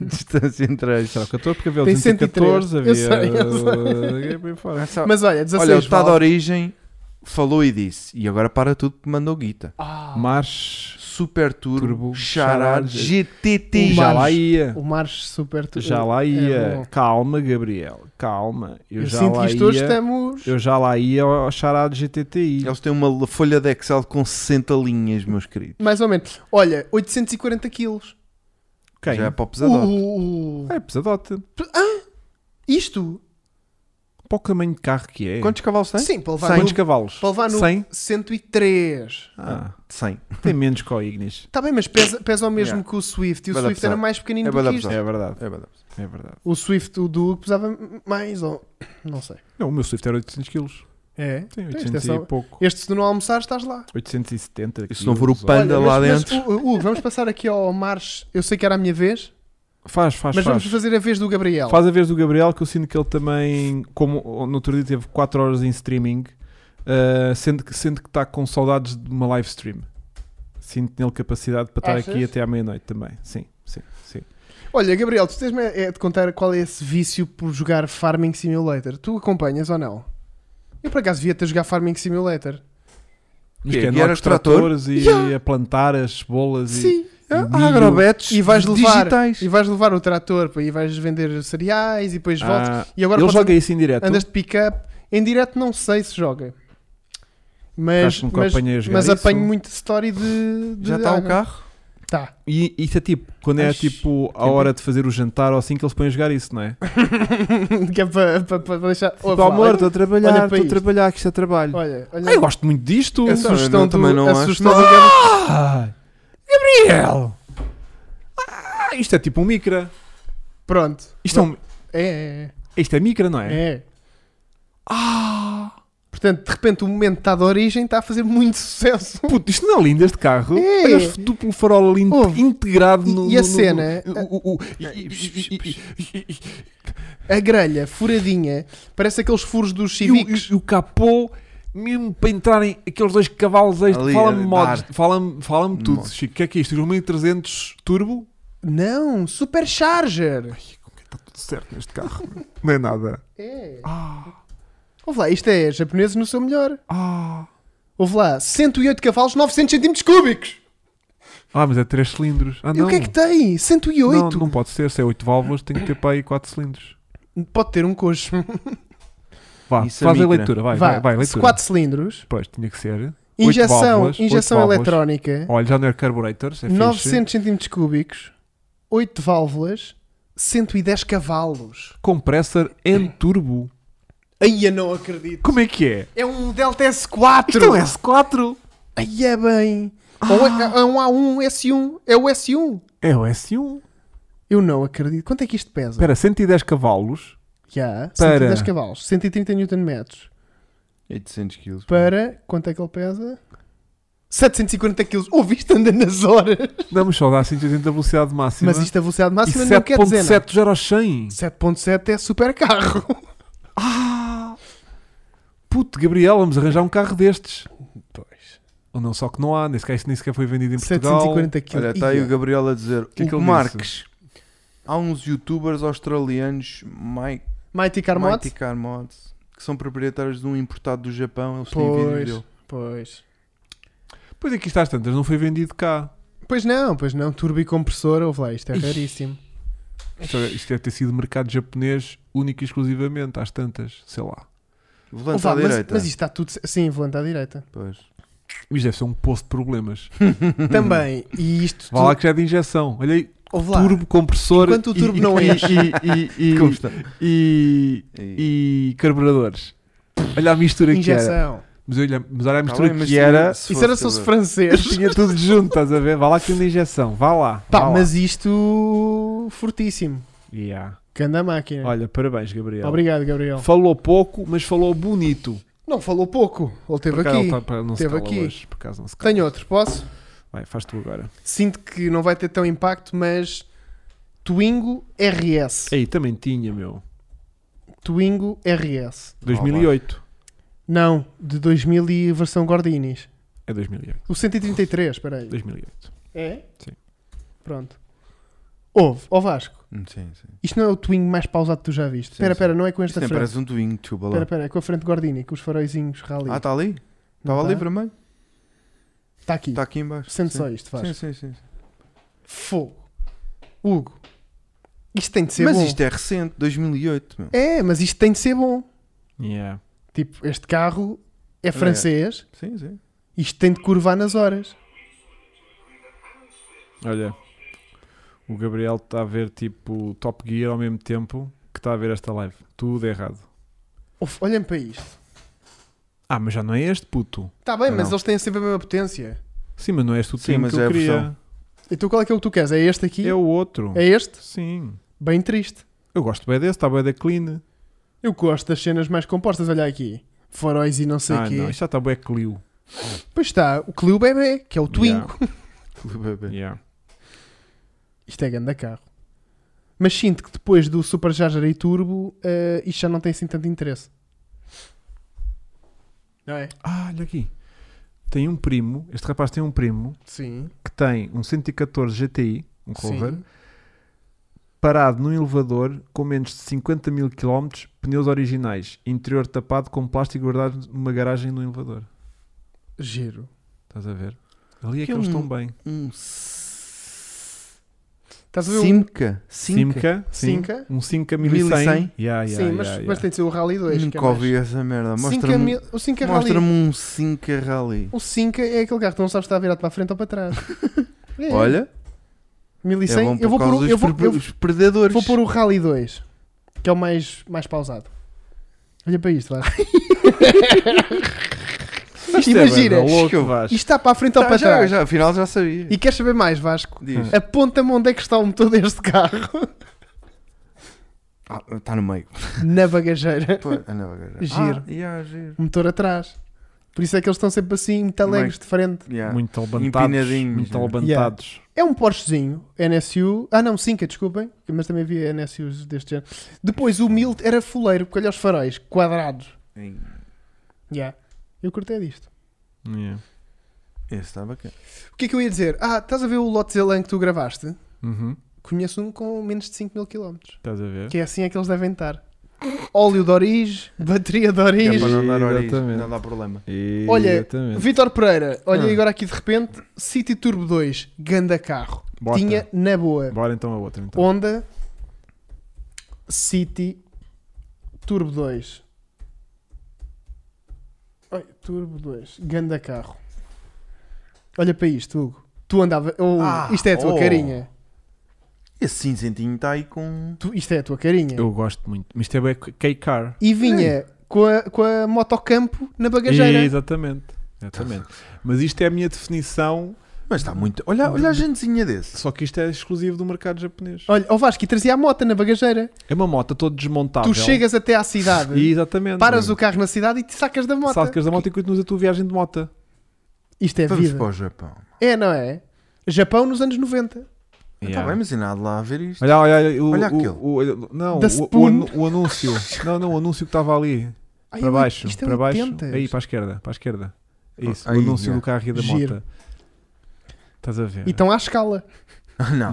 Speaker 1: distância entre
Speaker 2: Será
Speaker 1: eixos.
Speaker 2: o 14? Porque havia o
Speaker 3: Tem
Speaker 2: 114,
Speaker 3: 113. Eu
Speaker 2: havia.
Speaker 3: sei,
Speaker 2: Havia por aí fora.
Speaker 1: Ah, só-
Speaker 3: Mas olha, 16
Speaker 1: Olha, o Estado de
Speaker 3: válvulas.
Speaker 1: Origem falou e disse. E agora para tudo que mandou guita.
Speaker 3: Ah,
Speaker 2: March.
Speaker 1: Super Turbo,
Speaker 2: Turbo,
Speaker 1: Charade,
Speaker 2: Charade,
Speaker 1: GTT.
Speaker 2: Já
Speaker 3: March.
Speaker 2: lá ia.
Speaker 3: O March Super Turbo.
Speaker 2: Já lá
Speaker 3: É
Speaker 2: ia.
Speaker 3: bom.
Speaker 2: calma, Gabriel. Calma. Eu,
Speaker 3: Eu,
Speaker 2: já
Speaker 3: sinto
Speaker 2: lá
Speaker 3: que isto hoje
Speaker 2: ia.
Speaker 3: estamos.
Speaker 2: Eu já lá ia ao ao charado GTTI.
Speaker 1: Eles têm uma l- folha de Excel com 60 linhas, meus queridos.
Speaker 3: Mais ou menos. Olha, 840 quilos.
Speaker 2: Quem?
Speaker 1: Já é para o
Speaker 3: O-
Speaker 1: pesadote.
Speaker 3: o- o-
Speaker 2: É pesadote.
Speaker 3: Isto?
Speaker 2: Para o tamanho de carro que é.
Speaker 1: Quantos cavalos tem?
Speaker 3: Sim, para levar um
Speaker 1: Cem.
Speaker 2: Quantos
Speaker 3: no,
Speaker 2: cavalos?
Speaker 3: para levar no
Speaker 2: 100?
Speaker 3: 103.
Speaker 2: Ah,
Speaker 1: 100.
Speaker 2: tem menos que o Ignis.
Speaker 3: Está Tá bem, mas pesa, pesa o mesmo
Speaker 1: Yeah.
Speaker 3: que o Swift. E o
Speaker 1: Vai dar
Speaker 3: Swift era
Speaker 1: pesado.
Speaker 3: mais pequenino
Speaker 1: É, vai
Speaker 3: do
Speaker 1: dar
Speaker 3: que isto.
Speaker 1: pesado.
Speaker 2: É verdade.
Speaker 1: É verdade.
Speaker 2: É verdade.
Speaker 3: O Swift, o do Hugo, pesava mais ou... Não sei.
Speaker 2: Não, o meu Swift era 800 kg.
Speaker 3: É?
Speaker 2: Tem
Speaker 3: Isto é
Speaker 2: 800
Speaker 3: só-
Speaker 2: e pouco.
Speaker 3: Este, se tu não almoçares, estás lá.
Speaker 2: 870
Speaker 1: E se não for o
Speaker 2: quilos,
Speaker 1: Pan- Anda
Speaker 3: mas-
Speaker 1: lá
Speaker 3: mas,
Speaker 1: dentro.
Speaker 3: Hugo, Hugo, vamos passar aqui ao March. Eu sei que era a minha
Speaker 2: olha.
Speaker 3: vez,
Speaker 2: Faz, faz,
Speaker 3: mas
Speaker 2: faz.
Speaker 3: vamos fazer a vez do Gabriel.
Speaker 2: Faz a vez do Gabriel, que eu sinto que ele também, como no outro dia teve 4 horas em streaming, uh, sendo, que, sendo que está com saudades de uma live stream. Sinto nele capacidade para estar
Speaker 3: Achas?
Speaker 2: aqui até à meia-noite também. Sim, sim, sim.
Speaker 3: Olha, Gabriel, tu tens-me é de contar qual é esse vício por jogar Farming Simulator. Tu acompanhas ou não? Eu por acaso via-te a jogar Farming Simulator.
Speaker 2: Mas
Speaker 1: Quê?
Speaker 2: que é
Speaker 1: Guiar
Speaker 2: nós
Speaker 1: os trator?
Speaker 2: tratores e
Speaker 3: Yeah.
Speaker 2: a plantar as cebolas e.
Speaker 3: Sim.
Speaker 1: Ah,
Speaker 2: Milho.
Speaker 1: há agrobetos
Speaker 3: E vais levar,
Speaker 1: digitais.
Speaker 3: e vais levar o trator para- e vais vender cereais e depois voltas.
Speaker 2: Ah,
Speaker 3: E agora
Speaker 2: ele
Speaker 3: podes
Speaker 2: joga isso em direto.
Speaker 3: Andas de pick-up. Em direto não sei se joga. Mas,
Speaker 2: Acho que nunca
Speaker 3: mas,
Speaker 2: apanhei a jogar
Speaker 3: mas
Speaker 2: isso. um
Speaker 3: apanho muito story de, de
Speaker 1: Já está o
Speaker 3: água.
Speaker 1: carro?
Speaker 3: Tá.
Speaker 2: E isso é tipo, quando é
Speaker 3: Ai,
Speaker 2: tipo a
Speaker 1: que
Speaker 2: hora de fazer o jantar ou assim que eles põem a jogar isso, não é?
Speaker 3: que é para pa, pa deixar...
Speaker 2: Tipo, amor, estou a
Speaker 3: olha
Speaker 2: trabalhar,
Speaker 3: para
Speaker 2: estou a
Speaker 3: isto.
Speaker 2: trabalhar, que isto é trabalho.
Speaker 3: Olha, olha.
Speaker 2: Ah, eu gosto muito disto.
Speaker 1: Eu
Speaker 3: a
Speaker 1: também não-
Speaker 3: sugestão do,
Speaker 1: também não
Speaker 3: a
Speaker 1: acho.
Speaker 3: sugestão do Gabriel.
Speaker 2: Ah, Gabriel! Ah, isto é tipo um micra.
Speaker 3: Pronto.
Speaker 2: Isto é, um,
Speaker 3: É, é,
Speaker 2: isto é micra, não
Speaker 3: é.
Speaker 2: é?
Speaker 3: é.
Speaker 2: Ah!
Speaker 3: Portanto, de repente o momento está de origem, está a fazer muito sucesso.
Speaker 2: Puto, isto não é lindo este carro.
Speaker 3: É.
Speaker 2: Olha este duplo farol ali
Speaker 3: Ouve.
Speaker 2: integrado
Speaker 3: E-
Speaker 2: no.
Speaker 3: e a
Speaker 2: no- no-
Speaker 3: cena?
Speaker 2: o- o- o- e- e- e- e-
Speaker 3: A grelha furadinha, parece aqueles furos dos
Speaker 2: e o-
Speaker 3: Civics.
Speaker 2: e o capô, mesmo para entrarem aqueles dois cavalos
Speaker 1: Ali,
Speaker 2: extra, fala-me
Speaker 1: ali,
Speaker 2: mods,
Speaker 1: dar.
Speaker 2: fala-me fala tudo,
Speaker 1: Mods.
Speaker 2: Chico. O que é que é isto? Os 1300 turbo?
Speaker 3: Não, supercharger.
Speaker 2: Ai, como que está tudo tudo certo neste carro. Não é nada.
Speaker 3: É.
Speaker 2: Ah,
Speaker 3: Ouve lá, isto é japoneses no seu melhor.
Speaker 2: ah.
Speaker 3: Houve lá, 108 cavalos, 900 centímetros cúbicos.
Speaker 2: Ah, mas é 3 cilindros. Ah,
Speaker 3: E
Speaker 2: não.
Speaker 3: o que é que tem?
Speaker 2: não,
Speaker 3: 108?
Speaker 2: não pode ser. Se é 8 válvulas, tem que ter para aí 4 cilindros.
Speaker 3: Pode ter um coxo.
Speaker 2: Vá,
Speaker 1: Isso é
Speaker 2: faz a
Speaker 1: micra.
Speaker 2: leitura. Vai,
Speaker 3: Vá,
Speaker 2: vai, vai, leitura.
Speaker 3: 4 cilindros,
Speaker 2: Pois, tinha que ser. Oito
Speaker 3: injeção,
Speaker 2: válvulas,
Speaker 3: injeção
Speaker 2: oito válvulas.
Speaker 3: eletrónica,
Speaker 2: Olha, já não é carburetors, é fixe.
Speaker 3: 900 centímetros cúbicos, 8 válvulas, 110 cavalos.
Speaker 2: Compressor em turbo.
Speaker 3: Aí eu não acredito.
Speaker 2: Como é que é?
Speaker 3: É um Delta S4.
Speaker 2: Isto é um S4.
Speaker 3: Aí é bem. Ou
Speaker 2: Ah.
Speaker 3: é, é um A1 S1. É um. o S1.
Speaker 2: É o S1.
Speaker 3: Eu não acredito. Quanto é que isto pesa?
Speaker 2: Espera, 110 cavalos.
Speaker 3: Já,
Speaker 2: Para.
Speaker 3: 110 cavalos, 130 Nm.
Speaker 1: 800 quilos.
Speaker 3: Para, quanto é que ele pesa? 740 kg. Ouviste andar nas horas.
Speaker 2: Damos só dá 180 velocidade máxima.
Speaker 3: Mas isto a velocidade
Speaker 2: e
Speaker 3: máxima não quer dizer nada.
Speaker 2: 7.7 já era aos 100.
Speaker 3: 7.7 é super carro.
Speaker 2: Ah! Puto, Gabriel, vamos arranjar um carro destes.
Speaker 1: Pois.
Speaker 2: Ou não, só que não há. Nesse caso, isto nem sequer foi vendido em Portugal.
Speaker 3: 740 kg.
Speaker 1: Olha, está tá aí o Gabriel a dizer.
Speaker 2: Que é que
Speaker 1: o
Speaker 2: ele
Speaker 1: Marques. Há uns youtubers australianos, Mike,
Speaker 3: Mighty Car
Speaker 1: Mighty
Speaker 3: Mod?
Speaker 1: Car Mods, que são proprietários de um importado do Japão. Eles têm vídeos
Speaker 3: Pois,
Speaker 1: dele.
Speaker 3: pois.
Speaker 2: Pois aqui está às tantas, não foi vendido cá.
Speaker 3: Pois não, pois não. Turbo e compressor, ouve lá, isto é
Speaker 2: Ih.
Speaker 3: raríssimo.
Speaker 2: Isto, é, isto deve ter sido mercado japonês único e exclusivamente, às tantas, sei lá.
Speaker 1: Volante
Speaker 3: Ouve lá,
Speaker 1: à
Speaker 3: mas,
Speaker 1: direita.
Speaker 3: mas isto está tudo... Sim, volante à direita.
Speaker 1: Pois.
Speaker 2: Isto deve ser um poço de problemas.
Speaker 1: Uhum.
Speaker 3: Também. E isto...
Speaker 2: Vá lá que já é de injeção. Olha aí,
Speaker 3: Ouve lá.
Speaker 2: turbo, compressor.
Speaker 3: Enquanto o
Speaker 2: e-
Speaker 3: turbo
Speaker 2: e-
Speaker 3: não
Speaker 2: e-
Speaker 3: enche.
Speaker 2: E, e,
Speaker 1: Consta.
Speaker 2: e, e, e carburadores. Olha a mistura que era.
Speaker 3: Injeção.
Speaker 2: Mas olha, mas olha a
Speaker 1: Tá
Speaker 2: mistura
Speaker 1: bem, mas
Speaker 2: que era.
Speaker 1: se
Speaker 3: Isso era
Speaker 1: fosse
Speaker 3: só se
Speaker 1: ele-
Speaker 3: francês.
Speaker 2: Tinha tudo junto, estás a ver? Vá lá que tem de injeção. Vá lá.
Speaker 3: Pá,
Speaker 2: vá lá.
Speaker 3: Tá, mas isto fortíssimo.
Speaker 2: Yeah.
Speaker 3: Ganda máquina.
Speaker 2: Olha, parabéns, Gabriel.
Speaker 3: Obrigado, Gabriel.
Speaker 2: Falou pouco, mas falou bonito.
Speaker 3: Não falou pouco. Ele
Speaker 2: Por
Speaker 3: teve
Speaker 2: acaso
Speaker 3: aqui.
Speaker 2: ele tá- pá, não se
Speaker 3: Teve
Speaker 2: cala
Speaker 3: aqui.
Speaker 2: hoje, por acaso não se cala.
Speaker 3: Tenho outro, posso?
Speaker 2: Vai, faz tu agora.
Speaker 3: Sinto que não vai ter tão impacto, mas Twingo RS.
Speaker 1: É.
Speaker 2: Aí, também tinha, meu.
Speaker 3: Twingo RS.
Speaker 2: 2008.
Speaker 3: Não, de 2000 e versão Gordinis.
Speaker 2: É 2008.
Speaker 3: O 133, espera aí.
Speaker 2: 2008.
Speaker 3: É?
Speaker 2: Sim.
Speaker 3: Pronto. Ouve, ó Vasco,
Speaker 1: Hum, Sim, sim.
Speaker 3: isto não é o Twingo mais pausado que tu já viste.
Speaker 1: Sim,
Speaker 3: Espera,
Speaker 1: sim.
Speaker 3: espera, não é com
Speaker 1: Isto
Speaker 3: esta
Speaker 1: nem
Speaker 3: frente.
Speaker 1: parece um Twingo, desculpa
Speaker 3: Espera,
Speaker 1: lá.
Speaker 3: espera, é com a frente Gordini, com os faróizinhos rally.
Speaker 1: Ah, está ali?
Speaker 3: Não
Speaker 1: Estava ali
Speaker 3: tá?
Speaker 1: vermelho?
Speaker 3: Está aqui.
Speaker 1: Está aqui embaixo.
Speaker 3: Sente
Speaker 1: Tá. Sim.
Speaker 3: só isto, Vasco.
Speaker 1: Sim, sim, sim.
Speaker 3: Fogo. Hugo, isto tem de ser
Speaker 1: Mas
Speaker 3: bom.
Speaker 1: isto é recente, 2008, meu.
Speaker 3: é... mas isto tem de ser bom.
Speaker 2: Yeah.
Speaker 3: Tipo, este carro é francês,
Speaker 1: Sim, sim.
Speaker 3: isto tem de curvar nas horas.
Speaker 2: Olha, o Gabriel está a ver tipo Top Gear ao mesmo tempo que está a ver esta live. Tudo errado.
Speaker 3: Uf, olhem para isto.
Speaker 2: Ah, mas já não é este puto.
Speaker 3: Está bem, mas
Speaker 1: Não.
Speaker 3: eles têm sempre a mesma potência.
Speaker 2: Sim, mas não é este o
Speaker 1: Sim,
Speaker 2: time
Speaker 1: mas
Speaker 2: que eu
Speaker 1: é a
Speaker 2: queria.
Speaker 1: versão.
Speaker 3: Então qual é que é o que tu queres? É este aqui?
Speaker 2: É o outro.
Speaker 3: É este?
Speaker 2: Sim.
Speaker 3: Bem triste.
Speaker 2: Eu gosto bem desse, está bem da clean.
Speaker 3: Eu gosto das cenas mais compostas, olha aqui. Faróis e não sei o
Speaker 2: ah,
Speaker 3: quê.
Speaker 2: não, isto já está bem Clio.
Speaker 3: Pois está, o Clio Bebê, que é o Twingo.
Speaker 1: Clube bebê.
Speaker 2: Yeah.
Speaker 3: Isto é grande carro. Mas sinto que depois do Supercharger e Turbo, eh, isto já não tem assim tanto interesse. Não é?
Speaker 2: Ah, olha aqui. Tem um primo, este rapaz tem um primo
Speaker 3: Sim.
Speaker 2: que tem um 114 GTI, um Rover,
Speaker 3: Sim.
Speaker 2: parado num elevador com menos de 50 mil km, pneus originais, interior tapado com plástico guardado numa garagem no elevador.
Speaker 3: Giro.
Speaker 2: Estás a ver? Ali é
Speaker 1: Que
Speaker 2: que, eles
Speaker 1: um-
Speaker 2: estão bem.
Speaker 1: Um. s-
Speaker 3: Estás a ver um...
Speaker 1: Simca.
Speaker 2: Simca, sim.
Speaker 3: Simca?
Speaker 2: um Simca 1100.
Speaker 1: 1100.
Speaker 2: Yeah, yeah,
Speaker 3: Sim,
Speaker 2: yeah,
Speaker 3: mas,
Speaker 2: yeah.
Speaker 3: mas tem de ser o Rally 2. que é
Speaker 1: Nunca
Speaker 3: mais-
Speaker 1: ouvi Hum, essa merda.
Speaker 3: Cinca
Speaker 1: Mostra-me
Speaker 3: mil- O 5 é
Speaker 1: mostra
Speaker 3: Rally.
Speaker 1: um Simca Rally.
Speaker 3: O 5 é aquele carro que tu não sabes se está virado para a frente ou para trás. É.
Speaker 1: Olha, é
Speaker 3: 1100.
Speaker 1: bom
Speaker 3: eu
Speaker 1: por
Speaker 3: vou pôr
Speaker 1: causa
Speaker 3: o, eu
Speaker 1: dos
Speaker 3: vou,
Speaker 1: per-
Speaker 3: eu
Speaker 1: os predadores.
Speaker 3: vou um pôr o Rally 2, que é o mais, mais pausado. Olha para isto, vai.
Speaker 2: Isto é bem
Speaker 3: Imagina,
Speaker 2: louco,
Speaker 1: eu-
Speaker 2: Vasco.
Speaker 3: Isto está para a frente ou
Speaker 1: Tá,
Speaker 3: para
Speaker 1: já,
Speaker 3: trás.
Speaker 1: já, afinal já sabia.
Speaker 3: E queres saber mais, Vasco?
Speaker 1: Diz.
Speaker 3: Aponta-me onde é que está o motor deste carro.
Speaker 1: Ah, tá no meio.
Speaker 3: Na bagageira.
Speaker 1: Pô, ah, não, agora.
Speaker 3: Giro.
Speaker 1: Ah, yeah, giro.
Speaker 3: O motor atrás. Por isso é que eles estão sempre assim, muito
Speaker 1: é
Speaker 3: alegres de frente.
Speaker 1: Yeah.
Speaker 2: Muito levantados.
Speaker 1: Empinadinhos,
Speaker 2: Muito
Speaker 1: né?
Speaker 2: levantados.
Speaker 3: É um Porschezinho, NSU. Ah, não, 5, desculpem. Mas também havia NSUs deste género. Depois o 1000 era fuleiro, porque olha os faróis, quadrados.
Speaker 1: Em-
Speaker 3: Yeah. Eu cortei disto.
Speaker 2: Yeah.
Speaker 1: Esse está bacana.
Speaker 3: O que é que eu ia dizer? Ah, estás a ver o lote Zelan que tu gravaste?
Speaker 2: Uhum.
Speaker 3: Conheço um com menos de 5 mil km.
Speaker 2: Estás a ver?
Speaker 3: Que é assim é que eles devem estar. Óleo de origem, bateria de
Speaker 1: Que
Speaker 3: origem.
Speaker 1: é para não dar origem,
Speaker 2: Exatamente.
Speaker 1: não dá problema.
Speaker 3: Olha,
Speaker 2: Exatamente.
Speaker 3: Vitor Pereira, olha
Speaker 2: Ah.
Speaker 3: agora aqui de repente, City Turbo 2, ganda carro.
Speaker 2: Bota.
Speaker 3: Tinha na boa.
Speaker 2: Bora então a outra. Então.
Speaker 3: Honda City Turbo 2. Oi, Turbo 2, ganda carro. Olha para isto, Hugo. Tu andava. Oh,
Speaker 1: Ah,
Speaker 3: isto é a tua
Speaker 1: oh.
Speaker 3: carinha.
Speaker 1: Esse cinzentinho está aí com.
Speaker 3: Tu- isto é a tua carinha.
Speaker 2: Eu gosto muito. Mas isto é bué K-Car.
Speaker 3: E vinha com a, com a motocampo na bagageira.
Speaker 2: Exatamente. Exatamente. Mas isto é a minha definição,
Speaker 1: Mas está muito. Olha,
Speaker 3: Uhum.
Speaker 1: olha a gentezinha desse.
Speaker 2: só que isto é exclusivo do mercado japonês.
Speaker 3: Olha, o Vasco, e trazia a moto na bagageira.
Speaker 2: É uma moto toda desmontável.
Speaker 3: tu chegas até à cidade,
Speaker 2: Ah, e Exatamente.
Speaker 3: paras o carro na cidade e te sacas da moto.
Speaker 2: Sacas Então, da moto e continuas a tua viagem de moto.
Speaker 3: Isto é
Speaker 1: Vamos
Speaker 3: vida.
Speaker 1: para o Japão. Tá
Speaker 3: É, não é? Japão nos anos 90. Então
Speaker 1: Está
Speaker 2: Yeah.
Speaker 1: bem, mas e nada lá a ver isto.
Speaker 2: Olha, olha, olha, o,
Speaker 1: Olha
Speaker 2: o-
Speaker 1: aquele.
Speaker 2: o- olha, não,
Speaker 3: Da
Speaker 2: o- o,
Speaker 3: Spoon.
Speaker 2: anu- o anúncio. Não, não, o anúncio que estava ali.
Speaker 3: Ai,
Speaker 2: para
Speaker 3: eu-
Speaker 2: baixo,
Speaker 3: isto é
Speaker 2: para baixo.
Speaker 3: 80s.
Speaker 2: Aí, para a esquerda, para a esquerda. É Isso,
Speaker 1: Aí,
Speaker 2: o anúncio
Speaker 1: yeah.
Speaker 2: do carro e da
Speaker 3: Giro.
Speaker 2: moto. Estás a ver?
Speaker 3: E estão à escala.
Speaker 2: Não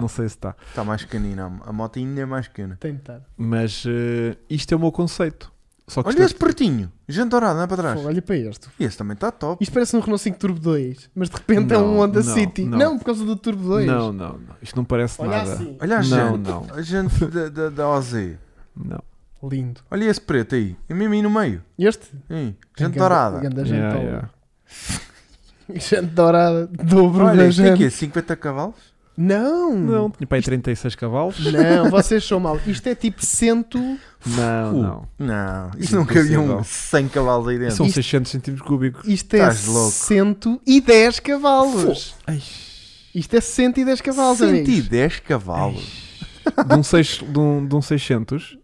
Speaker 1: Não,
Speaker 2: sei se tá. está.
Speaker 1: está mais pequenina. A moto ainda é mais pequena.
Speaker 3: Tem de estar.
Speaker 2: Mas eh, isto é o meu conceito. Só que
Speaker 1: Olha
Speaker 2: isto é-
Speaker 1: esse pertinho. Gente dourada, não é para trás.
Speaker 3: Fogo, olha para este.
Speaker 1: Esse também está top.
Speaker 3: Isto parece um Renault 5 Turbo 2, mas de repente é um
Speaker 2: Não,
Speaker 3: Honda
Speaker 2: não,
Speaker 3: City. Não.
Speaker 2: não.
Speaker 3: por causa do Turbo 2.
Speaker 2: Não, não, não. Isto não parece
Speaker 3: Olha
Speaker 2: nada.
Speaker 3: assim.
Speaker 1: Olha a
Speaker 2: Não,
Speaker 1: gente.
Speaker 2: não.
Speaker 1: A gente da, da, da OZ.
Speaker 2: Não.
Speaker 3: Lindo.
Speaker 1: Olha esse preto aí. E mesmo aí no meio.
Speaker 3: Este?
Speaker 1: Hein,
Speaker 3: Tem
Speaker 1: gente
Speaker 3: ganda-
Speaker 1: dourada.
Speaker 3: ganda gente,
Speaker 2: Yeah,
Speaker 3: ao-
Speaker 2: yeah.
Speaker 3: gente dourada. Dobro
Speaker 1: Olha,
Speaker 3: da
Speaker 2: é
Speaker 1: isto tem
Speaker 3: gente.
Speaker 1: quê? 50 cavalos?
Speaker 3: Não.
Speaker 2: Não, tinha para aí 36 cavalos.
Speaker 3: Não, vocês são mal. Isto é tipo 100.
Speaker 2: Não, não.
Speaker 1: Não, isso
Speaker 2: Impossível.
Speaker 3: é
Speaker 1: não cabia um 100 cavalos aí dentro.
Speaker 2: São
Speaker 3: Isto-
Speaker 2: 600 centímetros cúbicos.
Speaker 3: Isto é
Speaker 1: Estás louco.
Speaker 3: 110 cavalos.
Speaker 2: Ai,
Speaker 3: Isto é 110 cavalos, amigos.
Speaker 1: 110 cavalos.
Speaker 2: De um, seis, de, um, de um 600,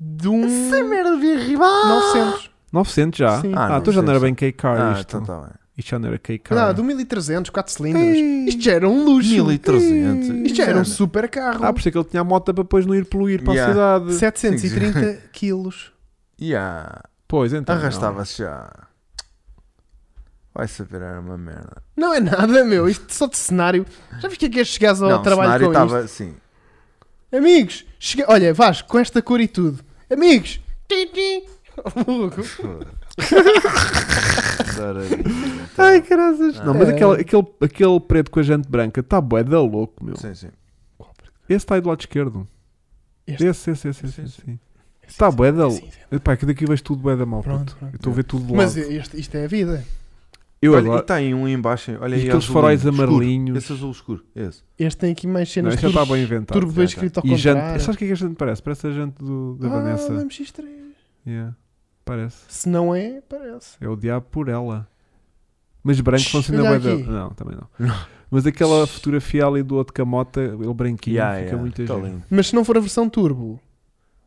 Speaker 3: De um
Speaker 1: merda devia rival.
Speaker 2: Ah,
Speaker 3: 900.
Speaker 2: 900 já.
Speaker 3: Sim.
Speaker 2: Ah,
Speaker 1: Ah,
Speaker 2: então já não era bem K-Car
Speaker 1: Ah,
Speaker 2: isto.
Speaker 1: então tá bem.
Speaker 2: Isto já não era K-Car.
Speaker 3: Não, de um 1300, 4 cilindros. Isto já era um luxo.
Speaker 1: 1300.
Speaker 3: Isto já era um super carro.
Speaker 2: Ah, por isso é que ele tinha a moto para depois não ir poluir para
Speaker 1: Yeah.
Speaker 2: a cidade.
Speaker 3: 730 quilos.
Speaker 1: Yeah.
Speaker 2: Pois, então. não.
Speaker 1: Arrastava-se já. Vai saber, era uma merda.
Speaker 3: Não é nada, meu. Isto só de cenário. Já viste que é que é chegares ao
Speaker 1: não,
Speaker 3: trabalho com
Speaker 1: o cenário
Speaker 3: isto?
Speaker 1: estava assim.
Speaker 3: Amigos, chega... olha, Vasco, com esta cor e tudo. Amigos, ti, ti. Hugo.
Speaker 2: Ai, caraças. Não, mas
Speaker 3: É.
Speaker 2: aquele, aquele, aquele preto com a gente branca está bué da louco, meu.
Speaker 1: Sim, sim.
Speaker 2: Esse está aí do lado esquerdo.
Speaker 3: Este.
Speaker 2: Esse, esse, esse, esse, esse. Está Tá bué da
Speaker 3: Sim,
Speaker 2: louco.
Speaker 3: sim.
Speaker 2: Pá, que daqui vejo tudo bué da mal,
Speaker 3: é assim, Pronto,
Speaker 2: puto.
Speaker 3: pronto.
Speaker 2: Eu estou a ver tudo de lado.
Speaker 3: Mas isto, isto é a vida.
Speaker 2: eu
Speaker 1: Olha, e
Speaker 2: agora...
Speaker 1: está aí um aí embaixo. Olha
Speaker 2: E
Speaker 1: aí
Speaker 2: aqueles
Speaker 1: azulinho,
Speaker 2: faróis
Speaker 1: escuro.
Speaker 2: amarelinhos.
Speaker 1: Esse azul escuro. Esse.
Speaker 3: Este tem aqui mais
Speaker 2: Não,
Speaker 3: cenas
Speaker 2: isto já está
Speaker 3: turbo,
Speaker 2: bem inventado.
Speaker 3: turbo
Speaker 1: já,
Speaker 3: bem
Speaker 1: já.
Speaker 3: escrito ao
Speaker 2: E gente...
Speaker 3: contrário.
Speaker 2: Sabes o que é que a gente parece? Parece a gente do, da
Speaker 3: ah,
Speaker 2: Vanessa.
Speaker 3: MX3.
Speaker 2: Yeah. Parece.
Speaker 3: Se não é, parece.
Speaker 2: É o diabo por ela. Mas branco
Speaker 3: Tch,
Speaker 2: funciona bem
Speaker 3: olha
Speaker 2: da...
Speaker 3: aqui.
Speaker 2: Não, também não. Mas aquela fotografia ali do outro camota, ele branquinho,
Speaker 1: Yeah,
Speaker 2: fica
Speaker 1: yeah,
Speaker 2: muito
Speaker 1: tá
Speaker 2: giro.
Speaker 1: lindo.
Speaker 3: Mas se não for a versão turbo,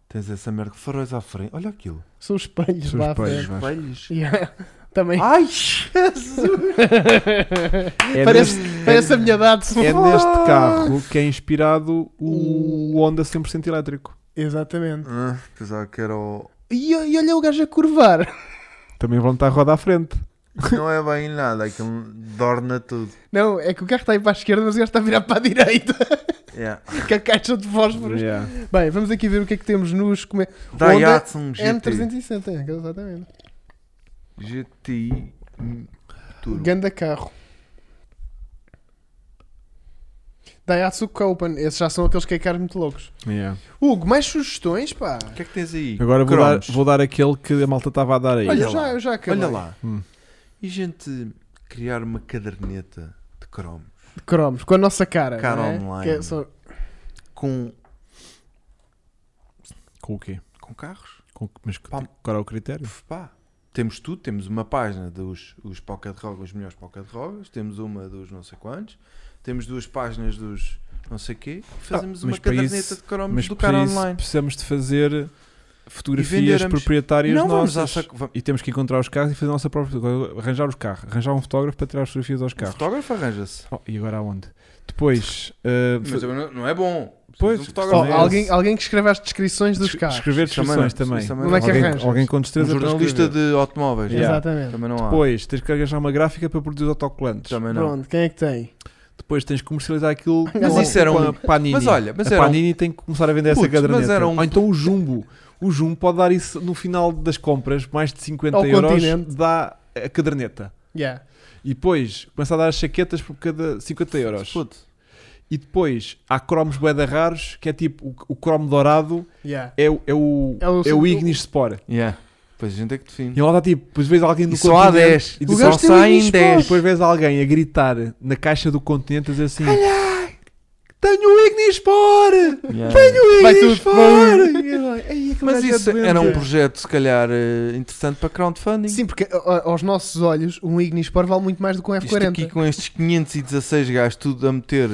Speaker 1: Tens essa merda. Faróis à frente. Olha aquilo.
Speaker 3: são os espelhos
Speaker 2: São
Speaker 1: É,
Speaker 3: lá à
Speaker 2: espelhos.
Speaker 3: frente.
Speaker 2: Vasco.
Speaker 1: Espelhos.
Speaker 3: Yeah. Também.
Speaker 1: Ai, Jesus!
Speaker 2: É
Speaker 3: parece,
Speaker 2: neste-
Speaker 3: parece a minha idade. se
Speaker 2: É
Speaker 3: for.
Speaker 2: neste carro que é inspirado o Honda 100% elétrico.
Speaker 3: Exatamente.
Speaker 1: Ah, Pensava que era o.
Speaker 3: E, e olha o gajo a curvar.
Speaker 2: Também vão estar a roda à frente.
Speaker 1: Não é bem nada, aquilo dorna tudo.
Speaker 3: Não, é que o carro está aí para a esquerda, mas o gajo está a virar para a direita.
Speaker 1: Yeah.
Speaker 3: com a caixa de fósforos.
Speaker 2: Yeah.
Speaker 3: Bem, vamos aqui ver o que é que temos nos. Come...
Speaker 1: Daihatsu um GT.
Speaker 3: N360, é, exatamente.
Speaker 1: GTI hum, Turbo.
Speaker 3: Ganda carro. Daihatsu Copen, esses já são aqueles que é caro muito loucos.
Speaker 2: Yeah.
Speaker 3: Hugo, mais sugestões, pá?
Speaker 1: O que é que tens aí?
Speaker 2: Agora vou dar,
Speaker 1: Cromos.
Speaker 2: vou dar aquele que a malta estava a dar aí.
Speaker 1: Olha
Speaker 3: Olha, eu já,
Speaker 1: lá.
Speaker 3: eu já acabei.
Speaker 1: Olha lá.
Speaker 2: Hum.
Speaker 1: E gente criar uma caderneta de Chrome
Speaker 3: De cromos, com a nossa cara.
Speaker 1: Cara
Speaker 3: não é?
Speaker 1: online.
Speaker 3: Que é só-
Speaker 1: com,
Speaker 2: Com o quê?
Speaker 1: com carros?
Speaker 2: Com, mas que-
Speaker 1: Pá.
Speaker 2: qual é o critério?
Speaker 1: Uf, Pá. Temos tudo, temos uma página dos os pocket rogas, os melhores pocket rogas, temos uma dos não sei quantos, temos duas páginas dos não sei quê, fazemos
Speaker 2: Ah,
Speaker 1: uma
Speaker 2: mas para
Speaker 1: caderneta
Speaker 2: isso-
Speaker 1: de cromos
Speaker 2: Mas
Speaker 1: do
Speaker 2: por
Speaker 1: cara
Speaker 2: isso
Speaker 1: online.
Speaker 2: precisamos de fazer
Speaker 1: E
Speaker 2: fotografias
Speaker 1: vendermos.
Speaker 2: proprietárias
Speaker 1: Não vamos à
Speaker 2: nossas.
Speaker 1: saco. va-
Speaker 2: E temos que encontrar os carros e fazer a nossa própria. Arranjar os carros. Arranjar um fotógrafo para tirar as fotografias aos
Speaker 1: O
Speaker 2: carros.
Speaker 1: fotógrafo arranja-se.
Speaker 2: Oh, e agora aonde? Depois. ah,
Speaker 1: Mas eu não, não é bom.
Speaker 2: Pois,
Speaker 1: Preciso de
Speaker 3: Oh,
Speaker 1: um fotógrafo.
Speaker 2: Também é
Speaker 3: alguém,
Speaker 2: esse.
Speaker 3: alguém que escreve as descrições dos
Speaker 2: es-
Speaker 3: carros.
Speaker 2: Escrever
Speaker 1: Isso também
Speaker 2: descrições
Speaker 1: não,
Speaker 2: também.
Speaker 1: isso também
Speaker 3: Como é que
Speaker 1: não.
Speaker 3: arranjas?
Speaker 2: Alguém, alguém com
Speaker 1: Um
Speaker 2: destreza para
Speaker 1: jornalista
Speaker 2: escrever.
Speaker 1: de automóveis.
Speaker 2: Yeah.
Speaker 3: Exatamente.
Speaker 1: Também não há.
Speaker 2: Depois, tens que arranjar uma gráfica para produzir autocolantes.
Speaker 1: Também não.
Speaker 3: Pronto, quem é que tem?
Speaker 2: Depois tens que comercializar aquilo
Speaker 1: Mas
Speaker 2: com,
Speaker 1: isso era
Speaker 2: com
Speaker 1: um-
Speaker 2: a Panini.
Speaker 1: Mas olha, mas
Speaker 2: a
Speaker 1: era um-
Speaker 2: Panini tem que começar a vender
Speaker 1: Putz,
Speaker 2: essa caderneta.
Speaker 1: mas era um-
Speaker 2: Ou então o Jumbo. O Jumbo pode dar isso no final das compras, mais de 50
Speaker 3: Ao
Speaker 2: euros,
Speaker 3: continente.
Speaker 2: dá a caderneta.
Speaker 3: Yeah.
Speaker 2: E depois começa a dar as chaquetas por cada 50 euros.
Speaker 1: Puto.
Speaker 2: E depois há cromos boeda raros, que é tipo o, o cromo dourado
Speaker 3: Yeah.
Speaker 2: é, o- é o,
Speaker 3: É o-
Speaker 2: é o Ignis Sport.
Speaker 1: Yeah. Pois a gente é que define.
Speaker 2: E lá está tipo, depois vês alguém do
Speaker 1: E só há
Speaker 2: continente
Speaker 1: 10.
Speaker 2: E
Speaker 1: O
Speaker 2: só
Speaker 1: gajo tem um
Speaker 2: saem
Speaker 1: Ignis
Speaker 2: 10.
Speaker 1: Sport.
Speaker 2: Depois vês alguém a gritar na caixa do continente a dizer assim: Tenho o Ignis Sport!
Speaker 1: Yeah.
Speaker 2: Tenho o
Speaker 3: Vai
Speaker 2: Ignis
Speaker 3: tudo-
Speaker 2: Sport! E eu, "Ei, que
Speaker 1: Mas
Speaker 2: gajo é
Speaker 1: isso
Speaker 2: doente."
Speaker 1: era um
Speaker 3: é.
Speaker 1: projeto, se calhar, eh, interessante para crowdfunding.
Speaker 3: Sim, porque a- aos nossos olhos, um Ignis Sport vale muito mais do que um
Speaker 1: Isto aqui
Speaker 3: F40.
Speaker 1: com estes 516 gajos tudo a meter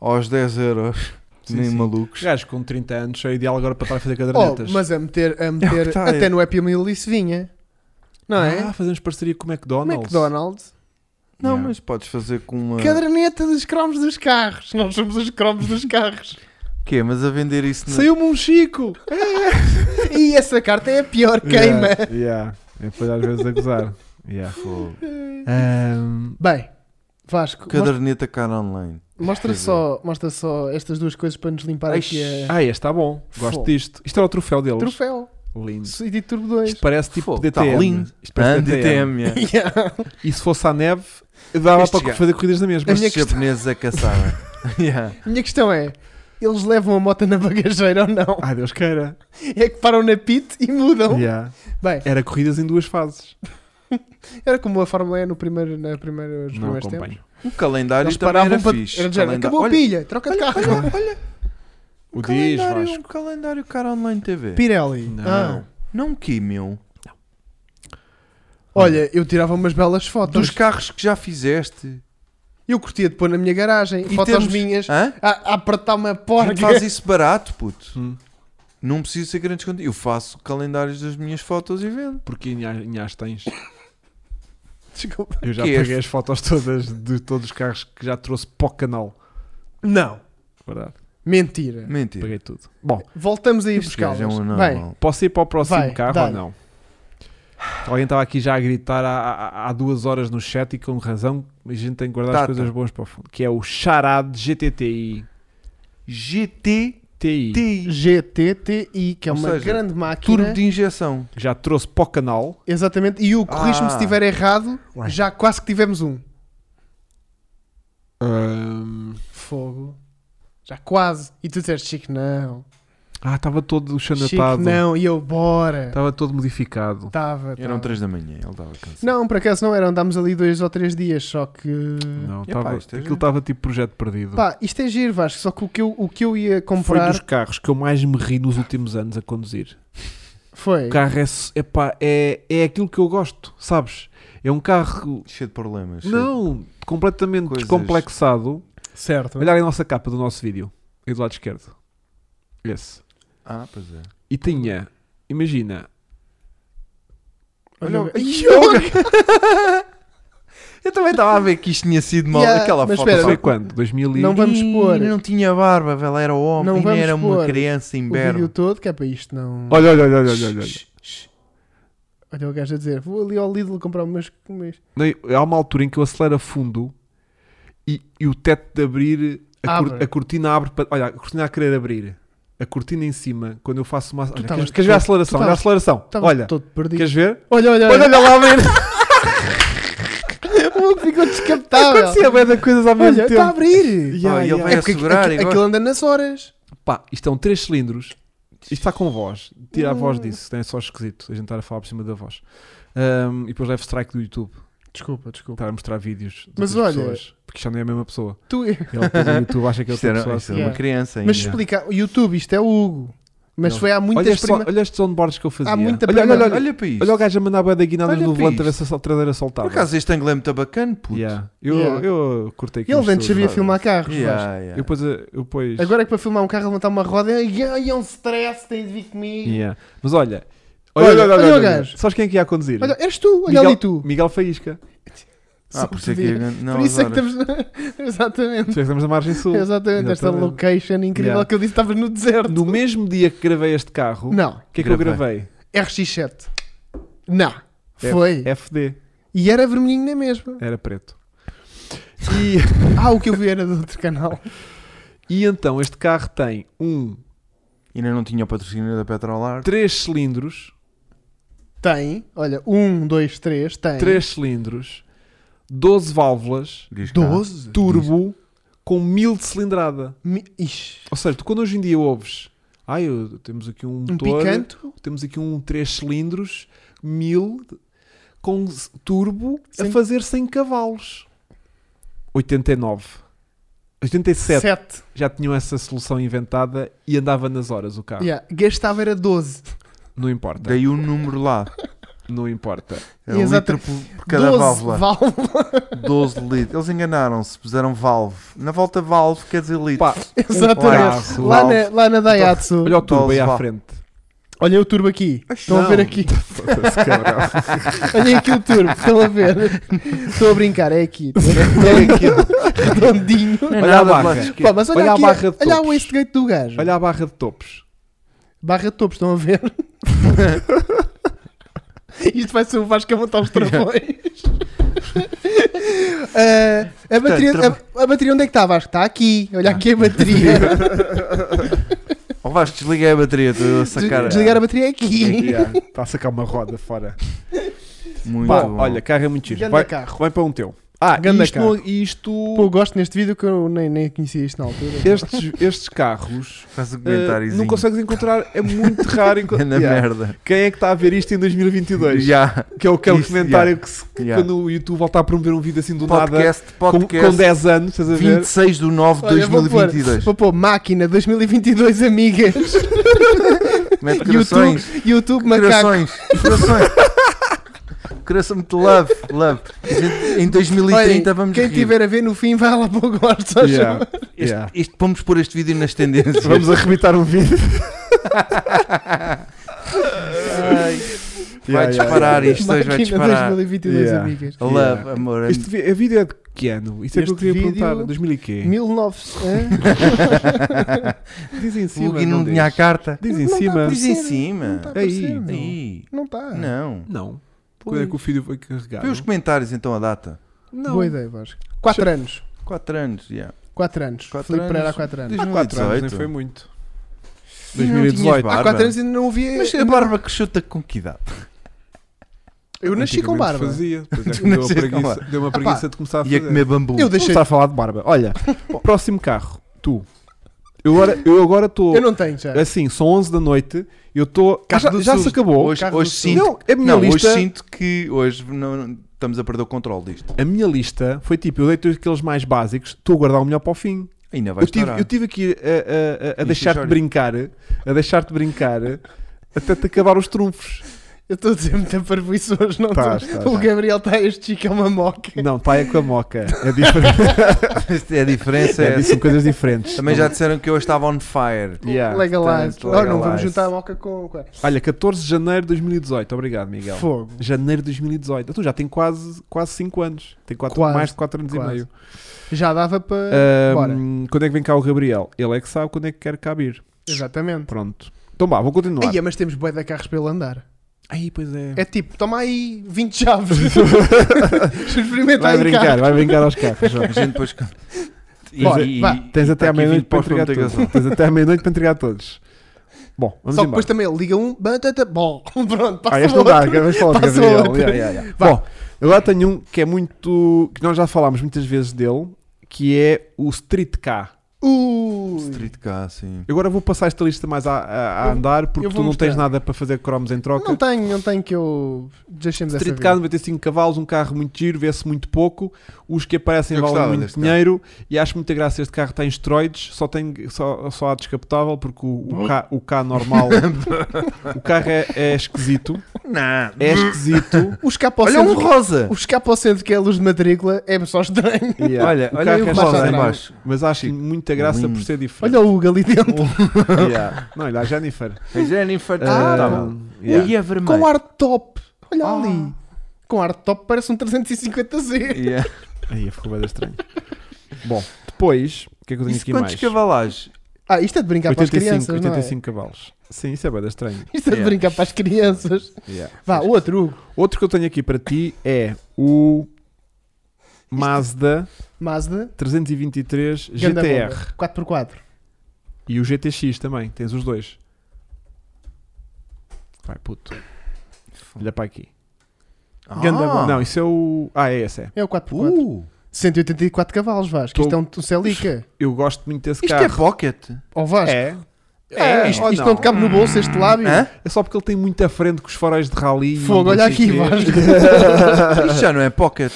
Speaker 1: aos 10 euros,
Speaker 2: Sim,
Speaker 1: nem
Speaker 2: sim. Os
Speaker 1: malucos.
Speaker 2: gajos com 30 anos, só ideal agora para estar a fazer
Speaker 3: Oh,
Speaker 2: cadernetas.
Speaker 3: mas a meter, a
Speaker 1: É o
Speaker 3: meter
Speaker 1: que tá,
Speaker 3: até
Speaker 1: é.
Speaker 3: no Happy Meal isso vinha. Não é?
Speaker 2: Ah, fazemos parceria com o McDonald's.
Speaker 3: McDonald's.
Speaker 1: Não,
Speaker 2: Yeah.
Speaker 1: mas podes fazer com uma.
Speaker 3: Caderneta dos cromos dos carros. Nós somos os cromos dos carros.
Speaker 1: Quê? Mas a vender isso na-
Speaker 2: Saiu-me um Chico!
Speaker 3: e essa carta é a pior queima.
Speaker 2: Yeah, yeah. É depois às vezes a gozar. Yeah.
Speaker 1: Fogo.
Speaker 2: Ahm,
Speaker 3: Bem, Vasco, mostra,
Speaker 1: Caderneta cara online.
Speaker 3: mostra
Speaker 1: Quer
Speaker 3: só, mostra só estas duas coisas para nos
Speaker 1: é.
Speaker 3: limpar
Speaker 1: Ai,
Speaker 3: aqui a
Speaker 2: ah, este está bom. Gosto
Speaker 3: Fogo.
Speaker 2: disto. Isto era o troféu deles.
Speaker 3: troféu.
Speaker 2: Lindo.
Speaker 3: E Turbo 2.
Speaker 2: Isto parece tipo
Speaker 1: Fogo, tá
Speaker 2: DTM.
Speaker 1: lindo.
Speaker 2: Isto
Speaker 1: Ah,
Speaker 2: parece
Speaker 1: DTM.
Speaker 2: DTM.
Speaker 1: yeah.
Speaker 3: Yeah.
Speaker 2: E se fosse à neve, dava
Speaker 1: Estes
Speaker 2: para
Speaker 1: gajos.
Speaker 2: fazer corridas na mesma.
Speaker 3: A minha
Speaker 1: Estes japoneses é a caçarem. yeah.
Speaker 3: A minha questão é: eles levam a moto na bagageira ou não?
Speaker 1: Ah.
Speaker 2: Ai, Deus queira.
Speaker 3: É que param na pit e mudam.
Speaker 2: Yeah.
Speaker 3: Bem,
Speaker 2: Era corridas em duas fases.
Speaker 3: era como a Fórmula E no primeiro, na primeira, nos
Speaker 2: Não
Speaker 3: primeiros tempos.
Speaker 2: acompanho.
Speaker 1: O calendário
Speaker 3: Eles
Speaker 1: também
Speaker 3: paravam
Speaker 1: era
Speaker 3: para.
Speaker 1: fixe.
Speaker 3: Era de género,
Speaker 1: Calenda-
Speaker 3: acabou a
Speaker 1: Olha,
Speaker 3: pilha, troca de carro.
Speaker 1: Olha, olha,
Speaker 2: O diz,
Speaker 1: calendário, um
Speaker 2: Vasco.
Speaker 1: calendário cara online TV.
Speaker 3: Pirelli.
Speaker 2: Não.
Speaker 3: Ah.
Speaker 1: Não que, meu.
Speaker 3: Olha, eu tirava umas belas fotos.
Speaker 1: Dos carros que já fizeste.
Speaker 3: Eu curtia de pôr na minha garagem
Speaker 1: E
Speaker 3: fotos
Speaker 1: temos- Ah.
Speaker 3: minhas
Speaker 1: Hã?
Speaker 3: a, a apertar uma
Speaker 1: A gente
Speaker 3: porca.
Speaker 1: faz isso barato, puto.
Speaker 2: Hum.
Speaker 1: Não preciso ser grandes conteúdos. Eu faço calendários das minhas fotos e vendo.
Speaker 2: Porque Inhas tens.
Speaker 3: Desculpa.
Speaker 2: Eu já
Speaker 1: Que
Speaker 2: peguei
Speaker 1: este?
Speaker 2: as fotos todas de todos os carros que já trouxe para o canal.
Speaker 3: Não.
Speaker 2: Verdade.
Speaker 3: Mentira.
Speaker 1: Mentira.
Speaker 2: Peguei tudo. Bom,
Speaker 3: Voltamos aí
Speaker 1: Este
Speaker 3: buscá-las.
Speaker 1: gajo é um
Speaker 3: Bem,
Speaker 1: anormal.
Speaker 2: posso ir para o próximo
Speaker 3: Vai,
Speaker 2: carro
Speaker 3: dá-lhe.
Speaker 2: ou não? Alguém estava aqui já a gritar há, há- há duas horas no chat e com razão a gente tem que guardar
Speaker 1: Tá,
Speaker 2: as coisas
Speaker 1: tá.
Speaker 2: boas para o fundo. Que é o Charade GTTI.
Speaker 1: GTTI.
Speaker 2: TI.
Speaker 3: GTTI, que é
Speaker 1: Ou
Speaker 3: uma
Speaker 1: seja,
Speaker 3: grande máquina.
Speaker 1: Turbo de injeção.
Speaker 2: que já trouxe para o canal.
Speaker 3: Exatamente. E o corrijo-me
Speaker 1: Ah.
Speaker 3: se estiver errado,
Speaker 2: Ué.
Speaker 3: já quase que tivemos um. Fogo. Já quase. E tu disseste, Chico, não.
Speaker 2: Ah, estava todo
Speaker 3: Chico,
Speaker 2: chanatado.
Speaker 3: não. E eu, bora.
Speaker 2: Estava todo
Speaker 1: Tá.
Speaker 2: modificado.
Speaker 3: Tava,
Speaker 1: Eram
Speaker 3: tava.
Speaker 1: 3 da manhã. Ele estava cansado.
Speaker 3: Não, por acaso não eram. Andámos ali dois ou três dias, só que...
Speaker 2: Não,
Speaker 1: Epá,
Speaker 2: tava,
Speaker 1: isto é
Speaker 2: aquilo
Speaker 1: giro.
Speaker 2: estava tipo projeto perdido.
Speaker 3: Pá, isto é giro, Vasco. Só que o que eu, o que eu ia
Speaker 2: Foi
Speaker 3: comprar
Speaker 2: dos carros que eu mais me ri nos últimos anos a conduzir.
Speaker 3: foi...
Speaker 2: O carro é, s- epá, é, é aquilo que eu gosto, sabes? É um carro,
Speaker 1: Cheio de problemas. cheio
Speaker 2: não, completamente
Speaker 1: Coisas.
Speaker 3: Hum?
Speaker 2: descomplexado.
Speaker 3: Certo.
Speaker 2: Olha a nossa capa do nosso vídeo, aí do lado esquerdo. Esse.
Speaker 1: de- Ah, pois é.
Speaker 2: E tinha, imagina,
Speaker 1: Olha,
Speaker 3: Olha
Speaker 1: o-
Speaker 3: o-
Speaker 1: Ih, olha o- Eu também estava a ver que isto tinha sido mal.
Speaker 3: Yeah,
Speaker 1: Aquela
Speaker 3: mas
Speaker 1: foto.
Speaker 3: espera,
Speaker 2: foi
Speaker 1: foi-
Speaker 2: quando? 2000 e...
Speaker 3: um Não vamos
Speaker 1: Ih,
Speaker 3: pôr.
Speaker 1: Não tinha barba, velho. Era homem.
Speaker 3: Não
Speaker 1: ainda
Speaker 3: vamos
Speaker 1: era uma
Speaker 3: pôr
Speaker 1: criança em
Speaker 3: o vídeo
Speaker 1: berro.
Speaker 3: todo, que é para isto não...
Speaker 2: Olha, olha, olha, olha, olha, olha.
Speaker 3: Olha o gajo a dizer, vou ali ao Lidl comprar umas... umas...
Speaker 2: Não, Há uma altura em que eu acelero a fundo e, e o teto de abrir, a, cor-
Speaker 3: Abre.
Speaker 2: a cortina abre para. Olha, a cortina a querer abrir. A cortina em cima, quando eu faço uma. Olha,
Speaker 3: estavas
Speaker 2: queres, queres ver a
Speaker 3: todo- tu
Speaker 2: aceleração? Olha a
Speaker 3: estavas-
Speaker 2: aceleração.
Speaker 3: Estava
Speaker 2: Olha,
Speaker 3: todo perdido.
Speaker 2: queres ver?
Speaker 3: Olha, olha,
Speaker 2: Olha,
Speaker 3: olha.
Speaker 2: olha lá a ver.
Speaker 3: O maluco ficou descaptável.
Speaker 2: Acontecia bem de coisas ao mesmo
Speaker 3: Ah, Olha,
Speaker 2: tempo.
Speaker 3: está a abrir.
Speaker 2: Yeah,
Speaker 1: Ah, ele
Speaker 2: yeah.
Speaker 1: vai
Speaker 3: É porque
Speaker 1: assegurar
Speaker 3: aqui-
Speaker 1: igual.
Speaker 3: aquilo anda nas horas.
Speaker 2: Pá, isto são três cilindros. Isto está com voz. Tira a
Speaker 3: Hum.
Speaker 2: voz disso, é só esquisito. A gente estar a falar por cima da voz. Ahm, e depois leve strike do YouTube.
Speaker 3: Desculpa, desculpa.
Speaker 2: Estar a mostrar vídeos de
Speaker 3: Mas
Speaker 2: outras
Speaker 3: olha-
Speaker 2: pessoas. Porque já não é a mesma pessoa.
Speaker 3: Tu...
Speaker 2: Ele depois no YouTube acha que é
Speaker 1: Isto
Speaker 2: outra
Speaker 1: era,
Speaker 2: pessoa.
Speaker 1: isto
Speaker 2: assim.
Speaker 1: era uma
Speaker 3: Yeah.
Speaker 1: criança ainda.
Speaker 3: Mas explica, o YouTube, isto é o Hugo. Mas
Speaker 2: Não.
Speaker 3: foi há
Speaker 2: Olha,
Speaker 3: muitas
Speaker 2: este son-
Speaker 3: primas.
Speaker 2: olha estes onboards que eu fazia.
Speaker 3: Há muita
Speaker 2: olha, olha,
Speaker 3: prima-
Speaker 2: olha,
Speaker 1: Olha,
Speaker 2: olha,
Speaker 1: para isto.
Speaker 2: olha o gajo a mandar bué da guinadas
Speaker 1: Olha
Speaker 2: no
Speaker 1: para
Speaker 2: volante a ver
Speaker 1: isto.
Speaker 2: se a traseira soltava.
Speaker 1: Por acaso este ângulo é muito bacana, puto.
Speaker 2: Yeah. Eu,
Speaker 3: Yeah.
Speaker 2: eu curtei aquilo.
Speaker 3: Ele antes sabia filmar carros. Vasco.
Speaker 1: Yeah,
Speaker 2: Eu
Speaker 1: yeah.
Speaker 2: depois... eh, Eu depois
Speaker 3: Agora é que para filmar um carro levantar uma roda ai, ai, é um stress, tem de vir comigo.
Speaker 2: Yeah. Mas olha...
Speaker 3: Olha, olha o gajo.
Speaker 2: Sabes quem é que ia a conduzir?
Speaker 3: Olha, eres tu, olha
Speaker 2: Miguel,
Speaker 3: ali tu.
Speaker 2: Miguel Faísca.
Speaker 1: Ah, por isso é que não,
Speaker 3: Por isso é que
Speaker 1: agora.
Speaker 3: estamos. Exatamente.
Speaker 2: Sabes que estamos na margem sul.
Speaker 3: Exatamente, esta
Speaker 2: Exatamente.
Speaker 3: location incrível
Speaker 2: Yeah.
Speaker 3: que eu disse estavas no deserto.
Speaker 2: No mesmo dia que gravei este carro, o
Speaker 3: Não,
Speaker 2: que é que eu
Speaker 1: Gravei.
Speaker 2: gravei?
Speaker 3: RX7. Não, foi.
Speaker 2: FD.
Speaker 3: E era vermelhinho na mesma.
Speaker 2: Era preto. E,
Speaker 3: Ah, o que eu vi era do outro canal.
Speaker 2: e então este carro tem um
Speaker 1: Ainda não tinha o patrocínio da Petrolar.
Speaker 2: 3 cilindros,
Speaker 3: Tem, olha, um, dois, três, tem.
Speaker 2: 3 cilindros, 12 válvulas,
Speaker 1: Diz cá.
Speaker 3: 12?
Speaker 2: turbo, com 1000 de cilindrada.
Speaker 3: Mi... Ixi,
Speaker 2: Ou seja, tu quando hoje em dia ouves, ai, eu- temos aqui um
Speaker 3: um
Speaker 2: motor,
Speaker 3: picanto?
Speaker 2: temos aqui um 3 cilindros, 1000 de- com s- turbo a
Speaker 3: Sim.
Speaker 2: fazer 100 cavalos. 89. 87
Speaker 3: Sete.
Speaker 2: já tinham essa solução inventada e andava nas horas o carro.
Speaker 3: Yeah. Gastava era 12.
Speaker 2: Não importa,
Speaker 1: Dei o número lá.
Speaker 2: não importa.
Speaker 1: É um
Speaker 3: Exato.
Speaker 1: litro por por cada
Speaker 3: 12
Speaker 1: válvula.
Speaker 3: válvulas.
Speaker 1: 12 litros. Eles enganaram-se, puseram valve. Na volta valve quer dizer Um litro.
Speaker 2: Pá,
Speaker 3: Exatamente.
Speaker 1: carro,
Speaker 3: Lá na, lá na Daihatsu.
Speaker 2: olha o turbo aí
Speaker 1: Dose
Speaker 2: à
Speaker 1: vá.
Speaker 2: frente.
Speaker 3: Olha o turbo aqui. Estão a
Speaker 2: Não.
Speaker 3: ver aqui.
Speaker 2: Foda-se, cabrão.
Speaker 3: Olhem aqui o turbo. Estão a ver. Estou a brincar. É aqui.
Speaker 1: É aquilo.
Speaker 3: Redondinho.
Speaker 1: Não é
Speaker 2: Olha a
Speaker 1: nada
Speaker 2: barra.
Speaker 1: mais que-
Speaker 3: Pá, mas olha,
Speaker 2: Olha a
Speaker 3: aqui.
Speaker 2: barra de
Speaker 3: olha
Speaker 2: topos.
Speaker 3: o wastegate do gajo.
Speaker 2: Olha a barra de topos.
Speaker 3: Barra de topos. Estão a ver? Isto vai ser o Vasco a montar os travões. Ah, a, bateria, a, a bateria onde é que está, Vasco? Está aqui. Olha aqui a bateria.
Speaker 1: Ou vais desligar a bateria, estou a sacar.
Speaker 3: Desligar a bateria é aqui.
Speaker 2: Está a sacar uma roda fora.
Speaker 1: Muito
Speaker 2: Pá,
Speaker 1: bom.
Speaker 2: olha, carro é muito giro.
Speaker 3: Ganda
Speaker 2: Vai,
Speaker 3: carro.
Speaker 2: vai para um teu. Ah,
Speaker 3: Ganda
Speaker 2: isto,
Speaker 3: carro.
Speaker 2: não- isto-
Speaker 3: Pô, eu gosto neste vídeo que eu nem, nem conhecia isto na altura.
Speaker 2: estes, estes carros
Speaker 1: faz um o
Speaker 2: eh,
Speaker 1: comentário.
Speaker 3: uh,
Speaker 2: não consegues encontrar. É muito raro
Speaker 1: É
Speaker 2: encontrar.
Speaker 1: na merda.
Speaker 2: Quem é que está a ver isto em 2022?
Speaker 1: Já.
Speaker 2: Que é o aquele
Speaker 1: Isso,
Speaker 2: comentário
Speaker 1: yeah.
Speaker 2: que se-
Speaker 1: Yeah.
Speaker 2: quando o YouTube voltar a promover um vídeo assim do nada
Speaker 1: Podcast,
Speaker 2: com, com
Speaker 1: podcast.
Speaker 2: 10 anos, estás a ver?
Speaker 1: 26 de 9 de
Speaker 3: Olha, vou pôr-
Speaker 1: 2022.
Speaker 3: Vou pôr máquina 2022, amigas.
Speaker 1: Mete
Speaker 3: YouTube,
Speaker 1: corações.
Speaker 3: YouTube macaco.
Speaker 1: Corações. Corações. Coração muito love, love. Em- Em 2030
Speaker 3: Olhem,
Speaker 1: vamos
Speaker 3: Quem
Speaker 1: rir.
Speaker 3: estiver a ver no fim, vai lá para o gosto. só
Speaker 2: Yeah,
Speaker 3: chama.
Speaker 1: Este-
Speaker 2: yeah.
Speaker 1: este- vamos pôr este vídeo nas tendências.
Speaker 2: Vamos arrebitar um vídeo.
Speaker 1: Ai, vai
Speaker 2: Yeah, yeah,
Speaker 1: disparar
Speaker 2: yeah.
Speaker 1: isto hoje, vai
Speaker 3: Máquina
Speaker 1: disparar.
Speaker 3: 2022,
Speaker 2: Yeah.
Speaker 3: amigas.
Speaker 1: Love,
Speaker 2: Yeah.
Speaker 1: amor. am-
Speaker 2: Este, vi- a vídeo é de que ano? Isso é que eu
Speaker 3: Este
Speaker 2: queria
Speaker 3: vídeo-
Speaker 2: perguntar. 2000 e quê?
Speaker 3: 1900.
Speaker 2: Dizem em
Speaker 1: O
Speaker 2: cima.
Speaker 1: Gui não
Speaker 2: diz.
Speaker 1: tinha a carta.
Speaker 2: Diz em
Speaker 3: Não dá
Speaker 2: cima.
Speaker 3: para
Speaker 1: Diz em
Speaker 3: ser.
Speaker 1: cima.
Speaker 3: Não
Speaker 2: Aí, Ah.
Speaker 3: está.
Speaker 1: Aí.
Speaker 3: Não tá. está.
Speaker 1: Não.
Speaker 2: Não. Quando é que o filho foi carregado?
Speaker 1: Vê os comentários então a data.
Speaker 2: Não.
Speaker 3: Boa ideia, Vasco. 4 anos.
Speaker 1: 4 anos, já.
Speaker 3: 4 anos.
Speaker 1: Quatro
Speaker 3: Filipe
Speaker 1: anos.
Speaker 3: Pereira há 4 anos.
Speaker 2: Há 4 anos, nem
Speaker 1: 2018.
Speaker 2: foi muito.
Speaker 1: tinhas
Speaker 2: 2018.
Speaker 1: barba.
Speaker 3: Há 4 anos ainda não ouvi.
Speaker 2: É,
Speaker 1: Mas a
Speaker 3: ainda-
Speaker 1: barba cresceu-te com que idade?
Speaker 2: Tá
Speaker 3: Eu nasci com
Speaker 2: Antigamente
Speaker 3: barba.
Speaker 2: Fazia. Depois é que
Speaker 1: Tu
Speaker 2: me deu, a
Speaker 1: nasceste com
Speaker 2: preguiça,
Speaker 1: barba.
Speaker 2: deu uma preguiça de começar a fazer.
Speaker 1: Ia comer bambu.
Speaker 3: Eu
Speaker 2: Vamos
Speaker 3: deixei.
Speaker 2: estar a falar de barba. Olha, próximo carro. Tu. Eu agora eu agora estou.
Speaker 3: Eu não tenho já.
Speaker 2: Assim, são 11 da noite. Eu estou. Ah,
Speaker 1: Carro
Speaker 2: já
Speaker 1: do
Speaker 2: já se
Speaker 1: Sul.
Speaker 2: acabou.
Speaker 1: Hoje,
Speaker 3: Carro
Speaker 1: hoje
Speaker 3: do
Speaker 1: sinto,
Speaker 2: não, a minha
Speaker 1: não,
Speaker 2: lista.
Speaker 1: hoje sinto que hoje não, não- estamos a perder o controle disto.
Speaker 2: A minha lista foi tipo, eu deito aqueles mais básicos, estou a guardar o melhor para o fim.
Speaker 1: Ainda vai
Speaker 2: Eu tive,
Speaker 1: estourar.
Speaker 2: eu tive aqui a- a, a- a,
Speaker 1: Enche
Speaker 2: deixar-te
Speaker 1: os olhos.
Speaker 2: brincar, a deixar-te brincar, até te acabar os trunfos.
Speaker 3: Eu estou a dizer muita parvoíce hoje, não
Speaker 2: Tá,
Speaker 3: estou?
Speaker 2: tá, tá.
Speaker 3: O Gabriel está a este chico, é uma moca.
Speaker 2: Não, pai é com a moca. É diferente.
Speaker 1: Isto é a diferença é
Speaker 2: É,
Speaker 1: essa.
Speaker 2: são coisas diferentes.
Speaker 1: Também já disseram que eu estava on fire.
Speaker 2: Yeah. tá,
Speaker 3: Legalize.
Speaker 1: portanto,
Speaker 3: Oh, não, vamos
Speaker 1: legalize.
Speaker 3: juntar a moca com. com-
Speaker 2: Olha, 14 de janeiro de 2018. Obrigado, Miguel.
Speaker 3: Fogo.
Speaker 2: Janeiro de 2018. Então já tem quase 5 anos. Tem quatro-
Speaker 3: Quase,
Speaker 2: mais de 4 anos
Speaker 3: quase.
Speaker 2: e meio.
Speaker 3: Já dava para.
Speaker 2: Ahm,
Speaker 3: bora.
Speaker 2: quando é que vem cá o Gabriel? Ele é que sabe quando é que quer cá vir.
Speaker 3: Exatamente.
Speaker 2: Pronto. Então vá, vou continuar.
Speaker 3: Aí, mas temos bué de carros para ele andar.
Speaker 2: Aí, pois é.
Speaker 3: É tipo, toma aí 20 chaves. Experimenta
Speaker 2: Vai
Speaker 3: aí
Speaker 2: brincar,
Speaker 3: carro.
Speaker 2: vai brincar aos carros. ó.
Speaker 1: A gente depois... E-
Speaker 3: Bora,
Speaker 1: e-
Speaker 3: vá.
Speaker 1: e-
Speaker 2: Tens
Speaker 1: e tá
Speaker 2: até à
Speaker 1: aqui
Speaker 2: meia-noite
Speaker 1: 20
Speaker 2: para
Speaker 1: paus
Speaker 2: entregar
Speaker 1: não ter
Speaker 2: todos.
Speaker 1: gasolina.
Speaker 2: Tens até à meia-noite para entregar todos. Bom, vamos
Speaker 3: Só que
Speaker 2: embora.
Speaker 3: depois também ele liga um. batata, Bom, pronto, passa
Speaker 2: Ah, este
Speaker 3: o
Speaker 2: não dá,
Speaker 3: outro.
Speaker 2: cada vez fala de
Speaker 3: Passa
Speaker 2: Gabriel.
Speaker 3: outro.
Speaker 2: Yeah, yeah, yeah.
Speaker 3: Vá.
Speaker 2: Bom, agora tenho um que é muito. que nós já falámos muitas vezes dele, que é o Street K.
Speaker 3: Ui.
Speaker 1: Street K, sim.
Speaker 2: Eu Agora vou passar esta lista mais a, a- a andar porque
Speaker 3: eu
Speaker 2: tu
Speaker 3: vou
Speaker 2: não
Speaker 3: mostrar.
Speaker 2: tens nada para fazer cromos em troca.
Speaker 3: Não tenho, não tenho que eu. Deixemos essa.
Speaker 2: Street
Speaker 3: vida.
Speaker 2: K 95 cavalos, um carro muito giro, vê-se muito pouco. Os que aparecem
Speaker 1: Eu
Speaker 2: valem
Speaker 1: gostava
Speaker 2: muito
Speaker 1: deste
Speaker 2: dinheiro e acho muita graça. Este carro tem esteroides, só, tem, só, só há descapotável porque o, o, K, o K normal. o carro é, é esquisito.
Speaker 1: Não.
Speaker 2: É esquisito.
Speaker 3: O escape ao
Speaker 1: Olha um
Speaker 3: centro.
Speaker 1: rosa.
Speaker 3: O escape ao centro que é a luz de matrícula é só estranho.
Speaker 2: Yeah.
Speaker 1: Olha,
Speaker 2: O
Speaker 1: olha
Speaker 2: carro
Speaker 1: aí o
Speaker 2: é
Speaker 1: rosa
Speaker 2: estranho,
Speaker 1: em baixo.
Speaker 2: Mas acho muita graça por ser diferente.
Speaker 3: Olha o Hugo ali dentro.
Speaker 2: Yeah. Não, é olha a Jennifer.
Speaker 1: A Jennifer
Speaker 3: Ah,
Speaker 1: Aniston.
Speaker 2: Um, yeah.
Speaker 1: E é vermelho.
Speaker 3: Com ar de top. Olha
Speaker 2: Ah.
Speaker 3: ali. Com ar de top parece um 350Z.
Speaker 1: Yeah.
Speaker 2: Aí ficou bem estranho. Bom, depois, o que é que eu tenho
Speaker 1: Isso
Speaker 2: aqui
Speaker 1: quantos
Speaker 2: mais?
Speaker 1: cavalagens?
Speaker 3: Ah, isto é de brincar para as
Speaker 2: 85,
Speaker 3: crianças, não
Speaker 2: 85 cavalos. Sim, isso é bem estranho.
Speaker 3: é? Isto é de
Speaker 1: Yeah.
Speaker 3: brincar para as crianças.
Speaker 2: Yeah.
Speaker 3: Vá, outro, Hugo.
Speaker 2: Outro que eu tenho aqui para ti é o Mazda
Speaker 3: Mazda,
Speaker 2: 323
Speaker 3: ganda
Speaker 2: GTR.
Speaker 3: bomba, 4x4.
Speaker 2: E o GTX também, tens os dois. Vai, puto. Olha para aqui.
Speaker 1: Ah.
Speaker 3: Ganda bom.
Speaker 2: Não, isso é o. Ah, é esse, é.
Speaker 3: É o 4x4.
Speaker 1: Uh,
Speaker 3: 184 cavalos, Vasco. Isto
Speaker 2: Tô-
Speaker 3: é um, um Celica.
Speaker 2: Eu gosto muito desse
Speaker 1: isto é
Speaker 2: carro.
Speaker 1: pocket.
Speaker 3: Ó Vasco.
Speaker 2: É.
Speaker 3: É, isto,
Speaker 2: ou
Speaker 3: isto
Speaker 2: não?
Speaker 3: não te cabe no bolso, este lábio.
Speaker 1: Hã?
Speaker 2: É só porque ele tem muita frente com os faróis de rally. e
Speaker 3: Fogo,
Speaker 2: não
Speaker 3: olha
Speaker 2: sei
Speaker 3: aqui,
Speaker 2: quê.
Speaker 3: Vasco.
Speaker 1: Isto já não é pocket.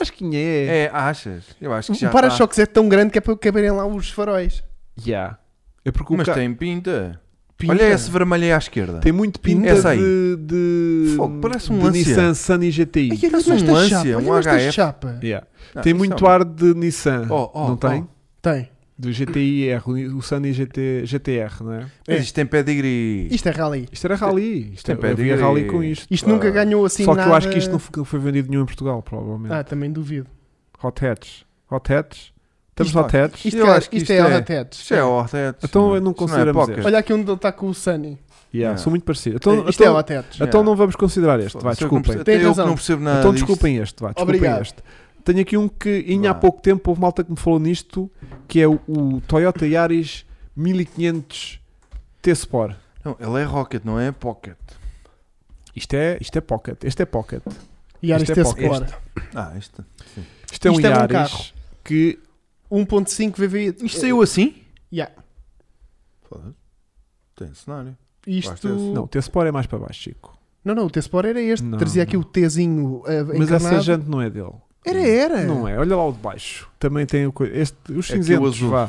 Speaker 2: Acho que é.
Speaker 1: É, achas? Eu acho que já tá.
Speaker 3: O
Speaker 1: está.
Speaker 3: para-choques é tão grande que é para caberem lá os faróis.
Speaker 2: Yeah. É porque o
Speaker 1: Mas
Speaker 2: ca-
Speaker 1: tem pinta.
Speaker 3: Pinta.
Speaker 1: Olha esse vermelho aí à esquerda.
Speaker 2: tem muito pinta
Speaker 1: Essa aí.
Speaker 2: de, de,
Speaker 1: Fogo, parece um
Speaker 2: de
Speaker 1: Lancia.
Speaker 2: Nissan Sunny GTI.
Speaker 3: Ai, olha
Speaker 1: Parece
Speaker 3: nesta
Speaker 1: um Lancia,
Speaker 3: chapa, olha
Speaker 1: um
Speaker 3: nesta
Speaker 1: HF.
Speaker 3: chapa.
Speaker 2: Yeah.
Speaker 1: Não,
Speaker 2: tem
Speaker 1: isso
Speaker 2: muito
Speaker 1: é um-
Speaker 2: ar de Nissan,
Speaker 1: Oh, oh,
Speaker 2: não tem?
Speaker 3: Tem.
Speaker 2: Do GTI-R, o Sunny GT, GTR, não é?
Speaker 1: Mas
Speaker 3: É.
Speaker 1: isto tem pedigree.
Speaker 3: Isto é rally.
Speaker 2: Isto era rally. Isto
Speaker 1: tem
Speaker 2: é, havia
Speaker 1: pedigree.
Speaker 2: rally com isto.
Speaker 3: Isto nunca
Speaker 1: Ah.
Speaker 3: ganhou assim
Speaker 2: Só que
Speaker 3: nada.
Speaker 2: eu acho que isto não foi, não foi vendido nenhum em Portugal, provavelmente.
Speaker 3: Ah, também duvido.
Speaker 2: Hot hatch. Hot hatch. Estamos
Speaker 1: Isto-
Speaker 2: hot hatch.
Speaker 3: Isto,
Speaker 1: Eu
Speaker 3: cara,
Speaker 1: acho que
Speaker 3: isto
Speaker 1: isto
Speaker 3: é,
Speaker 1: é-
Speaker 3: Alratetes.
Speaker 1: Isto é Hortet.
Speaker 2: Então eu não consideramos este.
Speaker 3: Olha aqui onde ele está com o Sunny.
Speaker 2: Yeah,
Speaker 1: Yeah.
Speaker 2: São muito parecidos. Então,
Speaker 3: isto é
Speaker 2: então,
Speaker 3: Alratetes.
Speaker 2: então não vamos considerar este. Vai, desculpem.
Speaker 1: Até
Speaker 3: Tem
Speaker 1: eu que
Speaker 3: razão.
Speaker 1: não percebo nada.
Speaker 2: Então
Speaker 1: disto.
Speaker 2: desculpem este, vá, desculpem
Speaker 3: Obrigado.
Speaker 2: este. Tenho aqui um que ainda há
Speaker 1: Vá.
Speaker 2: pouco tempo houve malta que me falou nisto, que é o, o Toyota Yaris 1500 T-Sport.
Speaker 1: Não, ele é Rocket, não é Pocket.
Speaker 2: Isto é, isto é pocket, este é pocket.
Speaker 3: E Ares
Speaker 2: isto é
Speaker 3: T-Sport.
Speaker 2: pouco.
Speaker 1: Ah, isto.
Speaker 2: Isto é um
Speaker 3: Isto é um
Speaker 2: Yaris
Speaker 3: carro.
Speaker 2: que
Speaker 3: 1.5 VVI.
Speaker 1: Isto saiu assim?
Speaker 3: Yeah.
Speaker 1: Foda-se. Tem cenário. Ah,
Speaker 3: Isto...
Speaker 1: Basta esse.
Speaker 2: não, o T-Sport é mais para baixo, Chico.
Speaker 3: Não, não, o T-Sport era este.
Speaker 2: Não,
Speaker 3: Trazia aqui
Speaker 2: não.
Speaker 3: o Tzinho eh,
Speaker 2: Mas essa
Speaker 3: encarnado.
Speaker 2: jante não é dele.
Speaker 3: Era, era.
Speaker 2: Não é. Olha lá o de baixo. Também tem o co- este, os
Speaker 1: É que o
Speaker 2: cinzentos,
Speaker 1: azul.
Speaker 2: vá.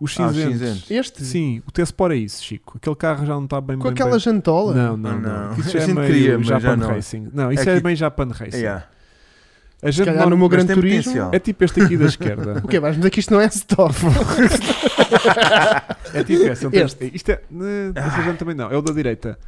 Speaker 2: Os
Speaker 1: Ah, os
Speaker 2: cinzentos.
Speaker 1: cinzentos.
Speaker 3: Este?
Speaker 2: Sim, o T-Sport é isso, Chico. Aquele carro já não está bem
Speaker 3: Com
Speaker 2: bem,
Speaker 3: aquela
Speaker 2: bem-
Speaker 3: jantola?
Speaker 2: Não, não,
Speaker 1: Ah, Não.
Speaker 2: não. Isso já é
Speaker 1: A gente
Speaker 2: meio
Speaker 1: queria, mas já
Speaker 2: Japan
Speaker 1: não.
Speaker 2: Racing. Não, isso
Speaker 1: É
Speaker 2: é,
Speaker 1: que-
Speaker 2: bem Japan Racing.
Speaker 1: Yeah.
Speaker 2: A
Speaker 3: Se
Speaker 2: gente
Speaker 3: calhar
Speaker 2: não-
Speaker 3: no meu
Speaker 1: mas
Speaker 3: grande
Speaker 1: tem
Speaker 3: turismo.
Speaker 1: potencial.
Speaker 2: É tipo este aqui da esquerda.
Speaker 3: O quê? Vais-me dizer que isto não é stop.
Speaker 2: É tipo esse. não tem-
Speaker 3: Este.
Speaker 2: Isto é. né,
Speaker 1: Ah.
Speaker 2: Essa gente também não. É o da direita.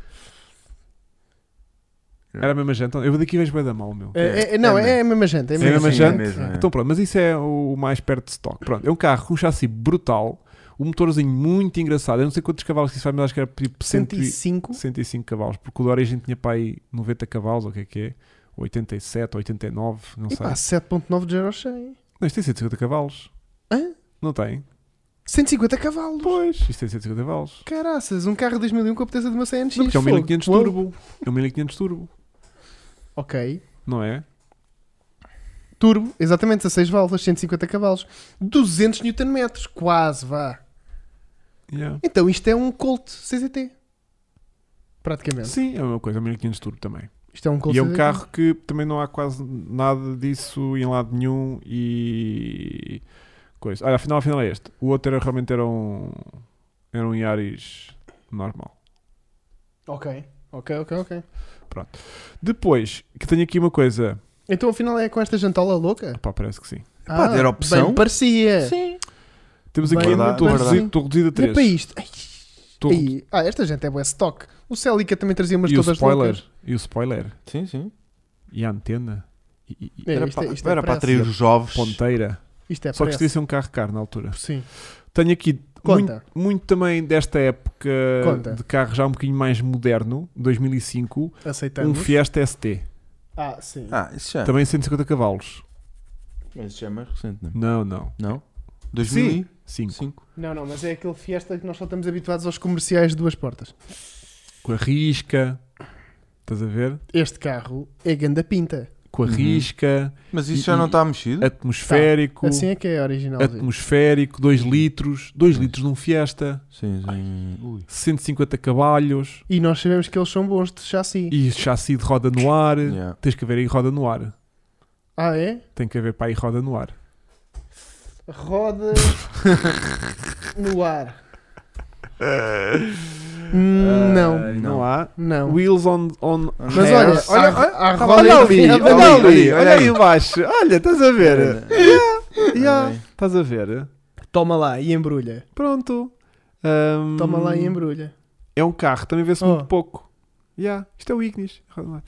Speaker 2: Era a mesma gente. Eu daqui vejo bem da mal, meu.
Speaker 3: É, é- é- não, é, a mesma gente. É a
Speaker 2: É a mesma
Speaker 3: mesma
Speaker 2: gente?
Speaker 1: mesmo, é.
Speaker 2: Então pronto, mas isso é o mais perto de stock. Pronto, é um carro com um chassi brutal, um motorzinho muito engraçado. Eu não sei quantos cavalos que isso vai, mas acho que era tipo 105,
Speaker 3: 105.
Speaker 2: 105 cavalos, porque o da origem tinha para aí 90 cavalos, ou o que é que é? 87, 89, não
Speaker 3: E
Speaker 2: sei.
Speaker 3: pá, 7.9 de euro 100.
Speaker 2: Não, isto tem 150 cavalos.
Speaker 3: Hã?
Speaker 2: Não tem?
Speaker 3: 150 cavalos.
Speaker 2: Pois, isto tem 150 cavalos.
Speaker 3: Caraças, um carro de 2001 com a potência de uma CNX.
Speaker 2: Não, porque é um
Speaker 3: fogo.
Speaker 2: 1500
Speaker 3: Uou.
Speaker 2: turbo. É um 1500 turbo,
Speaker 3: Ok.
Speaker 2: não é?
Speaker 3: Turbo, exatamente, 16 válvulas, 150 cavalos. 200 Nm, quase, vá.
Speaker 2: Yeah.
Speaker 3: Então isto é um Colt CZT. Praticamente.
Speaker 2: Sim, é a mesma coisa, é um 1500 turbo também.
Speaker 3: Isto é um Colt
Speaker 2: E é um
Speaker 3: CZT.
Speaker 2: carro que também não há quase nada disso em lado nenhum e coisa. Olha, afinal, afinal é este. O outro era, realmente era um era um Yaris normal.
Speaker 3: Ok, ok, ok, ok.
Speaker 2: Depois, que tenho aqui uma coisa.
Speaker 3: Então afinal é com esta jantola louca? Ah,
Speaker 2: Pá, parece que sim.
Speaker 1: Pá, era opção.
Speaker 3: Bem, parecia.
Speaker 1: Sim.
Speaker 2: Temos
Speaker 3: Bem,
Speaker 2: aqui
Speaker 1: Verdade,
Speaker 2: estou
Speaker 1: verdade.
Speaker 2: reduzido, estou reduzido a
Speaker 3: Olha para
Speaker 2: 3.
Speaker 3: isto. Ai, ai. Ah, esta gente é boa stock. O Celica também trazia umas
Speaker 2: E o
Speaker 3: todas
Speaker 2: spoiler,
Speaker 3: loucas.
Speaker 2: e o spoiler,
Speaker 1: Sim, sim.
Speaker 2: e a antena, e, e- e
Speaker 3: É,
Speaker 1: Era
Speaker 3: isto
Speaker 1: para
Speaker 3: é- isto é
Speaker 1: era para
Speaker 3: pressa.
Speaker 1: atrair os jovens.
Speaker 2: ponteira.
Speaker 3: Isto é
Speaker 2: Só que isto
Speaker 3: pressa.
Speaker 2: devia ser um carro caro na altura.
Speaker 3: Sim.
Speaker 2: Tenho aqui muito,
Speaker 3: Conta.
Speaker 2: muito também desta época
Speaker 3: Conta.
Speaker 2: de carro já um bocadinho mais moderno, 2005. Um
Speaker 3: Aceitamos.
Speaker 2: Fiesta ST,
Speaker 3: Ah, sim.
Speaker 1: Ah, isso já.
Speaker 2: também 150 cavalos.
Speaker 1: Mas isso já é mais recente, não
Speaker 2: Não, não.
Speaker 1: é? Não?
Speaker 2: Sim.
Speaker 1: 2005.
Speaker 2: 5.
Speaker 3: Não, não, mas é aquele Fiesta que nós só estamos habituados aos comerciais de duas portas.
Speaker 2: Com a risca. Estás a ver?
Speaker 3: Este carro é ganda pinta.
Speaker 2: Com a
Speaker 1: Uhum.
Speaker 2: risca,
Speaker 1: Mas
Speaker 2: E-
Speaker 1: isso já não
Speaker 2: e- É-
Speaker 1: está mexido?
Speaker 2: atmosférico,
Speaker 3: Tá. Assim é que é original. Vitor.
Speaker 2: atmosférico, 2 litros, 2 litros num Fiesta,
Speaker 1: Sim, sim. Ui.
Speaker 2: 150 cavalos
Speaker 3: E nós sabemos que eles são bons de chassi.
Speaker 2: e chassi de roda no ar.
Speaker 1: Yeah.
Speaker 2: Tens que haver aí roda no ar.
Speaker 3: Ah, é?
Speaker 2: Tem que haver para aí roda no ar.
Speaker 3: Rodas no ar.
Speaker 2: Ah.
Speaker 3: não,
Speaker 2: Ai,
Speaker 1: não.
Speaker 2: não há.
Speaker 3: não.
Speaker 2: Wheels on, on...
Speaker 1: Mas
Speaker 3: Mas olha,
Speaker 1: Yes.
Speaker 3: olha,
Speaker 2: É. Olha-
Speaker 3: olha, a roda
Speaker 2: Olha ali,
Speaker 3: enfiada
Speaker 1: olha
Speaker 2: olha
Speaker 1: ali,
Speaker 2: ali,
Speaker 1: olha
Speaker 2: olha
Speaker 1: ali.
Speaker 2: aí embaixo. Olha, tá estás a ver?
Speaker 1: Yeah.
Speaker 2: Yeah. Estás a ver?
Speaker 3: Toma lá e embrulha.
Speaker 2: tá Pronto. Ahm,
Speaker 3: Toma lá e embrulha.
Speaker 2: É um carro, também vê-se
Speaker 3: Oh.
Speaker 2: muito pouco. Yeah, isto é o Ignis. roda lá.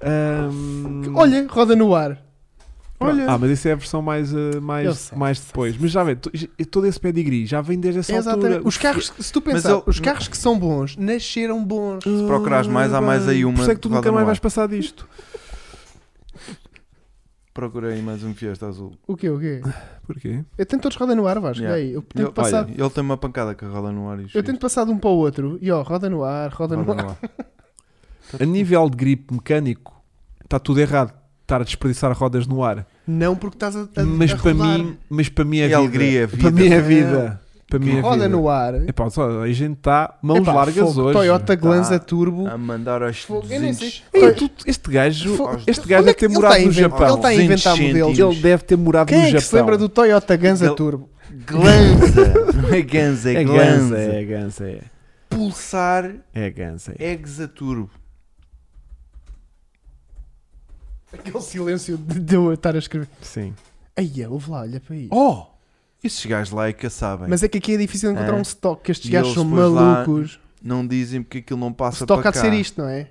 Speaker 2: Ahm,
Speaker 3: Hum. Olha, roda no ar.
Speaker 1: Olha.
Speaker 2: Ah, mas isso é a versão mais, eh,
Speaker 3: Eu
Speaker 2: mais,
Speaker 3: sei.
Speaker 2: mais depois. Mas já vê, to- todo esse pedigree já vem desde essa
Speaker 3: É exatamente.
Speaker 2: altura.
Speaker 3: Os carros, se tu pensar,
Speaker 1: eu-
Speaker 3: os carros que são bons nasceram bons.
Speaker 2: Se
Speaker 1: procurares mais, há mais aí uma
Speaker 2: Por isso é que tu
Speaker 1: roda
Speaker 2: nunca
Speaker 1: no
Speaker 2: mais
Speaker 1: ar.
Speaker 2: vais passar disto.
Speaker 1: procurei mais um Fiesta azul.
Speaker 3: O quê, o quê?
Speaker 2: Porquê?
Speaker 3: Eu tento todos roda no ar, Vasco.
Speaker 1: Yeah.
Speaker 3: daí. Eu
Speaker 1: Ele,
Speaker 3: tento passar...
Speaker 1: Olha, ele tem uma pancada que rola no ar e
Speaker 3: Eu tento passar de um para o outro e ó, roda no ar, roda, no ar. Tá
Speaker 2: A nível de grip mecânico, está tudo errado. Estar a desperdiçar rodas no ar.
Speaker 3: Não porque estás a, a,
Speaker 2: Mas
Speaker 3: a
Speaker 2: para
Speaker 3: rodar.
Speaker 2: mim, mas para mim é
Speaker 1: É
Speaker 2: vida.
Speaker 1: alegria,
Speaker 2: Para
Speaker 1: vida.
Speaker 2: mim é vida. Para mim é
Speaker 3: roda
Speaker 2: vida.
Speaker 3: no ar.
Speaker 2: Epá, só, a gente está mãos
Speaker 3: Epá,
Speaker 2: largas
Speaker 3: fogo,
Speaker 2: hoje.
Speaker 3: Toyota Glanza
Speaker 1: Tá.
Speaker 3: Turbo.
Speaker 1: A mandar aos
Speaker 3: Fogo, eu nem sei.
Speaker 1: 200.
Speaker 2: Ei, tu- este gajo,
Speaker 3: Fogo.
Speaker 2: este gajo
Speaker 3: Onde é
Speaker 2: deve
Speaker 3: que
Speaker 2: ter
Speaker 3: ele
Speaker 2: morado
Speaker 3: tá a
Speaker 2: no
Speaker 3: inventar-
Speaker 2: Japão.
Speaker 3: Ele está a inventar
Speaker 1: 200
Speaker 3: modelos.
Speaker 1: cêntimos.
Speaker 2: Ele deve ter morado
Speaker 3: Quem
Speaker 2: no
Speaker 3: é que
Speaker 2: Japão.
Speaker 3: se lembra do Toyota Ganza
Speaker 1: Ele-
Speaker 3: Turbo?
Speaker 1: Glanza. Não é ganza, é,
Speaker 2: É
Speaker 1: glanza.
Speaker 2: gansa, é gansa, é.
Speaker 1: Pulsar
Speaker 2: É gansa. é.
Speaker 1: Exaturbo.
Speaker 3: Aquele silêncio de, de eu estar a escrever.
Speaker 2: Sim.
Speaker 3: Aí, é, ouve lá, olha para aí.
Speaker 1: Oh! Esses gajos lá é que sabem.
Speaker 3: Mas é que aqui é difícil encontrar
Speaker 1: É.
Speaker 3: um stock, que estes
Speaker 1: E
Speaker 3: gajos
Speaker 1: eles
Speaker 3: são
Speaker 1: depois lá
Speaker 3: malucos.
Speaker 1: Não dizem porque aquilo não passa
Speaker 3: Stock
Speaker 1: para
Speaker 3: há de
Speaker 1: cá.
Speaker 3: ser isto, não é?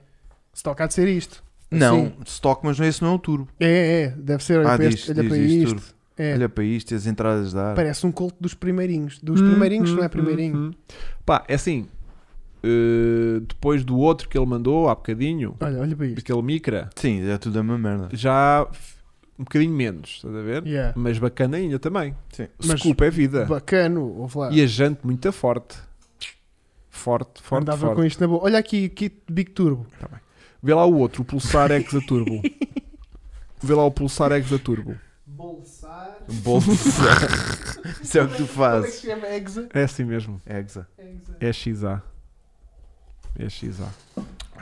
Speaker 3: Stock há de ser isto.
Speaker 1: Não,
Speaker 3: Sim.
Speaker 1: stock, mas não esse não é o turbo.
Speaker 3: É, é, deve ser. Olha
Speaker 1: ah,
Speaker 3: para
Speaker 1: diz,
Speaker 3: este, olha
Speaker 1: diz,
Speaker 3: para
Speaker 1: diz
Speaker 3: isto.
Speaker 1: turbo.
Speaker 3: É,
Speaker 1: Olha para isto, e as entradas de ar.
Speaker 3: Parece um colto dos primeirinhos. Dos primeirinhos, não é primeirinho.
Speaker 2: hum. Pá, é assim. eh, depois do outro que ele mandou há bocadinho,
Speaker 3: Olha, olha para isto.
Speaker 2: aquele micra,
Speaker 1: Sim, é tudo a mesma merda.
Speaker 2: já f- um bocadinho menos, estás a ver?
Speaker 3: Yeah.
Speaker 2: Mas bacana ainda também.
Speaker 1: Sim.
Speaker 2: Se
Speaker 3: Mas-
Speaker 2: culpa é vida.
Speaker 3: Bacano, ouve lá.
Speaker 2: E é a gente muito forte. Forte, forte,
Speaker 3: Andava
Speaker 2: forte.
Speaker 3: com isto na boa. Olha aqui, kit Big Turbo.
Speaker 2: Vê lá o outro, o Pulsar Exa Turbo. Vê lá o Pulsar Exa Turbo.
Speaker 3: Bolsar.
Speaker 1: Bolsar. Isso é o que tu fazes.
Speaker 3: chama Exa?
Speaker 2: É assim mesmo.
Speaker 1: Exa.
Speaker 2: É XA. É XA.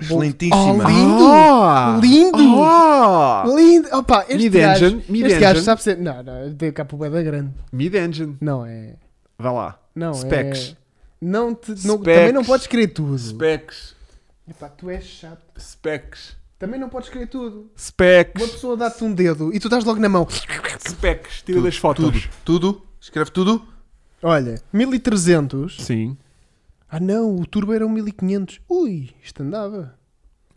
Speaker 1: Excelentíssima.
Speaker 3: Oh, Lindo!
Speaker 2: Ah!
Speaker 3: Lindo!
Speaker 2: Ah!
Speaker 3: Lindo! Opa, este
Speaker 2: Mid
Speaker 3: gajo,
Speaker 2: Engine, Mid
Speaker 3: este gajo
Speaker 2: Engine,
Speaker 3: sabe ser. Não, não, deu cá para o bué da grande.
Speaker 2: Mid Engine.
Speaker 3: Não é.
Speaker 2: Vá lá.
Speaker 3: Não
Speaker 2: Specs.
Speaker 3: é. Não te, não-
Speaker 2: Specs.
Speaker 3: Também não podes querer tudo.
Speaker 2: Specs.
Speaker 3: Epá, tu és chato.
Speaker 2: Specs.
Speaker 3: Também não podes querer tudo. Uma
Speaker 2: Specs.
Speaker 3: pessoa dá-te um dedo e tu estás logo na mão.
Speaker 2: Specs. Tira
Speaker 1: Tudo,
Speaker 2: das fotos.
Speaker 1: Tudo, tudo. Escreve tudo.
Speaker 3: Olha, 1300.
Speaker 2: Sim.
Speaker 3: Ah não, o turbo era um 1500. Ui, isto andava.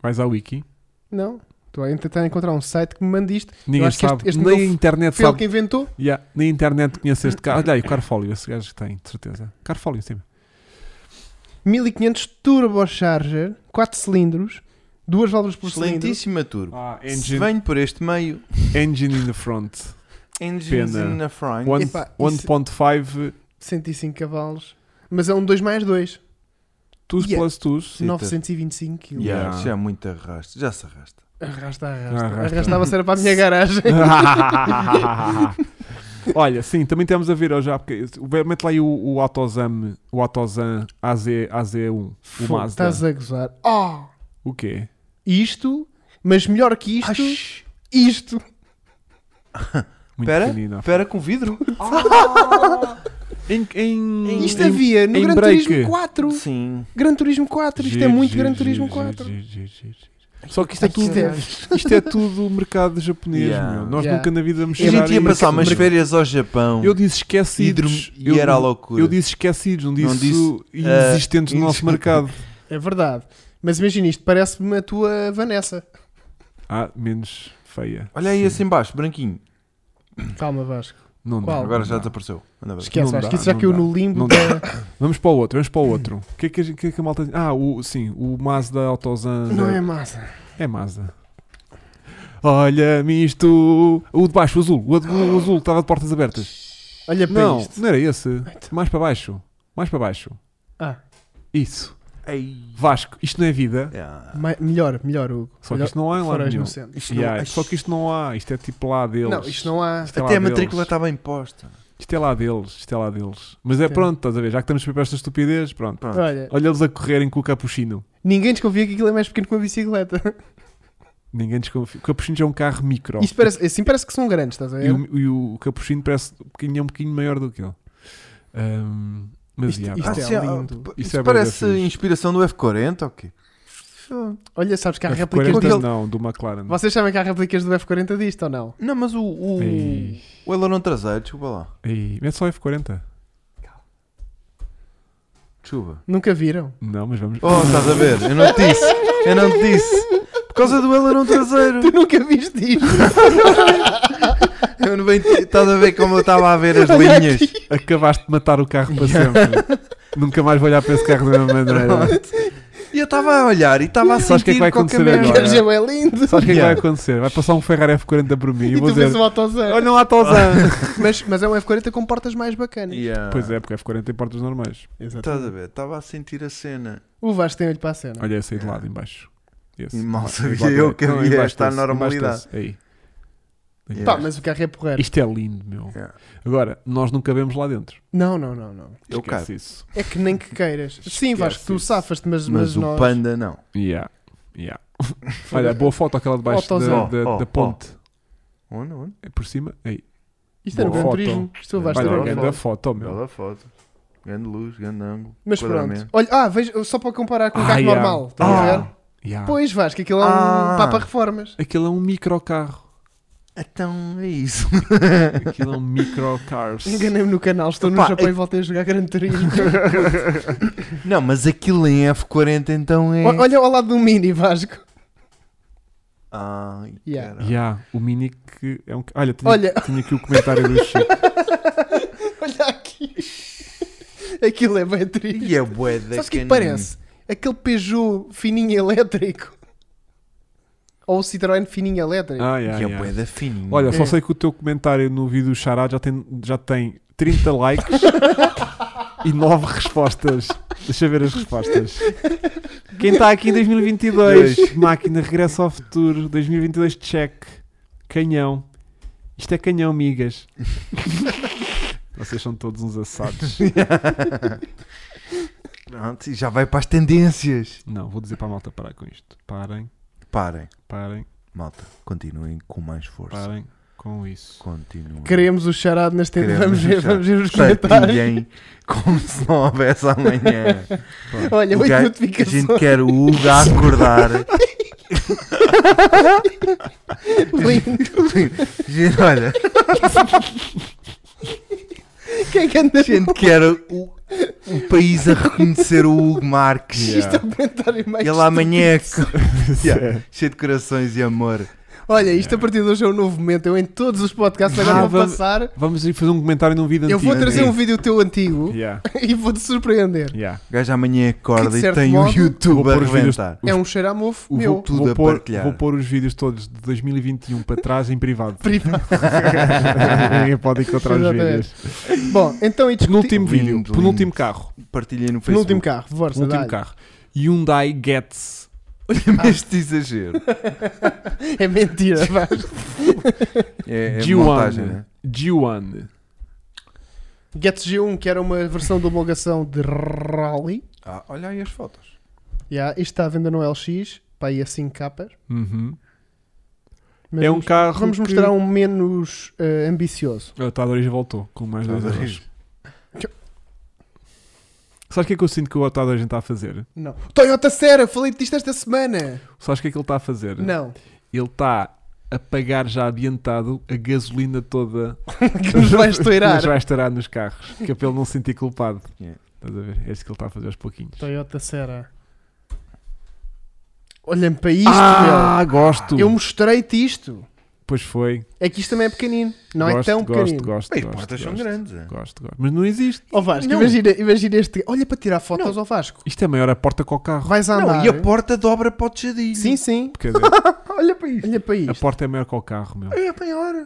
Speaker 2: Vais à wiki.
Speaker 3: Não. Estou a tentar encontrar um site que me mande isto.
Speaker 2: Ninguém
Speaker 3: acho que este-
Speaker 2: sabe.
Speaker 3: este
Speaker 2: Nem
Speaker 3: meu
Speaker 2: a internet
Speaker 3: Foi ele
Speaker 2: sabe.
Speaker 3: que inventou.
Speaker 2: Yeah, Na internet conhece este carro. Olha aí, o Carfólio. Esse gajo que tem, de certeza. Carfólio, sim.
Speaker 3: 1500 turbocharger, 4 cilindros, duas válvulas por cilindro.
Speaker 1: Excelentíssima turbo.
Speaker 2: Ah,
Speaker 1: Se venho por este meio,
Speaker 2: Engine in the front.
Speaker 1: engines
Speaker 2: Pena.
Speaker 1: in a front.
Speaker 2: One-
Speaker 3: Epá, isso-
Speaker 2: 1.5
Speaker 3: 105 cavalos. Mas é um 2 mais 2,
Speaker 2: tus
Speaker 3: Yeah.
Speaker 2: plus tus.
Speaker 1: Sim,
Speaker 3: 925 kg.
Speaker 1: Yeah,
Speaker 2: tá. Yeah.
Speaker 1: Já é muito arrasto. Já se arrasta.
Speaker 3: Arrasta, arrasta.
Speaker 2: Arrasta.
Speaker 3: Arrastava-se era para a minha garagem.
Speaker 2: Olha, sim, também temos a ver ó, já, porque mete lá aí o, o Autozam, o Autozam AZ, AZ1, o
Speaker 3: Fogo,
Speaker 2: Mazda.
Speaker 3: Estás a gozar. Oh,
Speaker 2: O quê?
Speaker 3: isto, mas melhor que isto,
Speaker 1: Ash.
Speaker 3: isto.
Speaker 2: Muito
Speaker 1: Pera,
Speaker 2: pequenino.
Speaker 1: Espera com vidro.
Speaker 2: Em, em,
Speaker 3: Isto
Speaker 1: é
Speaker 2: em-
Speaker 3: havia no
Speaker 2: em
Speaker 3: Gran
Speaker 2: break.
Speaker 3: Turismo 4.
Speaker 1: Sim.
Speaker 3: Gran Turismo 4. Isto é
Speaker 2: Giro,
Speaker 3: muito
Speaker 2: giro,
Speaker 3: Gran
Speaker 2: giro,
Speaker 3: Turismo
Speaker 2: giro,
Speaker 3: 4.
Speaker 2: giro, giro, giro, giro. Só que isto é
Speaker 3: Ai, que
Speaker 2: tudo,
Speaker 3: deve.
Speaker 2: isto é tudo mercado japonês,
Speaker 1: Yeah.
Speaker 2: meu. Nós
Speaker 3: Yeah.
Speaker 2: nunca na vida vamos
Speaker 1: A gente
Speaker 2: chegar
Speaker 1: ia
Speaker 2: a
Speaker 1: passar
Speaker 2: isso.
Speaker 1: umas férias ao Japão
Speaker 2: Eu disse
Speaker 1: e, dormi-
Speaker 2: esquecidos.
Speaker 1: e
Speaker 2: Eu-
Speaker 1: era a loucura.
Speaker 2: Eu disse esquecidos, não disse,
Speaker 1: disse,
Speaker 2: inexistentes
Speaker 1: ah,
Speaker 2: no nosso
Speaker 1: inexistentes.
Speaker 2: mercado.
Speaker 3: É verdade. Mas imagina isto, parece-me a tua Vanessa.
Speaker 2: Ah, menos feia.
Speaker 1: Olha aí assim embaixo, branquinho.
Speaker 3: Calma, Vasco.
Speaker 2: Não dá.
Speaker 3: Qual?
Speaker 1: Agora
Speaker 2: não
Speaker 1: já
Speaker 2: dá.
Speaker 1: desapareceu. Anda bem.
Speaker 3: Esquece,
Speaker 2: Não
Speaker 3: Vasco.
Speaker 2: dá,
Speaker 3: Isso já
Speaker 2: não
Speaker 3: caiu
Speaker 2: dá.
Speaker 3: no limbo
Speaker 2: Não
Speaker 3: da-
Speaker 2: Vamos para o outro, vamos para o outro. O que é que a, gente- o que é que a malta. Ah, o, sim, o Mazda Autozan.
Speaker 3: Não é massa.
Speaker 2: é Mazda. Olha-me isto. O de baixo, o azul. O, de- o azul que estava de portas abertas.
Speaker 3: Olha É para
Speaker 2: Não,
Speaker 3: isto.
Speaker 2: não era esse. Mais para baixo. Mais para baixo.
Speaker 3: Ah,
Speaker 2: Isso.
Speaker 1: Ei.
Speaker 2: Vasco, isto não é vida.
Speaker 1: Yeah.
Speaker 3: mai- melhor, melhor, Hugo.
Speaker 2: Só que
Speaker 3: Melhor-
Speaker 2: isto não há em lá
Speaker 3: Fora
Speaker 2: nenhum.
Speaker 3: no centro.
Speaker 1: Isto não-
Speaker 2: Yeah,
Speaker 1: Ai,
Speaker 2: só que isto não há. Isto é tipo lá deles.
Speaker 3: Não, isto não há.
Speaker 2: Isto é lá
Speaker 1: Até a matrícula
Speaker 2: deles.
Speaker 1: estava imposta.
Speaker 2: Isto é lá deles, isto é lá deles. Mas é
Speaker 3: Sim.
Speaker 2: pronto, estás a ver? Já que estamos para esta estupidez, pronto.
Speaker 1: Pronto.
Speaker 3: Olha,
Speaker 2: Olha-los a correrem com o capuchino.
Speaker 3: ninguém desconfia que aquilo é mais pequeno que uma bicicleta.
Speaker 2: Ninguém desconfia. O capuchino já é um carro micro.
Speaker 3: Isto parece, assim parece que são grandes, estás
Speaker 2: E
Speaker 3: a ver?
Speaker 2: o, e o capuchino parece um bocadinho, é um bocadinho maior do que ele. Ahm, mas
Speaker 3: Isto-
Speaker 2: já,
Speaker 3: isto
Speaker 2: pá.
Speaker 3: é
Speaker 1: assim, ah,
Speaker 3: lindo.
Speaker 1: p-
Speaker 2: Isso
Speaker 1: isso
Speaker 2: é bem
Speaker 1: parece
Speaker 2: fixe.
Speaker 1: inspiração do F40 ou quê?
Speaker 3: Olha, sabes que há
Speaker 2: F40
Speaker 3: réplicas do...
Speaker 2: não, do McLaren.
Speaker 3: Vocês sabem que há réplicas do F40 disto ou não?
Speaker 1: Não, mas o, o,
Speaker 2: Ei.
Speaker 1: o aileron traseiro, desculpa lá.
Speaker 2: Ei, mete só F40.
Speaker 1: Desculpa.
Speaker 3: Nunca viram?
Speaker 2: Não, mas vamos.
Speaker 1: Oh, estás a ver? Eu não te disse. Eu não te disse. Por causa do aileron traseiro.
Speaker 3: Tu nunca viste isto?
Speaker 1: Eu não bem- Estás a ver como eu estava a ver as
Speaker 3: Olha
Speaker 1: linhas?
Speaker 2: Acabaste de matar o carro para sempre. Nunca mais vou olhar para esse carro da mesma maneira.
Speaker 1: E eu estava a olhar e estava a
Speaker 2: Sabes o que é que
Speaker 1: sentir
Speaker 2: vai
Speaker 1: qualquer
Speaker 2: acontecer
Speaker 1: merda.
Speaker 2: agora?
Speaker 3: Gajo é lindo.
Speaker 2: Sabes o que é que vai
Speaker 1: Yeah.
Speaker 2: acontecer? Vai passar um Ferrari F40 por mim e,
Speaker 3: E
Speaker 2: vou
Speaker 3: tu
Speaker 2: dizer:
Speaker 3: vês o autozan.
Speaker 2: Olha lá, Tozan!
Speaker 3: um Mas, mas é um F40 com portas mais bacanas.
Speaker 1: Yeah.
Speaker 2: pois é, porque F40 tem portas normais.
Speaker 1: Estás a ver? Estava a sentir a cena.
Speaker 3: O Vasco tem olho para a cena.
Speaker 2: Olha esse aí de lado, em baixo. Esse.
Speaker 1: é? E mal
Speaker 2: Em
Speaker 1: sabia
Speaker 2: lado
Speaker 1: eu
Speaker 2: direito.
Speaker 1: que
Speaker 2: Não, em
Speaker 1: havia
Speaker 2: baixo
Speaker 1: esta
Speaker 2: desse, em baixo
Speaker 1: normalidade.
Speaker 2: desse. Aí. Em
Speaker 1: Yeah.
Speaker 3: Pá,
Speaker 2: baixo.
Speaker 3: mas o carro é porreiro.
Speaker 2: Isto é lindo, meu.
Speaker 1: Yeah.
Speaker 2: Agora, nós não cabemos lá dentro.
Speaker 3: Não, não, não, não.
Speaker 1: Eu
Speaker 2: Esquece
Speaker 1: cabo.
Speaker 2: isso.
Speaker 3: É que nem que queiras. Sim,
Speaker 2: Esquece
Speaker 3: Vasco, tu
Speaker 2: isso.
Speaker 3: safas-te, mas, mas,
Speaker 1: Mas o
Speaker 3: nós...
Speaker 1: panda não.
Speaker 2: Yeah. Yeah. Olha, boa foto aquela de baixo
Speaker 3: Fotos,
Speaker 2: da,
Speaker 1: ó,
Speaker 2: da-
Speaker 1: ó,
Speaker 2: da
Speaker 1: ó.
Speaker 2: ponte.
Speaker 1: Onde, onde?
Speaker 2: É por cima? Aí.
Speaker 3: Isto é no
Speaker 2: Boa
Speaker 3: Gran
Speaker 2: foto.
Speaker 3: Turismo. Isto o Vasco
Speaker 1: Olha,
Speaker 2: Olha,
Speaker 3: era o
Speaker 1: grande
Speaker 3: Gran
Speaker 2: grande
Speaker 1: foto.
Speaker 2: foto, meu.
Speaker 1: Bela foto. Grande luz, grande ângulo.
Speaker 3: Mas pronto.
Speaker 1: enquadramento.
Speaker 3: Olha, ah, veja, só para comparar com um
Speaker 2: Ah,
Speaker 3: carro
Speaker 2: yeah.
Speaker 3: normal. Estás a
Speaker 1: Ah.
Speaker 3: ver?
Speaker 2: Yeah.
Speaker 3: Pois, Vasco, aquilo é um
Speaker 1: Ah.
Speaker 3: Papa Reformas.
Speaker 2: Aquilo é um microcarro.
Speaker 1: Então é isso.
Speaker 2: Aquilo é um microcars.
Speaker 3: Enganei-me no canal, estou no
Speaker 1: Opa,
Speaker 3: Japão
Speaker 1: é-
Speaker 3: e voltei a jogar Gran Turismo.
Speaker 1: não, mas aquilo em F40 então é.
Speaker 3: O- Olha ao lado do Mini, Vasco.
Speaker 1: Ai,
Speaker 3: Yeah.
Speaker 1: caralho.
Speaker 2: Yeah, o Mini que é um. Olha, tinha,
Speaker 3: Olha,
Speaker 2: tinha aqui o comentário do Chico.
Speaker 3: olha aqui. Aquilo é bem triste.
Speaker 1: E é bué da
Speaker 3: Sabes o que é que
Speaker 1: canina.
Speaker 3: parece? Aquele Peugeot fininho elétrico. Ou o Citroën fininho elétrico.
Speaker 2: Ah,
Speaker 1: E
Speaker 2: yeah,
Speaker 1: é bué
Speaker 2: yeah.
Speaker 1: da fininha.
Speaker 2: Olha, só
Speaker 3: É.
Speaker 2: sei que o teu comentário no vídeo do Chará já tem, já tem 30 likes e 9 respostas. Deixa eu ver as respostas. Quem está aqui em 2022? Máquina regressa ao futuro. 2022 check. Canhão. Isto é canhão, migas. Vocês são todos uns assados.
Speaker 1: Pronto, e já vai para as tendências.
Speaker 2: Não, vou dizer para a malta parar com isto. Parem,
Speaker 1: Parem,
Speaker 2: parem,
Speaker 1: malta. Continuem com mais força.
Speaker 2: parem com isso.
Speaker 1: Continuem.
Speaker 3: Queremos o charado nas tendas.
Speaker 1: Queremos
Speaker 3: Vamos
Speaker 1: o
Speaker 3: ver,
Speaker 1: charado.
Speaker 3: vamos ver os comentários.
Speaker 1: Partilhem como se não houvesse amanhã.
Speaker 3: Olha,
Speaker 1: O
Speaker 3: oito
Speaker 1: gajo- A
Speaker 3: notificações.
Speaker 1: gente quer o Hugo a acordar.
Speaker 3: Lindo.
Speaker 1: Gente, olha,
Speaker 3: Quem é que anda
Speaker 1: a gente quer o, o país a reconhecer o Hugo Marques.
Speaker 3: Isto é o comentário mais.
Speaker 1: Ele amanhã é co-
Speaker 2: Yeah.
Speaker 1: cheio de corações e amor.
Speaker 3: Olha, isto a partir de hoje é um novo momento. Eu em todos os podcasts agora
Speaker 2: Ah,
Speaker 3: vou
Speaker 2: vamos-
Speaker 3: passar.
Speaker 2: Vamos ir fazer um comentário num vídeo
Speaker 3: Eu vou
Speaker 2: antigo. né?
Speaker 3: trazer um vídeo teu antigo
Speaker 2: Yeah,
Speaker 3: e vou-te surpreender.
Speaker 2: yeah.
Speaker 1: O gajo amanhã
Speaker 3: Que,
Speaker 1: acorda
Speaker 3: de
Speaker 1: e
Speaker 3: certo
Speaker 1: tem o
Speaker 3: modo,
Speaker 2: vou
Speaker 1: YouTube a
Speaker 2: pôr os vídeos-
Speaker 1: reventar.
Speaker 3: É um cheiro a mofo
Speaker 2: O
Speaker 3: meu.
Speaker 1: Tudo
Speaker 2: vou,
Speaker 1: a
Speaker 2: pôr,
Speaker 1: partilhar.
Speaker 2: vou pôr os vídeos todos de 2021 para trás em privado.
Speaker 3: privado.
Speaker 2: Ninguém pode encontrar os
Speaker 3: Exatamente.
Speaker 2: vídeos.
Speaker 3: Bom, então e discutir.
Speaker 2: Penúltimo vídeo,
Speaker 1: Lindo,
Speaker 2: penúltimo carro.
Speaker 1: Partilhem no Facebook.
Speaker 3: Penúltimo carro, força,
Speaker 2: Penúltimo
Speaker 3: dá-lhe.
Speaker 2: carro. Hyundai Getz.
Speaker 1: Olha-me este exagero.
Speaker 3: É mentira, vá.
Speaker 1: É, é
Speaker 2: G1.
Speaker 1: montagem, né?
Speaker 2: G1.
Speaker 3: Get G1, que era uma versão de homologação de Rally.
Speaker 1: Ah, olha aí as fotos.
Speaker 3: Yeah, isto está à venda no LX, pá, aí a 5 capas.
Speaker 2: Uhum.
Speaker 3: Mas
Speaker 2: É um
Speaker 3: vamos-
Speaker 2: carro.
Speaker 3: Vamos
Speaker 2: que-
Speaker 3: mostrar um menos eh, ambicioso.
Speaker 2: Ah, tá, a Doriz voltou com mais dois
Speaker 1: Tá, a
Speaker 2: euros.
Speaker 1: Doriz.
Speaker 2: Sabes o que é que eu sinto que o Otadoriz está a fazer?
Speaker 3: Não. Toyota Sera, falei-te disto esta semana.
Speaker 2: Sabes o que é que ele está a fazer?
Speaker 3: Não.
Speaker 2: Ele está a pagar já adiantado a gasolina toda
Speaker 3: que nos vai estourar.
Speaker 2: Mas vai estourar nos carros, que é para ele não se sentir culpado.
Speaker 1: Yeah.
Speaker 2: Estás a ver? É isso que ele está a fazer aos pouquinhos.
Speaker 3: Toyota Sera. Olhem para isto,
Speaker 2: ah, gosto!
Speaker 3: meu. Eu mostrei-te isto.
Speaker 2: Pois foi.
Speaker 3: É que isto também é pequenino. Não
Speaker 2: gosto,
Speaker 3: é tão
Speaker 2: gosto,
Speaker 3: pequenino.
Speaker 2: Gosto,
Speaker 1: Bem,
Speaker 2: gosto,
Speaker 1: as portas são
Speaker 2: gosto,
Speaker 1: grandes. é?
Speaker 2: Gosto, gosto. Mas não existe.
Speaker 3: Ó Vasco,
Speaker 1: Não.
Speaker 3: imagina, imagina este. Olha para tirar fotos ao Vasco.
Speaker 2: Isto é maior a porta que o carro.
Speaker 3: Vais a andar.
Speaker 1: Não, e a porta dobra para o tejadinho.
Speaker 3: Sim, sim.
Speaker 2: Quer dizer,
Speaker 1: Olha para isto.
Speaker 3: Olha para
Speaker 2: a
Speaker 3: isto.
Speaker 2: porta é maior que o carro, meu.
Speaker 1: É maior.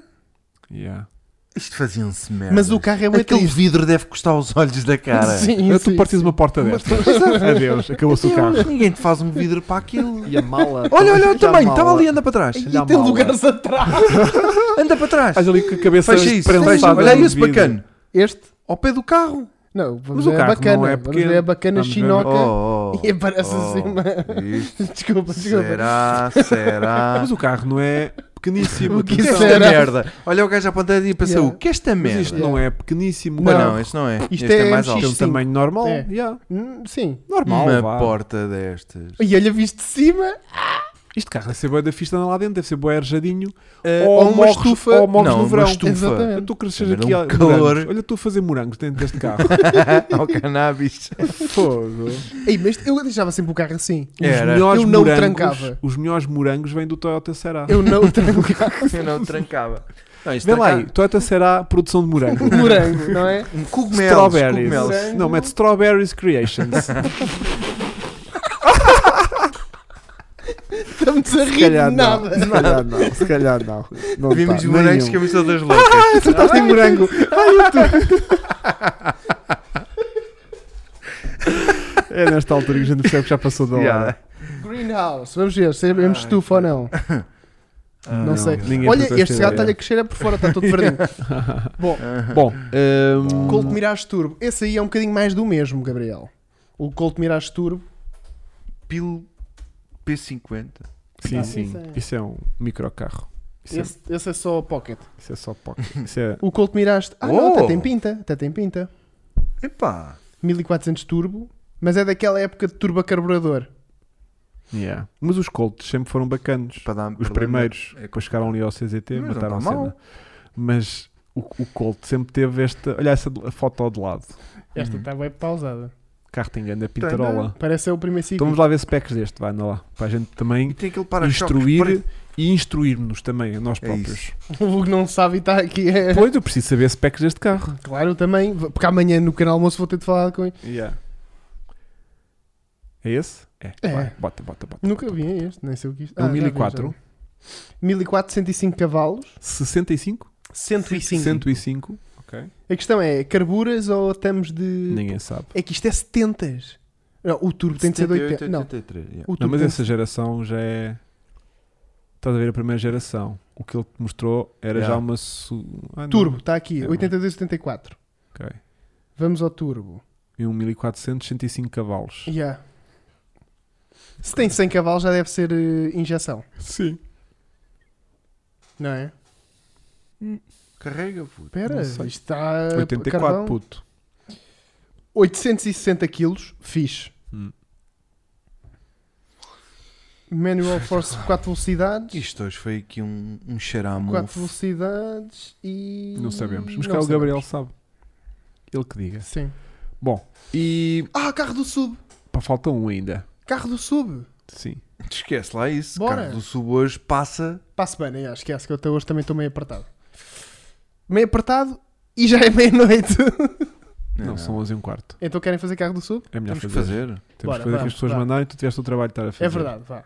Speaker 2: Yeah.
Speaker 1: Isto faziam-se merda.
Speaker 3: Mas o carro é muito
Speaker 1: Aquele
Speaker 3: triste.
Speaker 1: vidro deve custar os olhos da cara.
Speaker 3: Sim,
Speaker 2: tu
Speaker 3: sim,
Speaker 2: partes
Speaker 3: sim.
Speaker 2: uma porta desta. Adeus, acabou-se o carro.
Speaker 1: Ninguém te faz um vidro para aquilo.
Speaker 2: a mala.
Speaker 1: Olha, olha o tamanho, estava ali, anda para trás.
Speaker 3: E
Speaker 2: Olha a
Speaker 3: tem
Speaker 2: mala.
Speaker 3: lugares atrás.
Speaker 1: Anda para trás.
Speaker 2: Estás ali com a cabeça
Speaker 1: Fecha isso,
Speaker 2: prensada
Speaker 1: fecha. Olha
Speaker 2: no
Speaker 1: esse
Speaker 2: vidro.
Speaker 1: bacana.
Speaker 3: Este?
Speaker 1: Ao pé do carro.
Speaker 3: Não, vamos
Speaker 2: Mas o
Speaker 3: ver a
Speaker 2: carro
Speaker 3: bacana.
Speaker 2: não é
Speaker 3: vamos
Speaker 2: pequeno.
Speaker 3: ver a bacana
Speaker 2: Vamos ver.
Speaker 3: chinoca.
Speaker 1: Oh, oh,
Speaker 3: E aparece assim uma-
Speaker 1: isto
Speaker 3: Desculpa, desculpa.
Speaker 1: Será, será?
Speaker 2: Mas o carro não é pequeníssimo.
Speaker 3: O que
Speaker 1: Que é
Speaker 3: isso
Speaker 2: atenção.
Speaker 1: esta
Speaker 3: será?
Speaker 1: merda. Olha o gajo a ponta e pensa,
Speaker 3: Yeah.
Speaker 1: o que é esta
Speaker 2: Mas
Speaker 1: merda?
Speaker 2: isto não é pequeníssimo.
Speaker 1: Pá,
Speaker 3: Não.
Speaker 1: não, isto não é.
Speaker 3: Isto
Speaker 1: Isto, é,
Speaker 3: é
Speaker 1: mais
Speaker 3: MX.
Speaker 1: alto.
Speaker 2: Tem um
Speaker 3: Sim.
Speaker 2: tamanho normal.
Speaker 3: É.
Speaker 2: Yeah.
Speaker 3: Hum, Sim.
Speaker 2: Normal,
Speaker 1: Uma
Speaker 2: vá.
Speaker 1: porta destas.
Speaker 3: E olha, visto de cima.
Speaker 2: Isto carro deve ser boa da ficha lá dentro, deve ser boa arejadinho.
Speaker 1: Eh,
Speaker 2: É, ou,
Speaker 1: ou uma
Speaker 2: morres,
Speaker 1: estufa-
Speaker 2: ou morres
Speaker 1: não,
Speaker 2: no
Speaker 1: uma
Speaker 2: verão.
Speaker 1: estufa.
Speaker 3: Exatamente.
Speaker 2: Eu estou a crescer
Speaker 1: Também
Speaker 2: aqui
Speaker 1: dá um
Speaker 2: há
Speaker 1: calor.
Speaker 2: morangos. Olha, estou a fazer morangos dentro deste carro.
Speaker 1: Ao cannabis.
Speaker 2: Fogo.
Speaker 3: Ei, mas eu deixava sempre o carro assim.
Speaker 1: Era.
Speaker 3: Eu não trancava.
Speaker 2: Os melhores morangos vêm do Toyota Será.
Speaker 3: Eu não um trancava
Speaker 1: Eu não trancava. Não, isto
Speaker 2: Vê lá aí,
Speaker 1: tranca-
Speaker 2: Toyota Será, produção de morango.
Speaker 3: um morango, não é?
Speaker 1: Um cogumelos,
Speaker 2: strawberries.
Speaker 1: cogumelos.
Speaker 2: Não, mete Strawberries Creations.
Speaker 3: Estamos a
Speaker 2: Se
Speaker 3: rir
Speaker 2: calhar
Speaker 3: de
Speaker 2: não.
Speaker 3: nada.
Speaker 2: Se calhar não. Se calhar não. não
Speaker 1: Vimos
Speaker 2: tá,
Speaker 1: morangos
Speaker 2: nenhum.
Speaker 1: cabeça das loucas.
Speaker 2: Ah, acertaste em morango. Ai, eu tô- É nesta altura que a gente percebe que já passou da hora.
Speaker 1: Yeah.
Speaker 3: Greenhouse, vamos ver se é mesmo estufa ou não.
Speaker 2: Ah.
Speaker 3: não, sei.
Speaker 2: ninguém
Speaker 3: Olha,
Speaker 2: percebeu
Speaker 3: este
Speaker 2: esta ideia.
Speaker 3: gato está-lhe a crescer é por fora, está todo verdinho. Bom,
Speaker 2: Bom, hum,
Speaker 3: Colt Mirage Turbo. Esse aí é um bocadinho mais do mesmo, Gabriel. O Colt Mirage Turbo.
Speaker 1: Pil P50.
Speaker 2: sim,
Speaker 3: Ah,
Speaker 2: sim.
Speaker 3: isso é-
Speaker 2: Isso é um microcarro. Isso, é-
Speaker 3: Esse, esse é só pocket.
Speaker 2: isso é só pocket. Isso é
Speaker 3: O Colt Mirage. Ah,
Speaker 1: Oh!
Speaker 3: não, até tem pinta. Até tem pinta.
Speaker 1: Epá.
Speaker 3: 1400 turbo. Mas é daquela época de turbo a carburador.
Speaker 2: Yeah. Mas os Colts sempre foram bacanos.
Speaker 1: Para dar
Speaker 2: Os
Speaker 1: problema.
Speaker 2: primeiros,
Speaker 1: É
Speaker 2: depois chegaram ali ao
Speaker 1: Mas é
Speaker 2: CZT,
Speaker 1: não
Speaker 2: mataram a
Speaker 1: está mal.
Speaker 2: cena. Mas o, o Colt sempre teve esta. Olha essa de- foto de lado.
Speaker 3: Esta
Speaker 1: Uhum.
Speaker 3: está bem pausada.
Speaker 2: O carro tem grande pintarola.
Speaker 3: Parece ser o primeiro
Speaker 2: Então
Speaker 3: ciclo.
Speaker 2: vamos lá ver specs deste, vai, anda lá. Para a gente
Speaker 1: E
Speaker 2: também
Speaker 1: tem aquele para-choques.
Speaker 2: instruir
Speaker 1: preto.
Speaker 2: e instruirmos também, a nós
Speaker 1: É
Speaker 2: próprios.
Speaker 3: O Hugo não sabe e está aqui. É...
Speaker 2: pois eu preciso saber specs deste carro.
Speaker 3: Claro, também. Porque amanhã no canal almoço vou ter de falar com ele.
Speaker 2: É esse? É.
Speaker 3: É.
Speaker 2: Vai, bota, bota, bota.
Speaker 3: Nunca
Speaker 2: bota.
Speaker 3: vi este, nem sei o que isto. Ah,
Speaker 2: É um
Speaker 3: já vi, já
Speaker 2: 1004.
Speaker 3: vi. 1004, 105 cavalos.
Speaker 2: 65?
Speaker 3: 105.
Speaker 2: 105? Ok.
Speaker 3: A questão é, carburas ou estamos de...
Speaker 2: Ninguém sabe.
Speaker 3: É que isto é 70. Não, o turbo tem de ser de 80.
Speaker 1: 78,
Speaker 3: Não,
Speaker 1: 83, yeah.
Speaker 3: o turbo
Speaker 2: Não, mas
Speaker 3: tem
Speaker 2: essa geração já é. Estás a ver a primeira geração. O que ele te mostrou era
Speaker 1: Yeah.
Speaker 2: já uma. Su... Ah, não.
Speaker 3: de... Turbo, está aqui,
Speaker 2: É,
Speaker 3: 82, 74.
Speaker 2: Ok.
Speaker 3: Vamos ao turbo.
Speaker 2: E um 1400, 105 cavalos.
Speaker 3: Yeah. Se tem 100 cavalos já deve ser eh, injeção,
Speaker 2: Sim.
Speaker 3: não é?
Speaker 1: Carrega, puto.
Speaker 3: Espera,
Speaker 2: Não
Speaker 3: isto tá,
Speaker 2: sei.
Speaker 3: está...
Speaker 2: 84,
Speaker 3: carvão.
Speaker 2: puto.
Speaker 3: 860 quilos, fixe.
Speaker 2: Hum.
Speaker 3: Manual force 4 velocidades.
Speaker 1: Isto hoje foi aqui um, um xaramufo.
Speaker 3: 4 velocidades e.
Speaker 2: é Não sabemos. Mas
Speaker 3: Hum, Não
Speaker 2: cá o
Speaker 3: sabemos.
Speaker 2: Gabriel sabe. Ele que diga.
Speaker 3: Sim.
Speaker 2: Bom, e.
Speaker 3: Ah, carro do sub!
Speaker 2: Pá, falta um ainda.
Speaker 3: Carro do sub!
Speaker 2: Sim.
Speaker 1: Esquece lá isso.
Speaker 3: Bora.
Speaker 1: Carro do Sul hoje passa.
Speaker 3: Passo bem, né? acho que esse que eu até hoje também estou meio apertado. Meio apertado e já é meia-noite.
Speaker 2: Não, são 11 e um quarto.
Speaker 3: então querem fazer carro do sub?
Speaker 2: É melhor
Speaker 1: Temos que
Speaker 2: fazer.
Speaker 1: fazer.
Speaker 2: Temos
Speaker 3: Bora,
Speaker 2: que fazer o que
Speaker 3: vamos,
Speaker 2: as pessoas
Speaker 3: vá.
Speaker 2: mandarem e tu tiveste o trabalho de estar a fazer.
Speaker 3: É verdade, vá.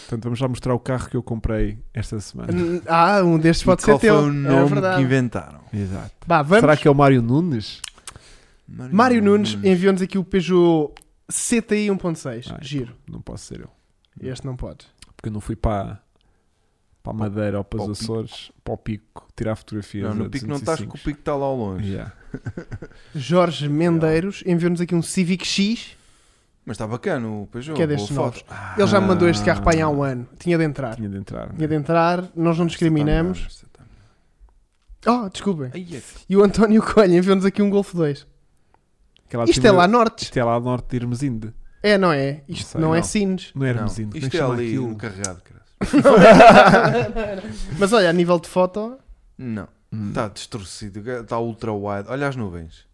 Speaker 2: Portanto, vamos lá mostrar o carro que eu comprei esta semana.
Speaker 3: N- Ah, um destes pode
Speaker 1: E qual
Speaker 3: ser teu.
Speaker 1: foi o
Speaker 3: é
Speaker 1: nome que
Speaker 3: verdade.
Speaker 1: inventaram?
Speaker 2: Exato.
Speaker 3: Vá, vamos.
Speaker 2: Será que é o Mário Nunes?
Speaker 3: Mário Nunes enviou-nos aqui o Peugeot CTI 1.6.
Speaker 1: é
Speaker 2: Ah,
Speaker 3: Giro.
Speaker 2: Não posso ser eu.
Speaker 3: Este não pode.
Speaker 2: Porque eu não fui para, para a Madeira ou para
Speaker 1: Para o
Speaker 2: os Açores, para o Pico, tirar fotografias.
Speaker 1: Não,
Speaker 2: a
Speaker 1: no pico não estás
Speaker 2: 205.
Speaker 1: porque o pico está lá ao longe.
Speaker 2: Yeah.
Speaker 3: Jorge Mendeiros enviou-nos aqui um Civic X.
Speaker 1: Mas está bacana o Peugeot.
Speaker 3: Que é
Speaker 1: boa
Speaker 3: destes
Speaker 1: foto. Ah,
Speaker 3: Ele já me mandou este carro para aí há um
Speaker 2: Ah.
Speaker 3: ano. Tinha de entrar.
Speaker 2: Tinha de entrar. né?
Speaker 3: Tinha de entrar, nós não
Speaker 1: tá
Speaker 3: discriminamos. Oh, desculpem.
Speaker 1: é.
Speaker 3: E o António Coelho enviou-nos aqui um Golf 2.
Speaker 2: Aquela
Speaker 3: Isto é
Speaker 2: primeira-
Speaker 3: lá norte.
Speaker 2: Isto é lá ao norte de Irmesinde.
Speaker 3: É, não é? Isto
Speaker 2: sei,
Speaker 3: não, é. é
Speaker 2: não.
Speaker 3: Sines.
Speaker 2: Não é Hermesinde. como é
Speaker 1: Isto
Speaker 2: que
Speaker 1: é
Speaker 2: chama
Speaker 1: ali
Speaker 2: aquilo?
Speaker 1: no carregado, caras.
Speaker 3: é. Mas olha, a nível de foto,
Speaker 1: Não.
Speaker 2: Hum.
Speaker 1: Está destruído. Está ultra wide. Olha as nuvens.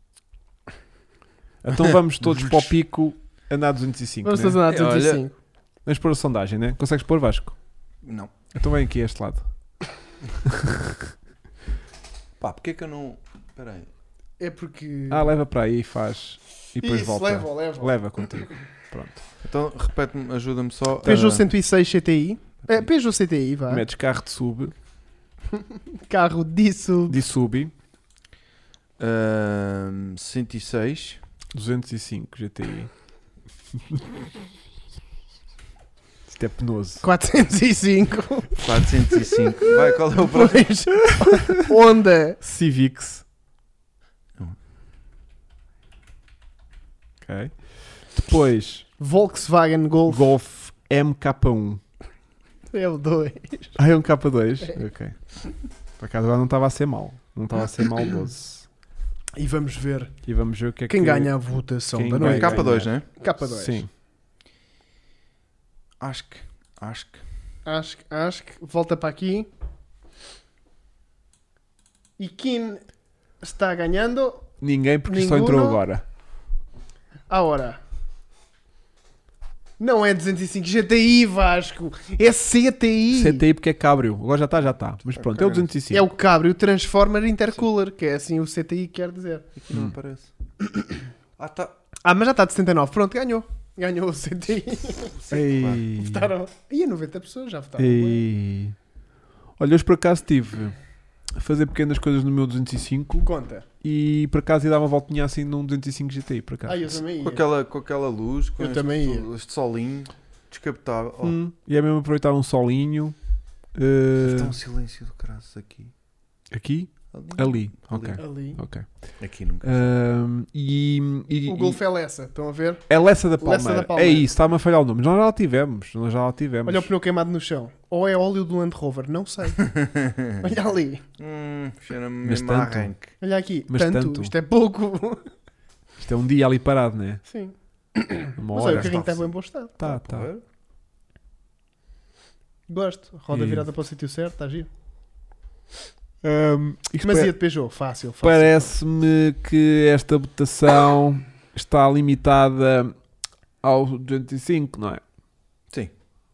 Speaker 2: Então vamos todos para o Pico andar 205.
Speaker 3: vamos
Speaker 2: né?
Speaker 3: fazer andar
Speaker 1: É, olha.
Speaker 3: 35.
Speaker 2: Vamos pôr a sondagem, né? Consegues pôr Vasco?
Speaker 1: Não.
Speaker 2: Então vem aqui a este lado.
Speaker 1: Pá, porque é que eu não. Espera aí.
Speaker 3: É porque.
Speaker 2: Ah, leva para aí e faz. E depois
Speaker 3: Isso,
Speaker 2: volta.
Speaker 3: leva, leva.
Speaker 2: Leva contigo. Pronto.
Speaker 1: Então, repete-me, ajuda-me só.
Speaker 3: Peugeot
Speaker 1: Ah,
Speaker 3: 106 CTI. É, Peugeot CTI, vá.
Speaker 2: Metes carro de sub,
Speaker 3: Carro disso.
Speaker 2: de sub,
Speaker 1: ahm, 106.
Speaker 2: 205 GTI. Isto é penoso.
Speaker 3: 405.
Speaker 1: 405. Vai, qual é o próximo?
Speaker 3: Pois. Honda.
Speaker 2: Civics.
Speaker 1: Não.
Speaker 2: Ok. Depois,
Speaker 3: Volkswagen Golf.
Speaker 2: Golf MK1.
Speaker 3: É o 2.
Speaker 2: Ah, é um K2? Ok. Por acaso agora não estava a ser mal. Não estava a ser mal 12.
Speaker 3: E vamos ver
Speaker 2: E vamos ver o que é
Speaker 3: quem
Speaker 2: que...
Speaker 3: ganha a votação
Speaker 2: quem
Speaker 3: da
Speaker 1: Não, é
Speaker 3: noite.
Speaker 2: ganha?
Speaker 1: K2, né?
Speaker 3: K2.
Speaker 2: Sim.
Speaker 1: Acho que. Acho que.
Speaker 3: Acho, que- acho que volta para aqui. E quem está ganhando?
Speaker 2: Ninguém porque só
Speaker 3: Ninguno.
Speaker 2: entrou agora.
Speaker 3: A hora. Não é 205 GTI, Vasco. É CTI.
Speaker 2: CTI porque é cabrio. Agora já está, já está. Mas pronto, é o
Speaker 1: Caralho.
Speaker 2: 205.
Speaker 3: É o Cabrio Transformer Intercooler, que é assim o CTI quer dizer.
Speaker 2: Hum.
Speaker 1: Aqui não aparece. Ah, tá.
Speaker 3: Ah, mas já está de 79. Pronto, ganhou. Ganhou o CTI.
Speaker 2: Ei.
Speaker 3: Votaram. E 90 pessoas já votaram.
Speaker 2: Ei. Olha, hoje por acaso estive a fazer pequenas coisas no meu 205
Speaker 3: Conta.
Speaker 2: e por acaso ia dar uma voltinha assim num 205 GTI, por acaso.
Speaker 3: Ah, eu também ia.
Speaker 1: Com aquela, com aquela luz, com
Speaker 3: Eu
Speaker 1: este,
Speaker 3: também ia.
Speaker 1: este solinho descapotável. Oh,
Speaker 2: Hum, e é mesmo aproveitar um solinho. eh,
Speaker 3: Então,
Speaker 1: Está um silêncio do caraças aqui.
Speaker 2: aqui? Ali. Ok. Ah.
Speaker 3: Ali.
Speaker 2: Ok.
Speaker 1: Aqui nunca.
Speaker 2: Ahm, e, e,
Speaker 3: O
Speaker 2: e-
Speaker 3: golfe é Lessa, estão a ver?
Speaker 2: é Lessa da
Speaker 3: Lessa da
Speaker 2: Palmeira. É
Speaker 3: Palmeira.
Speaker 2: isso, está-me a falhar o nome. Nós já lá tivemos. Nós já lá tivemos.
Speaker 3: Olha o pneu queimado no chão. Ou é óleo do Land Rover, não sei. Olha ali.
Speaker 1: Hum, cheira-me
Speaker 2: Mas
Speaker 1: mesmo a
Speaker 2: tanto.
Speaker 1: arranque.
Speaker 3: Olha aqui.
Speaker 2: Mas
Speaker 3: tanto,
Speaker 2: tanto.
Speaker 3: Isto é pouco.
Speaker 2: Isto é um dia ali parado, né?
Speaker 3: Sim.
Speaker 2: Uma
Speaker 3: Mas olha,
Speaker 2: hora.
Speaker 3: o é carrinho está
Speaker 1: está
Speaker 3: bem em bom estado.
Speaker 2: Tá, tá.
Speaker 1: Porra.
Speaker 3: Gosto. Roda
Speaker 2: E-
Speaker 3: virada para o sítio certo, está giro.
Speaker 2: Ahm, isto
Speaker 3: Mas
Speaker 2: é-
Speaker 3: ia de Peugeot, fácil, fácil.
Speaker 2: Parece-me que esta votação está limitada ao 25, não é?
Speaker 1: Sim.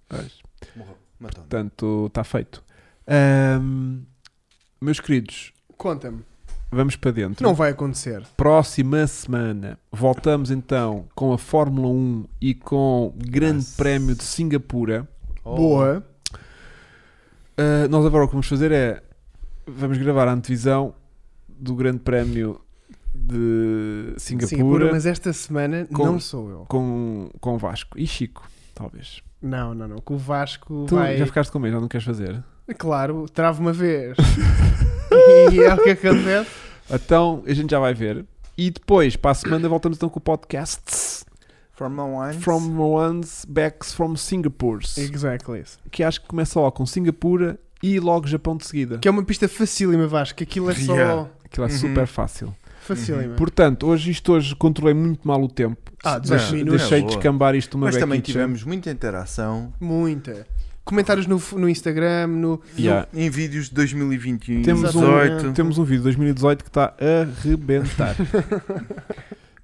Speaker 2: Pois,
Speaker 1: Morreu. Matou.
Speaker 2: Tá. portanto, está feito. Ahm, meus queridos,
Speaker 3: Conta-me.
Speaker 2: vamos para dentro.
Speaker 3: Não vai acontecer.
Speaker 2: Próxima semana voltamos então com a Fórmula 1 e com o Grande
Speaker 1: Nossa.
Speaker 2: Prémio de Singapura.
Speaker 3: Boa.
Speaker 2: Ah, nós agora o que vamos fazer é vamos gravar a antevisão do Grande Prémio de Singapura,
Speaker 3: Singapura, mas esta semana
Speaker 2: Com-
Speaker 3: não sou eu.
Speaker 2: com, com o Vasco e Chico, talvez.
Speaker 3: Não, não, não. Que o Vasco
Speaker 2: Tu
Speaker 3: vai.
Speaker 2: já ficaste com medo, já não queres fazer?
Speaker 3: Claro, trava uma vez. e é o que acontece.
Speaker 2: Então a gente já vai ver. E depois, para a semana, voltamos então com o podcast
Speaker 1: From Online.
Speaker 2: From One's Backs from Singapore.
Speaker 3: Exactly. isso.
Speaker 2: Que acho que começa logo com Singapura e logo Japão de seguida.
Speaker 3: Que é uma pista facílima, Vasco. Aquilo é só
Speaker 1: Yeah.
Speaker 2: Aquilo é
Speaker 1: Uhum.
Speaker 2: super fácil.
Speaker 3: facílima.
Speaker 2: Portanto, hoje isto hoje controlei muito mal o tempo.
Speaker 3: Ah,
Speaker 2: Deix-
Speaker 1: 18 minutos.
Speaker 2: deixei
Speaker 1: Na boa.
Speaker 2: descambar isto uma
Speaker 1: Mas
Speaker 2: vez.
Speaker 1: também tivemos muita interação
Speaker 3: Muita. Comentários no, no Instagram, no.
Speaker 1: em vídeos de 2021
Speaker 2: Temos um-
Speaker 1: 18.
Speaker 2: Temos um vídeo de 2018 que está a rebentar.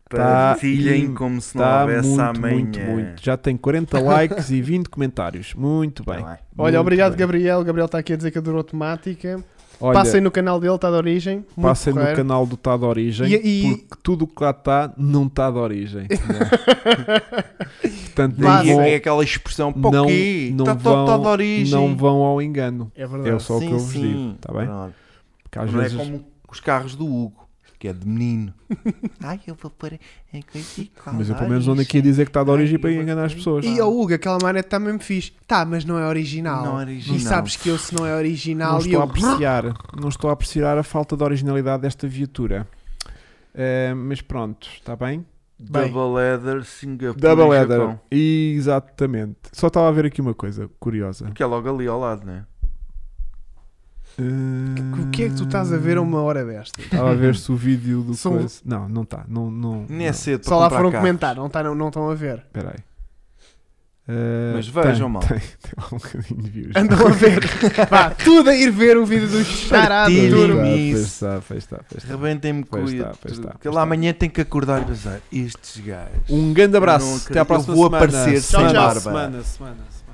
Speaker 1: Para
Speaker 2: Tá
Speaker 1: filhem
Speaker 2: im-
Speaker 1: como se não
Speaker 2: Está
Speaker 1: houvesse
Speaker 2: muito,
Speaker 1: amanhã.
Speaker 2: muito, muito. Já tem 40 likes e 20 comentários. Muito
Speaker 1: Tá
Speaker 2: bem.
Speaker 1: bem.
Speaker 3: Olha,
Speaker 2: Muito
Speaker 3: obrigado,
Speaker 2: bem.
Speaker 3: Gabriel. O Gabriel está aqui a dizer que adorou temática.
Speaker 2: Olha,
Speaker 3: passem no canal dele, está de origem. Muito
Speaker 2: passem no
Speaker 3: porreiro.
Speaker 2: canal do Tá de Origem,
Speaker 3: E- e-
Speaker 2: porque tudo o que lá está não está de origem. Portanto, não
Speaker 1: Daí
Speaker 3: Passa.
Speaker 1: vem
Speaker 2: vão,
Speaker 1: É aquela expressão,
Speaker 2: Não-
Speaker 1: para o quê?
Speaker 2: não
Speaker 1: Está
Speaker 2: vão-
Speaker 1: todo tá de origem.
Speaker 2: não vão ao engano.
Speaker 3: É verdade.
Speaker 2: É só o que eu vos digo. Tá bem?
Speaker 1: Pronto.
Speaker 2: Porque às
Speaker 1: não
Speaker 2: vezes
Speaker 1: é como os carros do Hugo, que é de menino. Ai, eu vou pôr em coisa igual
Speaker 2: Mas eu
Speaker 1: à
Speaker 2: pelo menos ando aqui a
Speaker 1: origem.
Speaker 2: dizer que está de
Speaker 1: Ai,
Speaker 2: origem
Speaker 1: eu
Speaker 2: para
Speaker 1: vou-
Speaker 2: enganar as pessoas.
Speaker 3: E ao Hugo, aquela manete está mesmo fixe. Tá, mas não é original.
Speaker 1: Não é original.
Speaker 3: E sabes que eu, se não é
Speaker 2: Não
Speaker 3: original, e
Speaker 2: estou
Speaker 3: eu.
Speaker 2: a apreciar, não estou a apreciar a falta de originalidade desta viatura. Eh, mas pronto, está bem?
Speaker 3: Bem.
Speaker 1: Double Leather, Singapura
Speaker 2: Double
Speaker 1: e
Speaker 2: Header.
Speaker 1: Japão.
Speaker 2: Exatamente. Só estava a ver aqui uma coisa curiosa.
Speaker 1: Que é logo ali ao lado, né?
Speaker 3: O que é que tu estás a ver a uma hora desta?
Speaker 2: Estava a ver se o vídeo do
Speaker 3: São-
Speaker 2: coisa... Não, não está. Não, não,
Speaker 1: Nem é
Speaker 2: não.
Speaker 1: cedo
Speaker 3: Só
Speaker 1: para
Speaker 3: lá
Speaker 1: comprar
Speaker 3: foram
Speaker 1: carros.
Speaker 3: comentar, não, tá, não, não estão a ver.
Speaker 2: Espera aí. Eh,
Speaker 1: Mas vejam,
Speaker 2: tem,
Speaker 1: mal.
Speaker 2: Tem, tem lá um bocadinho de views.
Speaker 3: Andam a ver. Vá, tudo a ir ver o vídeo do charado.
Speaker 1: Partilhem.
Speaker 3: turma.
Speaker 2: Pois
Speaker 1: isso.
Speaker 2: está, pois está, pois está.
Speaker 1: Rebentem-me com
Speaker 2: Pois
Speaker 1: isso.
Speaker 2: está, pois está,
Speaker 1: Porque
Speaker 2: pois
Speaker 1: lá
Speaker 2: está.
Speaker 1: amanhã tem que acordar e pensar. Estes gajos.
Speaker 2: Um grande
Speaker 1: Eu não
Speaker 2: abraço. Até à
Speaker 1: acredito.
Speaker 2: próxima
Speaker 1: Eu vou
Speaker 2: semana.
Speaker 1: aparecer
Speaker 3: sem
Speaker 2: semana,
Speaker 1: barba.
Speaker 2: semana, semana, semana.